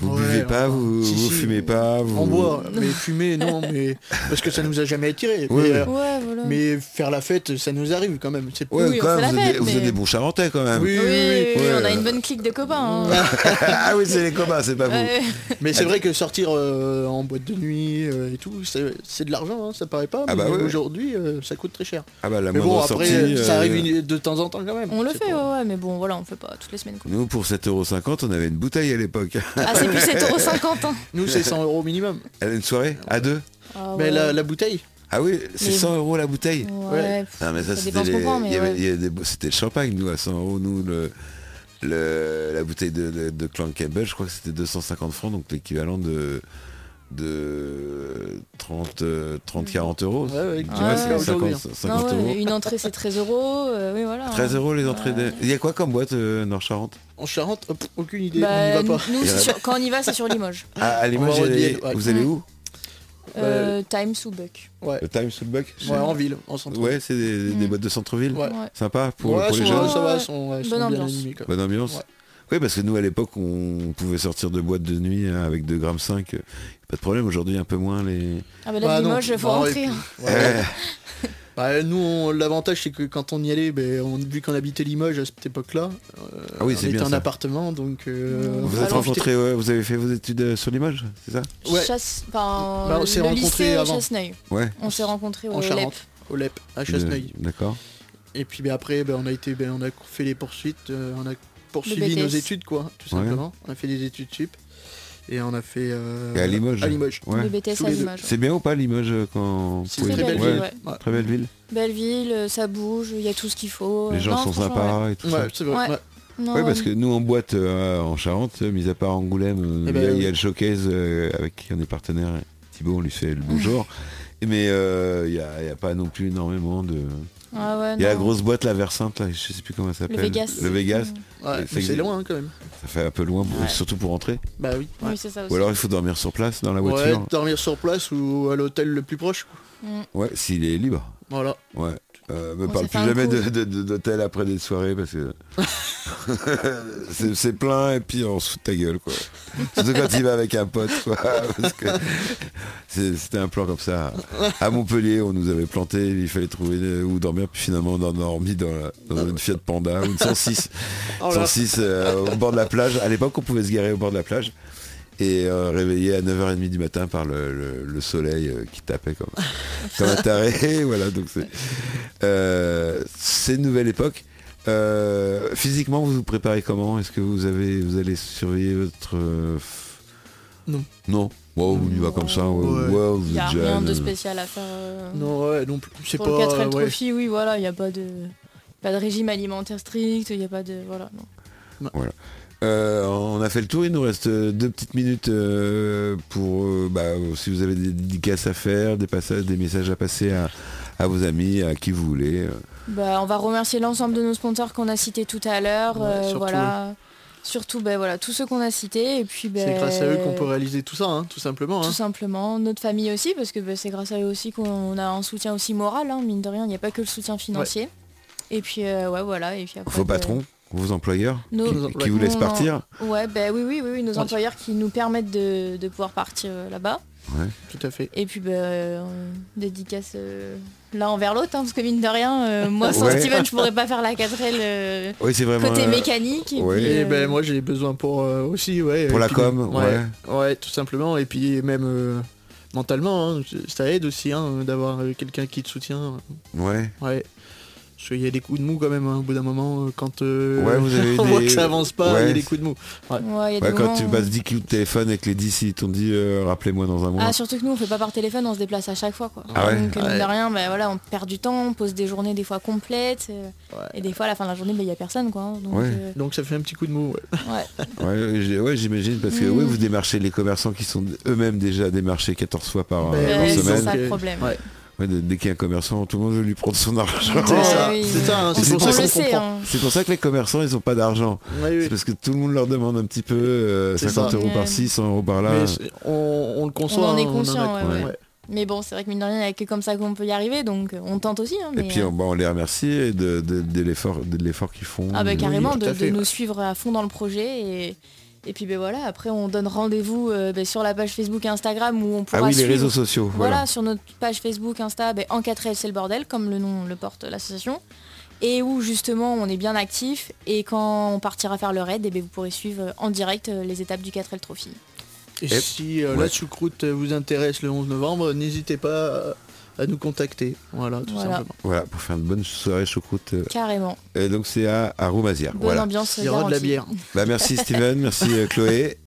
[SPEAKER 1] Vous
[SPEAKER 5] Ouais,
[SPEAKER 1] buvez pas,
[SPEAKER 5] on-
[SPEAKER 1] vous,
[SPEAKER 5] si,
[SPEAKER 1] vous
[SPEAKER 5] si.
[SPEAKER 1] fumez pas, vous.
[SPEAKER 5] On boit, mais fumer, non, mais parce que ça nous a jamais attiré.
[SPEAKER 1] Ouais,
[SPEAKER 5] mais,
[SPEAKER 1] ouais.
[SPEAKER 5] euh,
[SPEAKER 4] Ouais, voilà.
[SPEAKER 5] mais faire la fête, ça nous arrive quand même. C'est
[SPEAKER 1] Ouais,
[SPEAKER 4] Oui, on
[SPEAKER 1] quand
[SPEAKER 4] fait
[SPEAKER 1] même,
[SPEAKER 4] la
[SPEAKER 1] vous, êtes des,
[SPEAKER 4] fête,
[SPEAKER 1] vous êtes
[SPEAKER 4] mais-
[SPEAKER 1] des bons charentais quand même.
[SPEAKER 5] Oui,
[SPEAKER 4] Oui, oui, oui,
[SPEAKER 1] Ouais,
[SPEAKER 4] on a
[SPEAKER 1] ouais.
[SPEAKER 4] une bonne clique de copains. hein.
[SPEAKER 1] ah oui, c'est les copains, c'est pas vous.
[SPEAKER 4] Ouais.
[SPEAKER 5] Mais c'est vrai que sortir euh, en boîte de nuit euh, et tout, c'est c'est de l'argent, hein, ça paraît pas,
[SPEAKER 1] Ah
[SPEAKER 5] mais
[SPEAKER 1] bah ouais.
[SPEAKER 5] aujourd'hui, euh, ça coûte très cher.
[SPEAKER 1] Ah bah la
[SPEAKER 5] Mais bon,
[SPEAKER 1] moindre
[SPEAKER 5] après,
[SPEAKER 1] sortie.
[SPEAKER 5] euh, ça
[SPEAKER 1] euh,
[SPEAKER 5] arrive une- de temps en temps quand même.
[SPEAKER 4] On le
[SPEAKER 5] C'est
[SPEAKER 4] fait, ouais,
[SPEAKER 5] pas-
[SPEAKER 4] ouais, mais bon, voilà, on le fait pas toutes les semaines. Quoi.
[SPEAKER 1] Nous, pour 7,50€, on avait une bouteille à l'époque.
[SPEAKER 4] Ah, c'est plus 7,50€. hein.
[SPEAKER 5] Nous, c'est 100 euros minimum.
[SPEAKER 1] À Une soirée À deux
[SPEAKER 4] Ah,
[SPEAKER 5] Mais
[SPEAKER 4] ouais.
[SPEAKER 5] la, la bouteille,
[SPEAKER 1] Ah oui, c'est
[SPEAKER 4] Mais-
[SPEAKER 1] 100 euros la bouteille.
[SPEAKER 4] Ouais, pff,
[SPEAKER 1] Non, mais ça,
[SPEAKER 4] Ça
[SPEAKER 1] c'était
[SPEAKER 4] dépend ce qu'on
[SPEAKER 1] les-
[SPEAKER 4] prend, mais
[SPEAKER 1] il y avait-
[SPEAKER 4] ouais.
[SPEAKER 1] il y avait des beaux- c'était le champagne, nous, à 100 euros. Nous, le, le- la bouteille de, de, de Clan Campbell, je crois que c'était 250 francs, donc l'équivalent de, de 30, euh, 30, 40 euros.
[SPEAKER 5] Ouais, ouais,
[SPEAKER 1] tu
[SPEAKER 5] ouais,
[SPEAKER 1] vois, c'est
[SPEAKER 4] ouais,
[SPEAKER 1] 50,
[SPEAKER 5] aujourd'hui,
[SPEAKER 1] 50
[SPEAKER 4] Ah, hein. Non, ouais,
[SPEAKER 1] euros.
[SPEAKER 4] Une entrée, c'est 13 euros. euh, oui, voilà.
[SPEAKER 1] 13 euros les entrées. de- Il y a quoi comme boîte euh, Nord-Charente
[SPEAKER 5] en Charente, hop, aucune idée,
[SPEAKER 4] Bah,
[SPEAKER 5] on n'y va pas.
[SPEAKER 4] nous,
[SPEAKER 1] Il y en
[SPEAKER 4] c'est
[SPEAKER 1] a-
[SPEAKER 4] sur- quand on y va, c'est sur Limoges.
[SPEAKER 1] Ah, À Limoges,
[SPEAKER 5] va au
[SPEAKER 1] il y a-
[SPEAKER 5] Lidl, ouais.
[SPEAKER 1] vous allez où
[SPEAKER 4] Euh, Times ou Buck.
[SPEAKER 1] Le Times sous le Buck
[SPEAKER 5] Ouais, en ville, en centre.
[SPEAKER 1] Ouais, c'est des, des
[SPEAKER 4] Mm.
[SPEAKER 1] boîtes de centre-ville.
[SPEAKER 5] Ouais.
[SPEAKER 1] Sympa pour,
[SPEAKER 5] Ouais,
[SPEAKER 1] pour les
[SPEAKER 5] ça va,
[SPEAKER 1] jeunes.
[SPEAKER 5] ça va,
[SPEAKER 4] Ouais,
[SPEAKER 5] elles sont, elles sont
[SPEAKER 4] bonne
[SPEAKER 5] bien
[SPEAKER 4] ambiance. Bah,
[SPEAKER 5] animées, quoi.
[SPEAKER 1] Bonne ambiance.
[SPEAKER 5] Ouais.
[SPEAKER 1] Oui, parce que nous, à l'époque, on pouvait sortir de boîtes de nuit hein, avec 2 grammes 5. Pas de problème, aujourd'hui, un peu moins les...
[SPEAKER 4] Ah, bah là,
[SPEAKER 5] Bah, non.
[SPEAKER 4] Limoges,
[SPEAKER 5] Bah,
[SPEAKER 4] faut
[SPEAKER 5] ouais,
[SPEAKER 4] rentrer.
[SPEAKER 5] puis-
[SPEAKER 4] hein.
[SPEAKER 5] ouais.
[SPEAKER 1] Eh.
[SPEAKER 5] Bah, nous, on- l'avantage, c'est que quand on y allait, ben, on, vu qu'on habitait Limoges à cette époque-là, euh,
[SPEAKER 1] Ah oui,
[SPEAKER 5] on
[SPEAKER 1] c'est
[SPEAKER 5] était
[SPEAKER 1] bien
[SPEAKER 5] en
[SPEAKER 1] ça.
[SPEAKER 5] appartement, donc...
[SPEAKER 4] Mmh.
[SPEAKER 5] euh,
[SPEAKER 1] Vous
[SPEAKER 5] on
[SPEAKER 1] vous êtes
[SPEAKER 5] en profitait.
[SPEAKER 1] rencontrés, ouais, vous avez fait vos études euh, sur Limoges, c'est ça
[SPEAKER 5] Ouais.
[SPEAKER 4] Chasse, enfin,
[SPEAKER 5] Bah, on s'est
[SPEAKER 4] le
[SPEAKER 5] rencontrés
[SPEAKER 4] lycée au
[SPEAKER 5] avant.
[SPEAKER 4] Chasseneuil.
[SPEAKER 1] Ouais.
[SPEAKER 4] On s'est rencontrés au
[SPEAKER 5] En
[SPEAKER 4] LEP.
[SPEAKER 5] Charente, au LEP, à Chasseneuil.
[SPEAKER 1] De- D'accord.
[SPEAKER 5] Et puis ben, après, ben, on a été, ben, on a fait les poursuites, euh, on a poursuivi
[SPEAKER 4] Le BTS.
[SPEAKER 5] nos études, quoi, tout
[SPEAKER 1] Ouais.
[SPEAKER 5] simplement. On a fait des études sup, et on a fait... euh,
[SPEAKER 1] Et à Limoges
[SPEAKER 5] À Limoges.
[SPEAKER 1] Ouais.
[SPEAKER 4] Le BTS
[SPEAKER 5] Tous
[SPEAKER 4] à
[SPEAKER 5] les deux.
[SPEAKER 4] Limoges.
[SPEAKER 1] C'est bien ou pas Limoges euh, quand
[SPEAKER 5] C'est
[SPEAKER 1] vous
[SPEAKER 5] une
[SPEAKER 1] pouvez-
[SPEAKER 5] très belle
[SPEAKER 1] Ouais,
[SPEAKER 5] ville.
[SPEAKER 4] ouais.
[SPEAKER 5] Ouais.
[SPEAKER 1] très belle ville.
[SPEAKER 4] Belleville, euh, ça bouge, il y a tout ce qu'il faut.
[SPEAKER 1] Les
[SPEAKER 4] Euh,
[SPEAKER 1] gens
[SPEAKER 4] non,
[SPEAKER 1] sont
[SPEAKER 4] franchement,
[SPEAKER 1] sympas et tout ça.
[SPEAKER 5] Ouais, c'est vrai.
[SPEAKER 4] Ouais.
[SPEAKER 5] ouais.
[SPEAKER 4] Non,
[SPEAKER 1] Ouais, parce que nous en boîte euh, en Charente, euh, mis à part Angoulême, euh, il
[SPEAKER 5] Eh
[SPEAKER 1] y,
[SPEAKER 5] ben,
[SPEAKER 1] a- il y a
[SPEAKER 5] oui.
[SPEAKER 1] le showcase euh, avec qui on est partenaire. Thibaut, on lui fait le bonjour. Mais euh, il n'y a, il y a pas non plus énormément de.
[SPEAKER 4] Ah ouais,
[SPEAKER 1] Il y a la
[SPEAKER 4] non.
[SPEAKER 1] grosse boîte, la Versante, là, je sais plus comment elle s'appelle.
[SPEAKER 4] Vegas. Mm.
[SPEAKER 1] Le Vegas.
[SPEAKER 5] Ouais,
[SPEAKER 1] Et
[SPEAKER 5] mais
[SPEAKER 1] c'est-
[SPEAKER 5] c'est loin hein, quand même.
[SPEAKER 1] Ça fait un peu loin, pour- surtout pour entrer.
[SPEAKER 5] Bah oui.
[SPEAKER 4] Oui, c'est ça aussi.
[SPEAKER 1] Ou alors il faut dormir sur place dans la
[SPEAKER 5] Ouais,
[SPEAKER 1] voiture.
[SPEAKER 5] dormir sur place ou à l'hôtel le plus proche. quoi.
[SPEAKER 1] Ouais, s'il est libre.
[SPEAKER 5] Voilà.
[SPEAKER 1] Ouais. Euh, me
[SPEAKER 4] On
[SPEAKER 1] parle
[SPEAKER 4] s'est
[SPEAKER 1] plus
[SPEAKER 4] fait un
[SPEAKER 1] jamais de-
[SPEAKER 4] coup.
[SPEAKER 1] de- de- d'hôtel après des soirées parce que c'est c'est plein et puis on se fout de ta gueule quoi. Surtout quand il va avec un pote quoi. Parce que c'est- C'était un plan comme ça. À Montpellier, on nous avait planté, il fallait trouver euh, où dormir, puis finalement on a dormi dans, la- dans une Fiat Panda ou une 106.
[SPEAKER 5] Oh là.
[SPEAKER 1] 106 euh, au bord de la plage. À l'époque, on pouvait se garer au bord de la plage et euh, réveillé à 9h30 du matin par le, le- le soleil euh, qui tapait comme, comme un taré. voilà, donc c'est euh, c'est une nouvelle époque. Euh, physiquement, vous vous préparez comment Est-ce que vous avez, vous allez surveiller votre euh, f-
[SPEAKER 5] Non.
[SPEAKER 1] Non. Bon, on y va comme ça. Ouais,
[SPEAKER 5] Ouais.
[SPEAKER 1] ouais, vous
[SPEAKER 4] Il n'y a
[SPEAKER 1] êtes
[SPEAKER 4] rien
[SPEAKER 1] jeune.
[SPEAKER 4] de spécial à faire. euh,
[SPEAKER 5] Non, ouais, non plus. C'est
[SPEAKER 4] Pour
[SPEAKER 5] pas.
[SPEAKER 4] le 4L
[SPEAKER 5] euh, ouais.
[SPEAKER 4] Trophy, oui, voilà, il n'y a pas de... Pas de régime alimentaire strict, il n'y a pas de... Voilà, non.
[SPEAKER 1] Euh, on a fait le tour. Il nous reste euh, deux petites minutes euh, pour euh, bah, si vous avez des dédicaces à faire, des passages, des messages à passer à, à vos amis, à qui vous voulez. euh.
[SPEAKER 4] Bah, on va remercier l'ensemble de nos sponsors qu'on a cités tout à l'heure.
[SPEAKER 5] Ouais,
[SPEAKER 4] euh,
[SPEAKER 5] surtout,
[SPEAKER 4] voilà. Surtout, ben voilà, tous ceux qu'on a cités. Et puis, ben,
[SPEAKER 5] C'est grâce à eux qu'on peut réaliser tout ça, hein, tout simplement.
[SPEAKER 4] Tout
[SPEAKER 5] hein.
[SPEAKER 4] simplement, notre famille aussi, parce que ben, c'est grâce à eux aussi qu'on a un soutien aussi moral, hein, mine de rien, il n'y a pas que le soutien financier. Et puis, euh, ouais, voilà. Et puis après,
[SPEAKER 1] Vos
[SPEAKER 4] ben,
[SPEAKER 1] patrons, vos employeurs,
[SPEAKER 4] nos-
[SPEAKER 1] qui, qui vous laissent
[SPEAKER 4] Non,
[SPEAKER 1] partir.
[SPEAKER 4] Ouais, ben oui, oui, oui, oui, nos
[SPEAKER 5] Ouais.
[SPEAKER 4] employeurs qui nous permettent de, de pouvoir partir euh, là-bas.
[SPEAKER 5] Tout à fait.
[SPEAKER 4] Et puis, ben, euh, on dédicace euh, l'un envers l'autre, hein, parce que mine de rien, euh, moi sans
[SPEAKER 1] Ouais.
[SPEAKER 4] Steven, je pourrais pas faire la 4L euh,
[SPEAKER 1] Oui, c'est vraiment.
[SPEAKER 4] côté
[SPEAKER 1] euh,
[SPEAKER 4] mécanique. et
[SPEAKER 1] ouais.
[SPEAKER 4] puis,
[SPEAKER 5] Et
[SPEAKER 4] euh,
[SPEAKER 5] ben moi j'ai besoin pour euh, aussi ouais.
[SPEAKER 1] Pour
[SPEAKER 5] et
[SPEAKER 1] la
[SPEAKER 5] puis-
[SPEAKER 1] com, ouais.
[SPEAKER 5] ouais. Ouais, tout simplement. Et puis même euh, mentalement, hein, ça aide aussi hein, d'avoir euh, quelqu'un qui te soutient.
[SPEAKER 1] Ouais.
[SPEAKER 5] Ouais. Parce qu'il y a des coups de mou quand même hein, au bout d'un moment euh, quand euh,
[SPEAKER 1] Ouais, vous avez eu
[SPEAKER 5] on voit
[SPEAKER 1] des-
[SPEAKER 5] que ça avance pas, il y
[SPEAKER 1] Ouais.
[SPEAKER 5] a des coups de mou.
[SPEAKER 4] Ouais, il y a des
[SPEAKER 1] Ouais, bah, quand
[SPEAKER 4] moments
[SPEAKER 1] tu
[SPEAKER 4] où-
[SPEAKER 1] passes 10 coups de téléphone avec les 10, ils t'ont dit euh, rappelez-moi dans un mois.
[SPEAKER 4] Ah, surtout que nous, on fait pas par téléphone, on se déplace à chaque fois. Quoi.
[SPEAKER 1] Ah ouais.
[SPEAKER 4] Donc, mine
[SPEAKER 5] Ouais.
[SPEAKER 4] de rien, bah, voilà, on perd du temps, on pose des journées des fois complètes. euh,
[SPEAKER 5] Ouais.
[SPEAKER 4] Et des fois, à la fin de la journée, il n'y a personne. Quoi. Donc,
[SPEAKER 1] Ouais.
[SPEAKER 4] euh,
[SPEAKER 5] Donc ça fait un petit coup de mou. ouais.
[SPEAKER 4] ouais.
[SPEAKER 1] Ouais, j'ai- ouais, j'imagine parce que
[SPEAKER 4] Mm.
[SPEAKER 1] ouais, vous démarchez les commerçants qui sont eux-mêmes déjà démarchés 14 fois par euh,
[SPEAKER 5] Ouais,
[SPEAKER 1] par
[SPEAKER 5] oui,
[SPEAKER 4] c'est
[SPEAKER 1] semaine.
[SPEAKER 4] ça le
[SPEAKER 5] Ok.
[SPEAKER 4] problème.
[SPEAKER 5] Ouais.
[SPEAKER 1] Ouais, dès dès qu'il y a un commerçant, tout le monde veut lui prendre son argent.
[SPEAKER 5] C'est
[SPEAKER 4] Ouais,
[SPEAKER 5] ça,
[SPEAKER 4] euh, oui.
[SPEAKER 5] c'est ça, hein,
[SPEAKER 4] On,
[SPEAKER 5] c'est pour
[SPEAKER 4] on
[SPEAKER 5] ça
[SPEAKER 4] le
[SPEAKER 5] qu'on
[SPEAKER 4] sait.
[SPEAKER 5] comprend.
[SPEAKER 4] hein.
[SPEAKER 1] C'est pour ça que les commerçants, ils ont pas d'argent.
[SPEAKER 5] Ouais, ouais.
[SPEAKER 1] C'est parce que tout le monde leur demande un petit peu euh,
[SPEAKER 5] C'est
[SPEAKER 1] 50
[SPEAKER 5] ça.
[SPEAKER 1] euros
[SPEAKER 4] Ouais.
[SPEAKER 1] par-ci, 100 euros par-là.
[SPEAKER 5] Mais c'est- on, on le conçoit.
[SPEAKER 4] On en est
[SPEAKER 5] hein, a-
[SPEAKER 4] conscient, ouais, ouais. Mais bon, c'est vrai que mine de rien, il n'y a que comme ça qu'on peut y arriver, donc euh, on tente aussi. hein,
[SPEAKER 1] Et
[SPEAKER 4] mais,
[SPEAKER 1] puis
[SPEAKER 4] euh,
[SPEAKER 1] on, bah, on les remercie et de, de- de l'effort de l'effort qu'ils font.
[SPEAKER 4] Ah bah
[SPEAKER 1] Oui.
[SPEAKER 4] carrément,
[SPEAKER 5] tout
[SPEAKER 4] de,
[SPEAKER 5] à
[SPEAKER 4] de
[SPEAKER 5] fait,
[SPEAKER 4] nous
[SPEAKER 5] ouais.
[SPEAKER 4] suivre à fond dans le projet et, et puis ben voilà, après on donne rendez-vous euh, ben, sur la page Facebook et Instagram où on pourra
[SPEAKER 1] Ah oui, les
[SPEAKER 4] suivre.
[SPEAKER 1] réseaux sociaux.
[SPEAKER 4] voilà.
[SPEAKER 1] Voilà.
[SPEAKER 4] sur notre page Facebook, Insta, ben, en 4L c'est le bordel, comme le nom le porte l'association, et où justement on est bien actif et quand on partira faire le raid, et ben, vous pourrez suivre euh, en direct euh, les étapes du 4L Trophy.
[SPEAKER 5] Et
[SPEAKER 1] Et-
[SPEAKER 5] si euh,
[SPEAKER 1] ouais.
[SPEAKER 5] la choucroute vous intéresse le 11 novembre, n'hésitez pas à, à nous contacter. Voilà, tout
[SPEAKER 4] Voilà.
[SPEAKER 5] simplement.
[SPEAKER 1] Voilà, pour faire une bonne soirée choucroute. euh,
[SPEAKER 4] Carrément,
[SPEAKER 1] Et donc c'est à, à Roumazière.
[SPEAKER 4] bonne
[SPEAKER 1] Voilà.
[SPEAKER 4] ambiance.
[SPEAKER 5] Il y aura de la
[SPEAKER 4] garantie.
[SPEAKER 5] bière.
[SPEAKER 1] Bah, merci Steven, merci euh, Chloé.